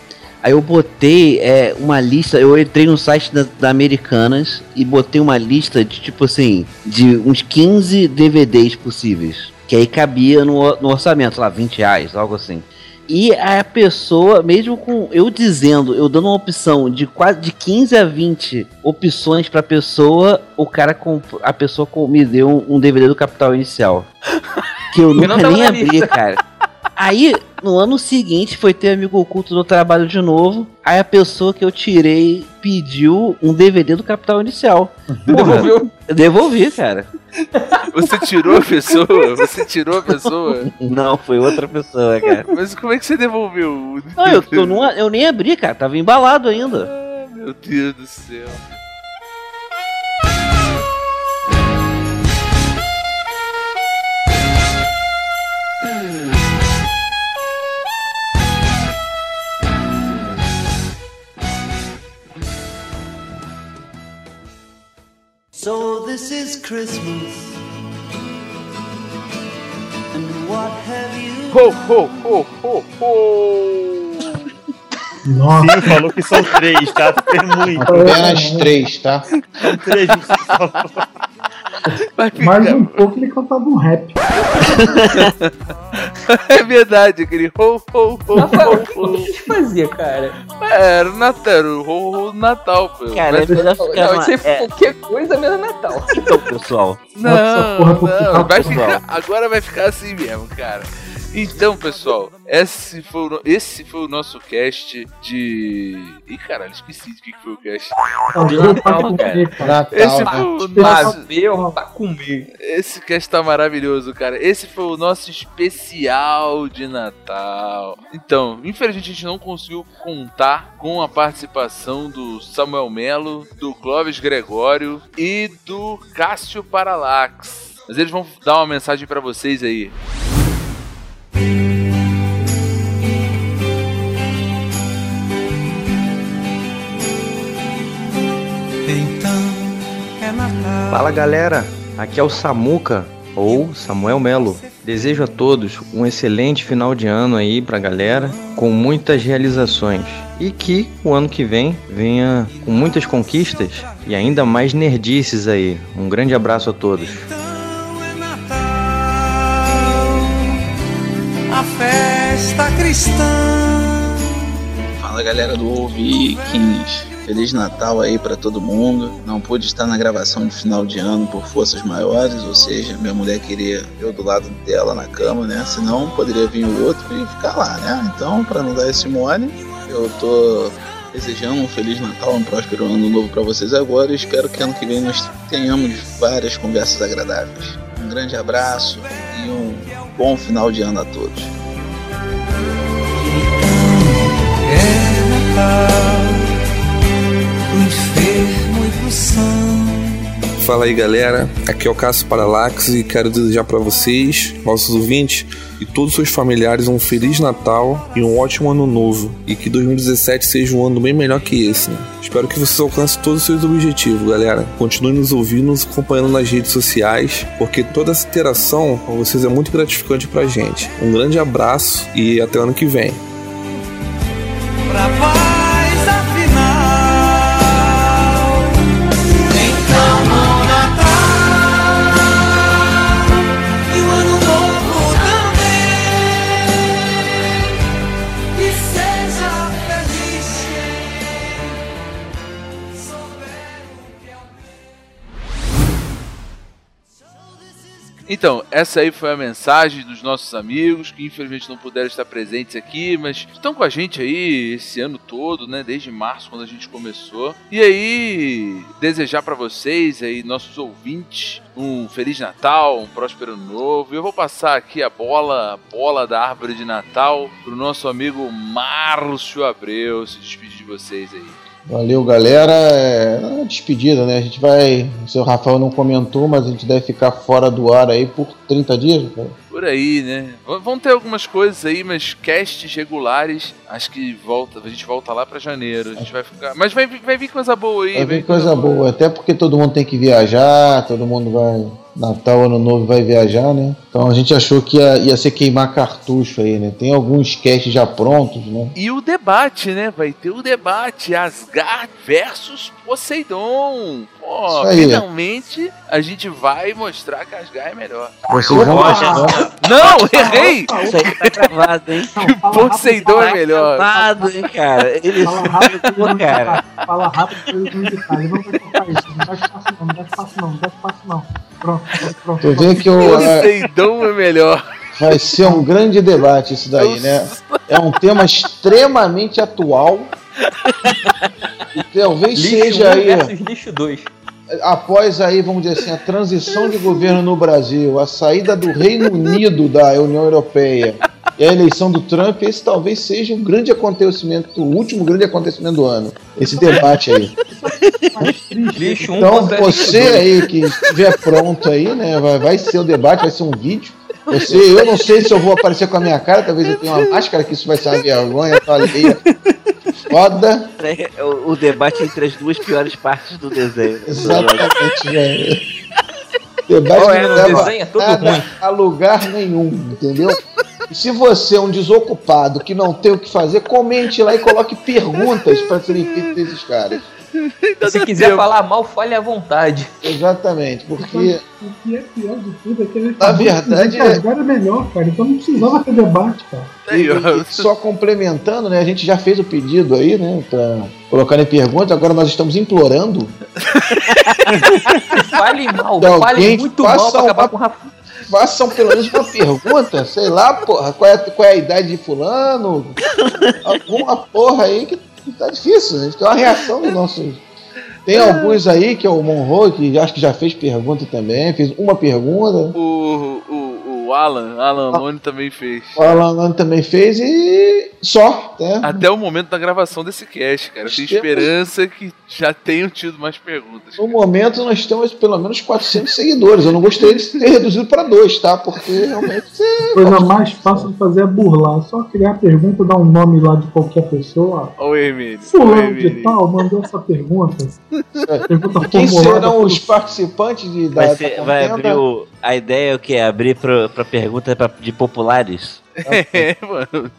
Speaker 6: Aí eu botei é, uma lista. Eu entrei no site da, da Americanas e botei uma lista de tipo assim. De uns 15 DVDs possíveis. Que aí cabia no, or- no orçamento, sei lá, 20 reais, algo assim. E a pessoa, mesmo com eu dizendo, eu dando uma opção de quase de 15 a 20 opções pra pessoa, o cara comp- a pessoa com- me deu um, um DVD do Capital Inicial. Que eu
Speaker 4: não
Speaker 6: nunca
Speaker 4: tava
Speaker 6: nem
Speaker 4: na
Speaker 6: abri, cara. Aí, no ano seguinte, foi ter amigo oculto no trabalho de novo. Aí a pessoa que eu tirei pediu um DVD do Capital Inicial. Porra,
Speaker 4: Devolveu.
Speaker 6: eu devolvi, cara.
Speaker 1: Você tirou a pessoa? Você tirou a pessoa?
Speaker 6: Não, foi outra pessoa, cara.
Speaker 1: Mas como é que você devolveu?
Speaker 6: Não, eu, eu, não, eu nem abri, cara. Tava embalado ainda.
Speaker 1: Meu Deus do céu.
Speaker 7: So this is Christmas. And what have you
Speaker 1: Ho, ho, ho, ho, ho.
Speaker 5: nossa,
Speaker 3: Sim, falou que são três, tá? Tem muito.
Speaker 2: Apenas três, tá?
Speaker 3: São três.
Speaker 1: Vai ficar-
Speaker 5: mais um pouco ele cantava um rap.
Speaker 1: É verdade, aquele ho, ho, ho,
Speaker 4: Rafael, é o
Speaker 1: ho, ho.
Speaker 4: que a gente fazia, cara?
Speaker 1: É, Era o Natal, era o ho, ho Natal, pô.
Speaker 6: Cara, é melhor ficar
Speaker 4: Não,
Speaker 6: uma...
Speaker 4: isso aí
Speaker 6: é,
Speaker 4: qualquer coisa menos Natal.
Speaker 6: então, pessoal.
Speaker 1: Não,
Speaker 5: Nossa, porra,
Speaker 1: não,
Speaker 5: por que
Speaker 1: vai
Speaker 5: tá
Speaker 1: ficar, agora vai ficar assim mesmo, cara. Então, pessoal, esse foi, o, no- esse foi o nosso cast de. Ih, caralho, esqueci de que que foi o cast.
Speaker 5: Cara, eu
Speaker 4: Natal,
Speaker 5: parto
Speaker 4: cara.
Speaker 5: comer, cara.
Speaker 2: Natal.
Speaker 1: Esse é
Speaker 2: né?
Speaker 1: foi o
Speaker 5: Especial.
Speaker 1: nosso.
Speaker 4: Meu, pra comer.
Speaker 1: Esse cast tá maravilhoso, cara. Esse foi o nosso especial de Natal. Então, infelizmente a gente não conseguiu contar com a participação do Samuel Melo, do Clóvis Gregório e do Cássio Paralax. Mas eles vão dar uma mensagem pra vocês aí.
Speaker 8: Fala galera, aqui é o Samuca ou Samuel Melo. Desejo a todos um excelente final de ano aí pra galera, com muitas realizações e que o ano que vem venha com muitas conquistas e ainda mais nerdices aí. Um grande abraço a todos.
Speaker 7: Então é Natal, a festa cristã.
Speaker 9: Fala galera do Ovikings, Feliz Natal aí pra todo mundo. Não pude estar na gravação de final de ano por forças maiores, ou seja, minha mulher queria eu do lado dela na cama, né? Senão poderia vir o outro e ficar lá, né? Então, pra não dar esse mole, eu tô desejando um feliz Natal, um próspero ano novo pra vocês agora e espero que ano que vem nós tenhamos várias conversas agradáveis. Um grande abraço e um bom final de ano a todos.
Speaker 7: É Natal, pro enfermo e pro são.
Speaker 10: Fala aí galera, aqui é o Cássio Paralax e quero desejar para vocês, nossos ouvintes e todos os seus familiares um Feliz Natal e um ótimo Ano Novo. E que 2017 seja um ano bem melhor que esse, né? Espero que vocês alcancem todos os seus objetivos, galera. Continue nos ouvindo, nos acompanhando nas redes sociais, porque toda essa interação com vocês é muito gratificante pra gente. Um grande abraço e até ano que vem.
Speaker 7: pra paz afinal. Então, bom Natal e o ano novo também. E seja feliz quem souber o que é o
Speaker 1: Então, essa aí foi a mensagem dos nossos amigos, que infelizmente não puderam estar presentes aqui, mas estão com a gente aí esse ano todo, né? Desde março, quando a gente começou. E aí, desejar pra vocês aí, nossos ouvintes, um Feliz Natal, um próspero ano novo. Eu vou passar aqui a bola, a bola da árvore de Natal, pro nosso amigo Márcio Abreu se despedir de vocês aí.
Speaker 2: Valeu, galera. É é uma despedida, né? A gente vai. O seu Rafael não comentou, mas a gente deve ficar fora do ar aí por 30 dias. cara.
Speaker 1: Por aí, né? V- Vão ter algumas coisas aí, mas casts regulares, acho que volta, a gente volta lá pra janeiro, a gente vai ficar, mas vai, vi- vai vir coisa boa aí,
Speaker 2: Vai vir coisa boa, até porque todo mundo tem que viajar, todo mundo vai. Natal, Ano Novo vai viajar, né? Então a gente achou que ia, ia ser queimar cartucho aí, né? Tem alguns casts já prontos, né?
Speaker 1: E o debate, né? Vai ter o debate Asgard versus Poseidon. Pô,
Speaker 2: Isso aí.
Speaker 1: finalmente a gente vai mostrar que Asgard é melhor.
Speaker 8: Vocês vão
Speaker 5: né?
Speaker 1: Não, errei!
Speaker 6: Isso aí tá gravado, hein?
Speaker 1: Poseidon é melhor.
Speaker 6: Gravado, hein, cara? Ele
Speaker 5: Fala rápido,
Speaker 6: Pô, cara.
Speaker 5: Fala rápido, depois não detalhe. Não vai cortar isso. Não dá espaço, não. Não dá espaço, não. Não dá espaço, não. Pronto, pronto.
Speaker 2: Tu vê que o, é,
Speaker 1: Poseidon é melhor.
Speaker 2: vai ser um grande debate isso daí, né? É um tema extremamente atual. E talvez
Speaker 4: Lixo
Speaker 2: seja
Speaker 4: 1
Speaker 2: aí.
Speaker 4: versus lixo 2.
Speaker 2: após aí, vamos dizer assim, a transição de governo no Brasil, a saída do Reino Unido da União Europeia e a eleição do Trump, esse talvez seja um grande acontecimento, o último grande acontecimento do ano, esse debate aí.
Speaker 4: Lixo 1
Speaker 2: Então
Speaker 4: contra
Speaker 2: você
Speaker 4: lixo 2.
Speaker 2: aí que estiver pronto aí, né, vai, vai ser o debate, vai ser um vídeo. Você, eu não sei se eu vou aparecer com a minha cara, talvez eu tenha uma máscara que isso vai ser uma vergonha, tá alheia. Foda,
Speaker 6: É O o debate entre as duas piores partes do desenho.
Speaker 2: exatamente, velho. Debate
Speaker 4: Qual
Speaker 2: que
Speaker 4: é?
Speaker 2: não
Speaker 4: No
Speaker 2: leva-
Speaker 4: desenho é tudo
Speaker 2: nada
Speaker 4: ruim.
Speaker 2: a lugar nenhum, entendeu? E se você é um desocupado que não tem o que fazer, comente lá e coloque perguntas para serem feitas desses caras.
Speaker 4: E Se quiser falar mal, fale à vontade.
Speaker 2: Exatamente, porque
Speaker 5: O que é pior de tudo é que ele
Speaker 2: Na verdade, é-
Speaker 5: Agora é melhor, cara. Então não precisava ter debate, cara.
Speaker 1: Aí, ó.
Speaker 2: só complementando, né? A gente já fez o pedido aí, né? Para colocar em pergunta, agora nós estamos implorando.
Speaker 4: Fale mal,
Speaker 2: Então, Alguém
Speaker 4: fale muito mal
Speaker 2: faça
Speaker 4: pra
Speaker 2: um-
Speaker 4: acabar com o Rafa.
Speaker 2: Façam pelo menos uma pergunta, sei lá, porra, qual é, qual é a idade de fulano? Alguma porra aí que tá difícil, né? Tem uma reação dos nossos. Tem alguns aí, que é o Monroe, que acho que já fez pergunta também, fez uma pergunta.
Speaker 1: O, o, o Alan, Alan Lone também fez.
Speaker 2: O Alan também fez e só, né?
Speaker 1: Até o momento da gravação desse cast, cara. Eu tenho
Speaker 2: Temos-
Speaker 1: esperança que já tenham tido mais perguntas.
Speaker 2: No momento nós temos pelo menos 400 seguidores. Eu não gostaria de ser reduzido para dois, tá? Porque realmente você
Speaker 5: A coisa mais fácil de fazer é burlar. É só criar a pergunta, dar um nome lá de qualquer pessoa.
Speaker 1: Olha o Hermílio. Olha o
Speaker 5: Fulano de
Speaker 1: Hermílio.
Speaker 5: tal mandou essa pergunta. Pergunta formulada.
Speaker 2: quem serão os
Speaker 5: por-
Speaker 2: participantes de, da,
Speaker 6: Vai,
Speaker 2: da
Speaker 6: ser- vai
Speaker 2: contenda?
Speaker 6: abrir o. A ideia é o que? Abrir pra, pra pergunta pra- de populares?
Speaker 1: É, mano.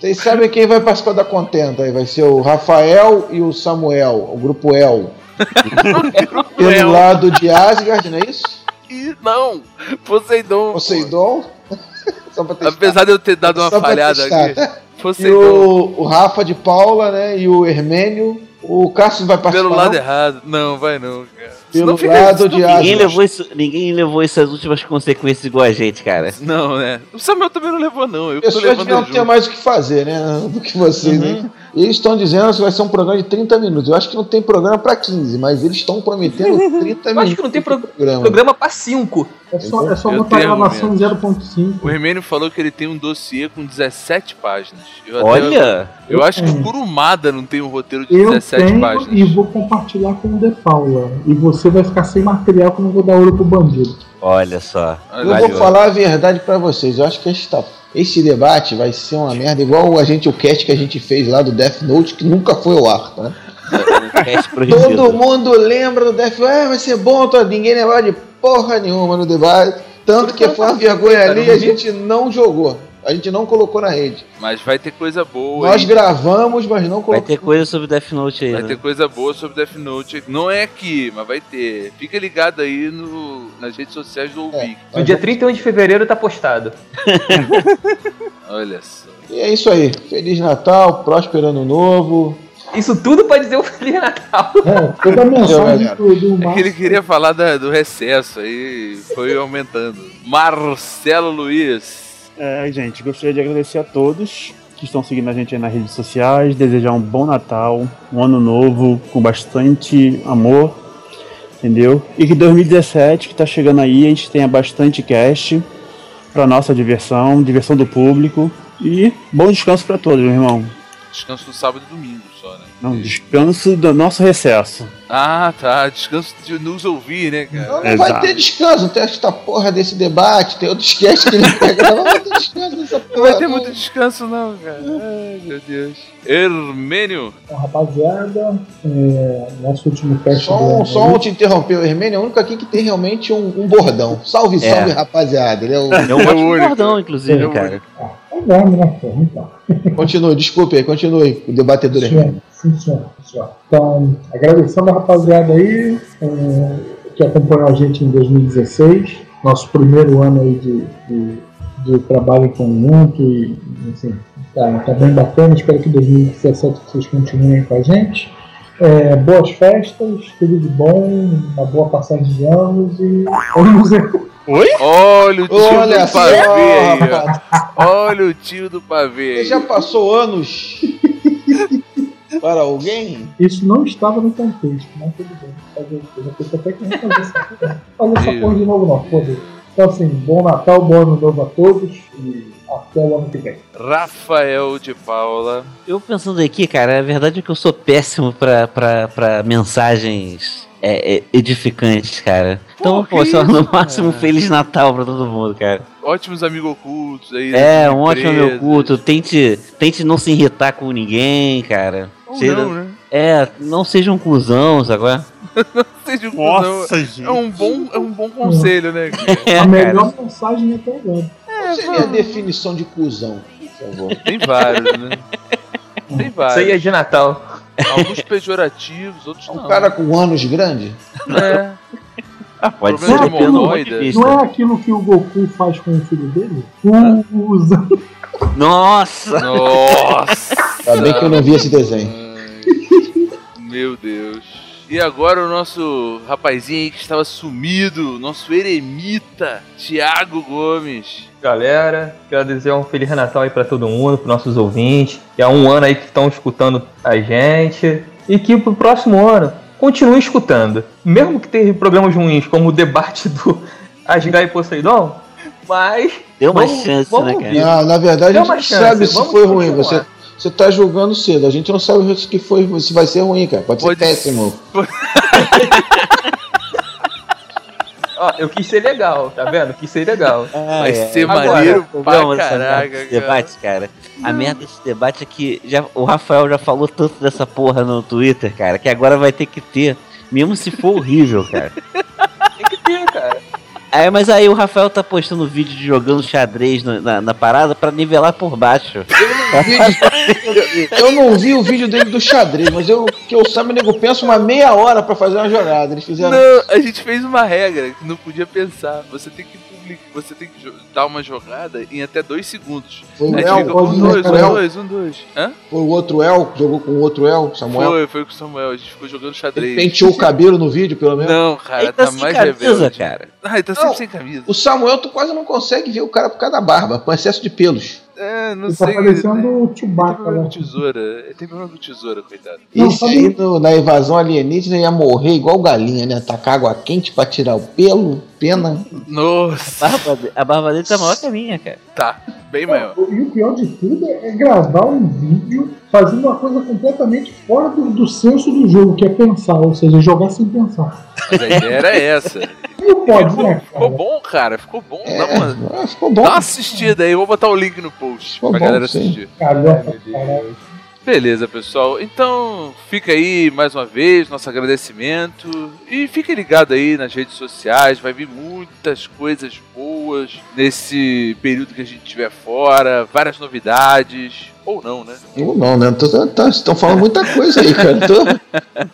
Speaker 2: Vocês sabem quem vai participar da contenta aí? Vai ser o Rafael e o Samuel, o grupo El. Pelo
Speaker 1: El.
Speaker 2: lado de Asgard, não é isso?
Speaker 1: E não, Poseidon.
Speaker 2: Poseidon. Só pra
Speaker 1: pô. Apesar de eu ter dado uma
Speaker 2: Só pra
Speaker 1: falhada
Speaker 2: testar.
Speaker 1: aqui. um
Speaker 2: E
Speaker 1: Poseidon.
Speaker 2: o, o Rafa de Paula, né? E o Hermênio. O Cássio vai participar.
Speaker 1: Pelo lado é
Speaker 2: não?
Speaker 1: errado. Não, vai não, cara.
Speaker 2: Pelo
Speaker 1: Senão fica-
Speaker 2: lado de
Speaker 6: Ninguém
Speaker 2: Asgard.
Speaker 6: levou, isso, ninguém levou essas últimas consequências igual a gente, cara.
Speaker 1: Não, né? O Samuel também não levou, não. Eu que tô
Speaker 2: pessoas
Speaker 1: levando
Speaker 2: deviam
Speaker 1: junto. Uhum.
Speaker 2: ter mais o que fazer, né? Do que vocês, né? Eles estão dizendo que vai ser um programa de 30 minutos. Eu acho que não tem programa pra 15, mas eles estão prometendo 30
Speaker 4: Eu
Speaker 2: minutos.
Speaker 4: acho que não tem pro-
Speaker 2: de programa.
Speaker 4: programa pra 5.
Speaker 5: É só, é só
Speaker 1: Eu
Speaker 5: botar a
Speaker 1: tenho
Speaker 5: gravação em
Speaker 1: O
Speaker 5: 0.5.
Speaker 1: Hermênio falou que ele tem um dossiê com 17 páginas. Eu até-
Speaker 6: Olha!
Speaker 1: eu acho que
Speaker 2: Hum.
Speaker 1: o Kurumada não tem um roteiro de
Speaker 5: Eu
Speaker 1: 17
Speaker 5: tenho
Speaker 1: páginas.
Speaker 5: e vou compartilhar com o De Paula. E você você vai ficar sem material que eu não vou dar ouro pro bandido.
Speaker 6: Olha só.
Speaker 2: Eu vou falar a verdade pra vocês. Eu acho que esta, esse debate vai ser uma merda igual a gente, o cast que a gente fez lá do Death Note, que nunca foi ao ar, tá?
Speaker 6: Cast proibido.
Speaker 2: Todo mundo lembra do Death Note. Ah, vai ser bom, tá? ninguém lembra de porra nenhuma no debate. Tanto que foi uma vergonha ali e a gente não jogou. A gente não colocou na rede.
Speaker 1: Mas vai ter coisa boa.
Speaker 2: Nós
Speaker 1: hein?
Speaker 2: gravamos, mas não
Speaker 6: Vai
Speaker 2: colocamos.
Speaker 6: ter coisa sobre Death Note aí.
Speaker 1: Vai
Speaker 6: né?
Speaker 1: ter coisa boa sobre Death Note. Não é aqui, mas vai ter. Fica ligado aí no, nas redes sociais
Speaker 2: É.
Speaker 1: do Ouvir.
Speaker 4: No dia 31 de fevereiro tá postado.
Speaker 1: Olha só.
Speaker 2: E é isso aí. Feliz Natal, próspero ano novo.
Speaker 4: Isso tudo pra dizer um Feliz Natal.
Speaker 5: É, toda a mensagem
Speaker 2: galera.
Speaker 5: do, do
Speaker 1: É que ele
Speaker 5: Marcos.
Speaker 1: queria falar da- do recesso aí, foi aumentando. Marcelo Luiz.
Speaker 3: É, gente, gostaria de agradecer a todos que estão seguindo a gente aí nas redes sociais, desejar um bom Natal, um ano novo com bastante amor, entendeu? E que 2017 que tá chegando aí, a gente tenha bastante cast para nossa diversão, diversão do público e bom descanso para todos, meu irmão.
Speaker 1: Descanso no sábado e domingo só, né?
Speaker 3: Não, descanso do nosso recesso.
Speaker 1: Ah, tá. Descanso de nos ouvir, né, cara?
Speaker 2: Não, não
Speaker 3: Exato.
Speaker 2: vai ter descanso. Tem esta porra desse debate, tem outros cast que não vai gravar. Não vai ter descanso nessa porra.
Speaker 1: Não vai ter muito descanso, não, cara. Ai, meu Deus. Hermênio.
Speaker 5: Então, rapaziada, é, nosso último teste
Speaker 2: Só um, só um te interromper, o Hermênio é o único aqui que tem realmente um, um bordão. Salve,
Speaker 6: É.
Speaker 2: salve, rapaziada. Ele é o...
Speaker 6: É um ótimo
Speaker 1: único.
Speaker 6: bordão, inclusive,
Speaker 1: É o
Speaker 6: cara.
Speaker 5: É nome, né, porra? Então.
Speaker 2: Continue, desculpe aí, continue, o debatedor Hermênio.
Speaker 5: Sim, sim, senhor. Sim, senhor. Então, agradecendo a rapaziada aí é, que acompanhou a gente em 2016, nosso primeiro ano aí de, de, de trabalho em conjunto e, enfim, tá, tá bem bacana. Espero que 2017 vocês continuem com a gente. É, boas festas, tudo de bom, uma boa passagem de anos e vamos ver.
Speaker 1: Olha o tio
Speaker 2: Olha
Speaker 1: do
Speaker 2: só,
Speaker 1: pavê aí, ó.
Speaker 2: rapaz,
Speaker 1: Olha o tio do pavê
Speaker 2: você
Speaker 1: aí.
Speaker 2: já passou anos para alguém?
Speaker 5: Isso não estava no contexto, mas tudo bem. um Fazer o quê? Já pensei até que não fazer essa porra. Fazer essa porra de novo, não, foda-se. Então, assim, bom Natal, bom ano novo a todos e até o ano que vem.
Speaker 1: Rafael de Paula.
Speaker 6: Eu pensando aqui, cara, a verdade é que eu sou péssimo pra, pra, pra mensagens é, é, edificantes, cara. Então,
Speaker 1: Pô,
Speaker 6: pô,
Speaker 1: que
Speaker 6: só no
Speaker 1: isso,
Speaker 6: máximo
Speaker 1: cara?
Speaker 6: Feliz Natal pra todo mundo, cara.
Speaker 1: Ótimos amigos ocultos aí. né?
Speaker 6: É,
Speaker 1: das
Speaker 6: um ótimo
Speaker 1: empresas.
Speaker 6: meu culto. Tente, tente não se irritar com ninguém, cara.
Speaker 1: Ou
Speaker 6: Seja-
Speaker 1: não, né?
Speaker 6: É, não seja um cuzão, sabe qual é?
Speaker 1: Seja um cuzão.
Speaker 3: Nossa, gente.
Speaker 1: É um bom, é um bom conselho, né? cara?
Speaker 6: É,
Speaker 5: a
Speaker 6: cara.
Speaker 5: melhor mensagem é até agora.
Speaker 2: Qual seria a definição de cuzão, por favor? É
Speaker 1: Tem vários, né? Tem
Speaker 4: Isso aí
Speaker 1: vários.
Speaker 4: é de Natal.
Speaker 1: Alguns pejorativos, outros
Speaker 2: Um
Speaker 1: não.
Speaker 2: cara com anos grande?
Speaker 1: É. Ah,
Speaker 6: Pode
Speaker 1: problema
Speaker 5: ser,
Speaker 1: de
Speaker 5: pelo
Speaker 1: monoida.
Speaker 6: amor de Deus.
Speaker 5: Não é aquilo que o Goku faz com o filho dele? Usa.
Speaker 6: é? Nossa!
Speaker 1: Nossa!
Speaker 2: Ainda bem que eu não vi esse desenho.
Speaker 1: Ai, Meu Deus. E agora o nosso rapazinho aí que estava sumido, nosso eremita, Tiago Gomes.
Speaker 4: Galera, quero desejar um Feliz Natal aí pra todo mundo, pros nossos ouvintes, que há um ano aí que estão escutando a gente. E que pro próximo ano continuem escutando. Mesmo que tenha programas ruins, como o debate do Asgai e Poseidon, mas
Speaker 6: Deu uma
Speaker 4: Vamos-
Speaker 6: chance,
Speaker 4: vamos
Speaker 6: né, cara?
Speaker 4: ouvir.
Speaker 2: Ah, na verdade,
Speaker 4: Dê
Speaker 2: a gente
Speaker 4: uma
Speaker 2: não
Speaker 4: chance,
Speaker 2: sabe se
Speaker 4: vamos
Speaker 2: foi ruim.
Speaker 4: continuar.
Speaker 2: Você, você tá julgando cedo. A gente não sabe se, que foi, se vai ser ruim, cara. Pode,
Speaker 1: Pode
Speaker 2: ser péssimo.
Speaker 4: ó, eu quis ser legal, tá vendo? Quis ser legal.
Speaker 1: Vai
Speaker 6: é.
Speaker 1: ser
Speaker 4: Agora,
Speaker 1: maneiro
Speaker 6: o problema
Speaker 1: pra
Speaker 6: dessa merda
Speaker 1: caraca,
Speaker 6: desse
Speaker 1: cara.
Speaker 6: debate, cara. A merda desse debate é que já, o Rafael já falou tanto dessa porra no Twitter, cara, que agora vai ter que ter, mesmo se for horrível, cara.
Speaker 4: Tem que ter, cara.
Speaker 6: Aí, mas aí o Rafael tá postando vídeo de jogando xadrez no- na, na parada pra nivelar por baixo.
Speaker 2: Eu não vi o vídeo dele do xadrez, mas eu que eu sabe, o nego pensa uma meia hora pra fazer uma jogada. Eles fizeram.
Speaker 1: Não, a gente fez uma regra que não podia pensar. Você tem que publicar, você tem que jo- dar uma jogada em até dois segundos.
Speaker 2: Foi
Speaker 1: A
Speaker 2: o
Speaker 1: gente
Speaker 2: El,
Speaker 1: ficou um,
Speaker 2: foi o
Speaker 1: dois, um,
Speaker 2: outro El,
Speaker 1: dois, um, dois. Hã?
Speaker 2: foi o outro El, jogou com o outro El, Samuel.
Speaker 1: Foi, foi com o Samuel, a gente ficou jogando
Speaker 2: Ele
Speaker 1: xadrez.
Speaker 2: penteou o cabelo no vídeo, pelo menos.
Speaker 1: Não, cara,
Speaker 6: Ele
Speaker 1: tá,
Speaker 6: tá sem
Speaker 1: mais
Speaker 6: camisa,
Speaker 1: rebelde.
Speaker 6: cara.
Speaker 1: Ah, ele tá sempre
Speaker 2: Não.
Speaker 1: sem camisa.
Speaker 2: O Samuel, tu quase não consegue ver o cara por causa da barba, com excesso de pelos.
Speaker 1: É, não
Speaker 5: Ele
Speaker 1: sei.
Speaker 5: tá
Speaker 2: um
Speaker 5: parecendo o
Speaker 1: Tem
Speaker 5: Chewbacca,
Speaker 1: problema
Speaker 5: né?
Speaker 1: com tesoura. Ele tem problema com tesoura, coitado.
Speaker 5: Não,
Speaker 2: Isso
Speaker 5: sabe-
Speaker 2: aí no- na invasão alienígena ia morrer igual galinha, né? Tacar água quente pra tirar o pelo, pena.
Speaker 1: Nossa,
Speaker 6: Barba de- A barba dele tá maior que a minha, cara.
Speaker 1: tá. Bem maior.
Speaker 5: E o pior de tudo é é gravar um vídeo fazendo uma coisa completamente fora do, do senso do jogo, que é pensar, ou seja, jogar sem pensar.
Speaker 1: Mas a ideia era essa.
Speaker 5: Não pode, né,
Speaker 1: Ficou
Speaker 5: cara?
Speaker 1: bom, cara. Ficou bom. Dá uma,
Speaker 2: Ah, ficou bom.
Speaker 1: dá uma assistida aí. Vou botar o link no post
Speaker 2: Ficou
Speaker 1: pra
Speaker 2: bom,
Speaker 1: galera
Speaker 2: sim.
Speaker 1: assistir.
Speaker 5: Carioca, cara.
Speaker 1: Beleza, pessoal. Então, fica aí mais uma vez nosso agradecimento. E fique ligado aí nas redes sociais. Vai vir muitas coisas boas nesse período que a gente estiver fora. Várias novidades. Ou não, né?
Speaker 2: Ou não, né? Tô- tô- tô- Estão falando muita coisa aí, cara. Tô-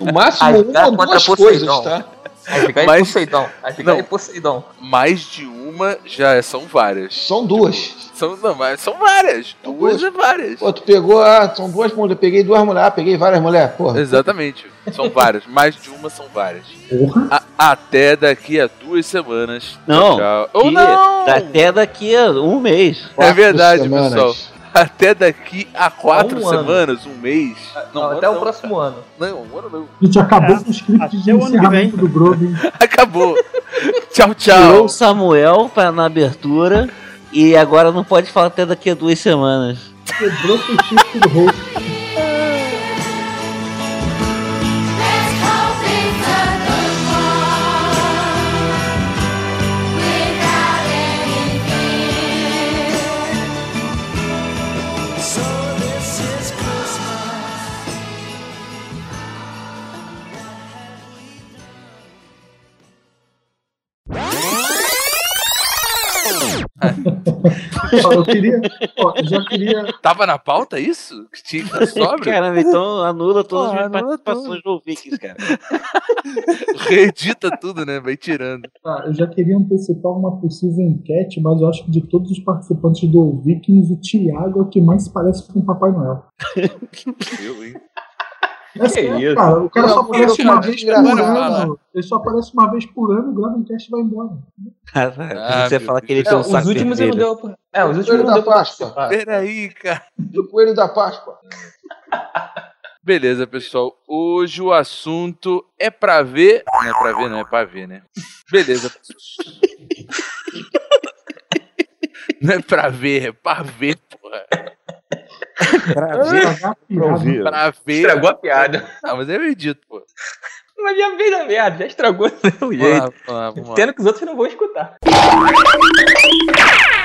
Speaker 2: no máximo
Speaker 4: Aí
Speaker 2: uma
Speaker 4: dá
Speaker 2: ou
Speaker 4: conta
Speaker 2: duas
Speaker 4: pro
Speaker 2: coisas,
Speaker 4: Seidão.
Speaker 2: tá?
Speaker 4: Vai ficar
Speaker 1: Mas-
Speaker 4: em Poseidon. Vai ficar
Speaker 1: Não.
Speaker 4: em Poseidon.
Speaker 1: Mais de uma já são várias.
Speaker 2: São duas.
Speaker 1: São, não, mas são várias. Duas é várias.
Speaker 2: Pô, tu pegou, ah, são duas mulheres. Eu peguei duas mulheres, ah, peguei várias mulheres,
Speaker 1: tá.
Speaker 2: porra.
Speaker 1: É Exatamente. São várias. Mais de uma são várias.
Speaker 5: Porra.
Speaker 1: A- até daqui a duas semanas.
Speaker 6: Não.
Speaker 1: Tchau. Ou
Speaker 6: E
Speaker 1: não!
Speaker 6: tá Até daqui a um mês.
Speaker 1: É
Speaker 2: Quatro
Speaker 1: verdade,
Speaker 2: semanas.
Speaker 1: pessoal. Até daqui a quatro
Speaker 4: A um ano.
Speaker 1: semanas, um mês.
Speaker 4: Não,
Speaker 1: um ano
Speaker 4: até
Speaker 1: não,
Speaker 4: o próximo ano.
Speaker 1: cara. Não, um ano não.
Speaker 5: A gente acabou com o script de
Speaker 3: até o ano que
Speaker 5: encerramento do Groben.
Speaker 1: Acabou. tchau,
Speaker 6: Tirou
Speaker 1: tchau.
Speaker 6: o Samuel pra, na abertura e agora não pode falar até daqui a duas semanas.
Speaker 5: Quebrou o script do host.
Speaker 7: Let's hope it's a good one without any fear. So this is Christmas.
Speaker 5: Ó, Eu queria, ó, eu já queria
Speaker 1: Tava na pauta isso? Que tinha que estar sóbrio?
Speaker 6: Caramba, então anula todas
Speaker 1: Porra,
Speaker 6: as minhas
Speaker 1: anula
Speaker 6: participações no Vikings, cara.
Speaker 1: Reedita tudo, né? Vai tirando.
Speaker 5: Ah, eu já queria antecipar uma possível enquete, mas eu acho que de todos os participantes do Vikings, o Thiago é o que mais se parece com o Papai Noel.
Speaker 1: Eu, hein?
Speaker 5: É sério,
Speaker 4: isso?
Speaker 5: cara. O cara
Speaker 2: Não,
Speaker 5: só
Speaker 4: assim,
Speaker 5: aparece
Speaker 2: cara,
Speaker 5: uma vez por
Speaker 2: cara,
Speaker 5: ano. Ele só aparece uma vez por ano, grava um cast e vai embora.
Speaker 6: Ah, tá.
Speaker 1: Ah,
Speaker 6: você
Speaker 1: meu
Speaker 6: fala que ele
Speaker 1: Deus.
Speaker 6: tem um
Speaker 4: É, os
Speaker 6: saco
Speaker 4: últimos eu
Speaker 6: vermelho.
Speaker 4: não deu pra... É, os últimos
Speaker 2: Coelho
Speaker 4: não
Speaker 2: da
Speaker 4: deu pra
Speaker 2: Páscoa.
Speaker 4: participar.
Speaker 1: Peraí, cara.
Speaker 2: Do coelho da Páscoa.
Speaker 1: Beleza, pessoal. Hoje o assunto é pra ver. Não é pra ver, não é pra ver, né? Beleza. Não é pra ver, é pra ver, porra. É
Speaker 5: Estragar a piada.
Speaker 1: Pra ver.
Speaker 4: Estragou a piada.
Speaker 1: Ah, mas eu edito, pô.
Speaker 4: Mas já veio da merda, já estragou o
Speaker 1: Vamos
Speaker 4: jeito.
Speaker 1: lá, vamos lá, vamos lá.
Speaker 4: Entendo que os outros não vão escutar.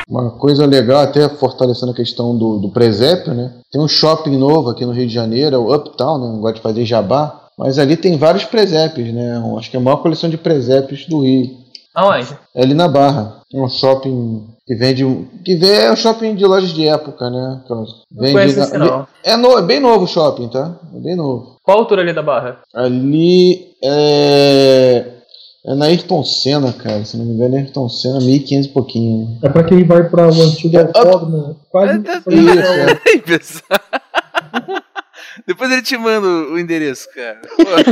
Speaker 2: Uma coisa legal, até fortalecendo a questão do, do presépio, né? Tem um shopping novo aqui no Rio de Janeiro, é o Uptown, né? Não gosto de fazer jabá. Mas ali tem vários presépios, né? Eu Acho que é a maior coleção de presépios do Rio.
Speaker 4: Aonde?
Speaker 2: É ali na Barra. É um shopping que vende. Que vê, é um shopping de lojas de época, né? Aquelas-
Speaker 4: Não
Speaker 2: Vende
Speaker 4: conheço
Speaker 2: na-
Speaker 4: esse não.
Speaker 2: É, no- é bem novo o shopping, tá? É bem novo.
Speaker 4: Qual a altura ali da barra?
Speaker 2: Ali é. É na Ayrton Senna, cara. Se não me engano, é Ayrton Senna, 1500 e pouquinho. né?
Speaker 5: É pra quem vai pra o antigo autódromo, quase.
Speaker 2: Isso, é.
Speaker 1: Ei, pessoal. Depois ele te manda o endereço, cara. Pô,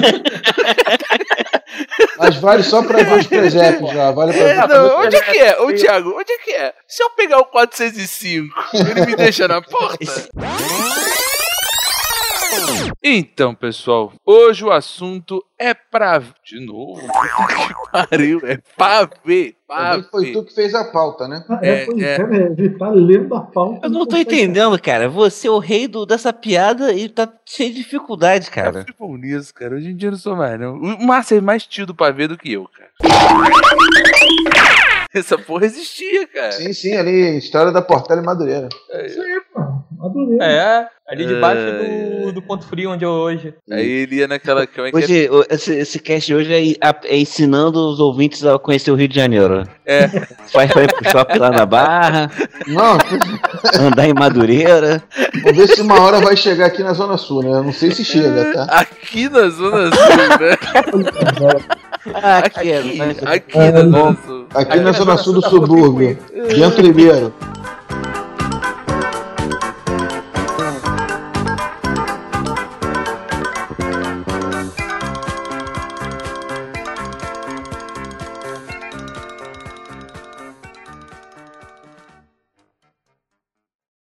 Speaker 2: Mas vale só pra ver os presépios já. Vale pra
Speaker 1: é,
Speaker 2: ver.
Speaker 1: não, onde é que é? Ô, Thiago, onde é que é? Se eu pegar o 405, ele me deixa na porta? Então, pessoal, hoje o assunto é pra... De novo? Puta que pariu, é pra ver. Pra
Speaker 2: Também Foi
Speaker 1: ver.
Speaker 2: tu que fez a pauta, né?
Speaker 5: Ah,
Speaker 1: É,
Speaker 5: é, pois
Speaker 1: é.
Speaker 5: é, né? Ele tá lendo a pauta.
Speaker 6: Eu não tô
Speaker 5: consegue-
Speaker 6: entendendo, cara. Você é o rei do- dessa piada e tá cheio de dificuldade,
Speaker 1: Cara,
Speaker 6: cara.
Speaker 1: fui bom nisso, cara. Hoje em dia eu não sou mais, não. O Márcio é mais tio do pavê do que eu, cara. Essa porra existia, cara.
Speaker 2: Sim, sim, ali, história da Portela e Madureira.
Speaker 5: Isso aí, mano. Adorei.
Speaker 4: É, ali debaixo
Speaker 1: É.
Speaker 4: do, do ponto frio onde é hoje.
Speaker 1: Aí ele ia naquela. Como é que
Speaker 6: Hoje, o- esse, esse cast hoje é, é ensinando os ouvintes a conhecer o Rio de Janeiro.
Speaker 1: É.
Speaker 6: Faz pra ir pro shopping lá na Barra,
Speaker 2: Não,
Speaker 6: andar em Madureira.
Speaker 2: vamos ver se uma hora vai chegar aqui na Zona Sul, né? Eu Não sei se
Speaker 1: é
Speaker 2: chega, tá?
Speaker 1: Aqui na Zona Sul, né?
Speaker 6: Ah,
Speaker 1: Aqui,
Speaker 6: que é, né?
Speaker 1: aqui na Zona Sul.
Speaker 2: é
Speaker 1: tá
Speaker 2: Aqui na Zona Sul do subúrbio. Jean Primeiro.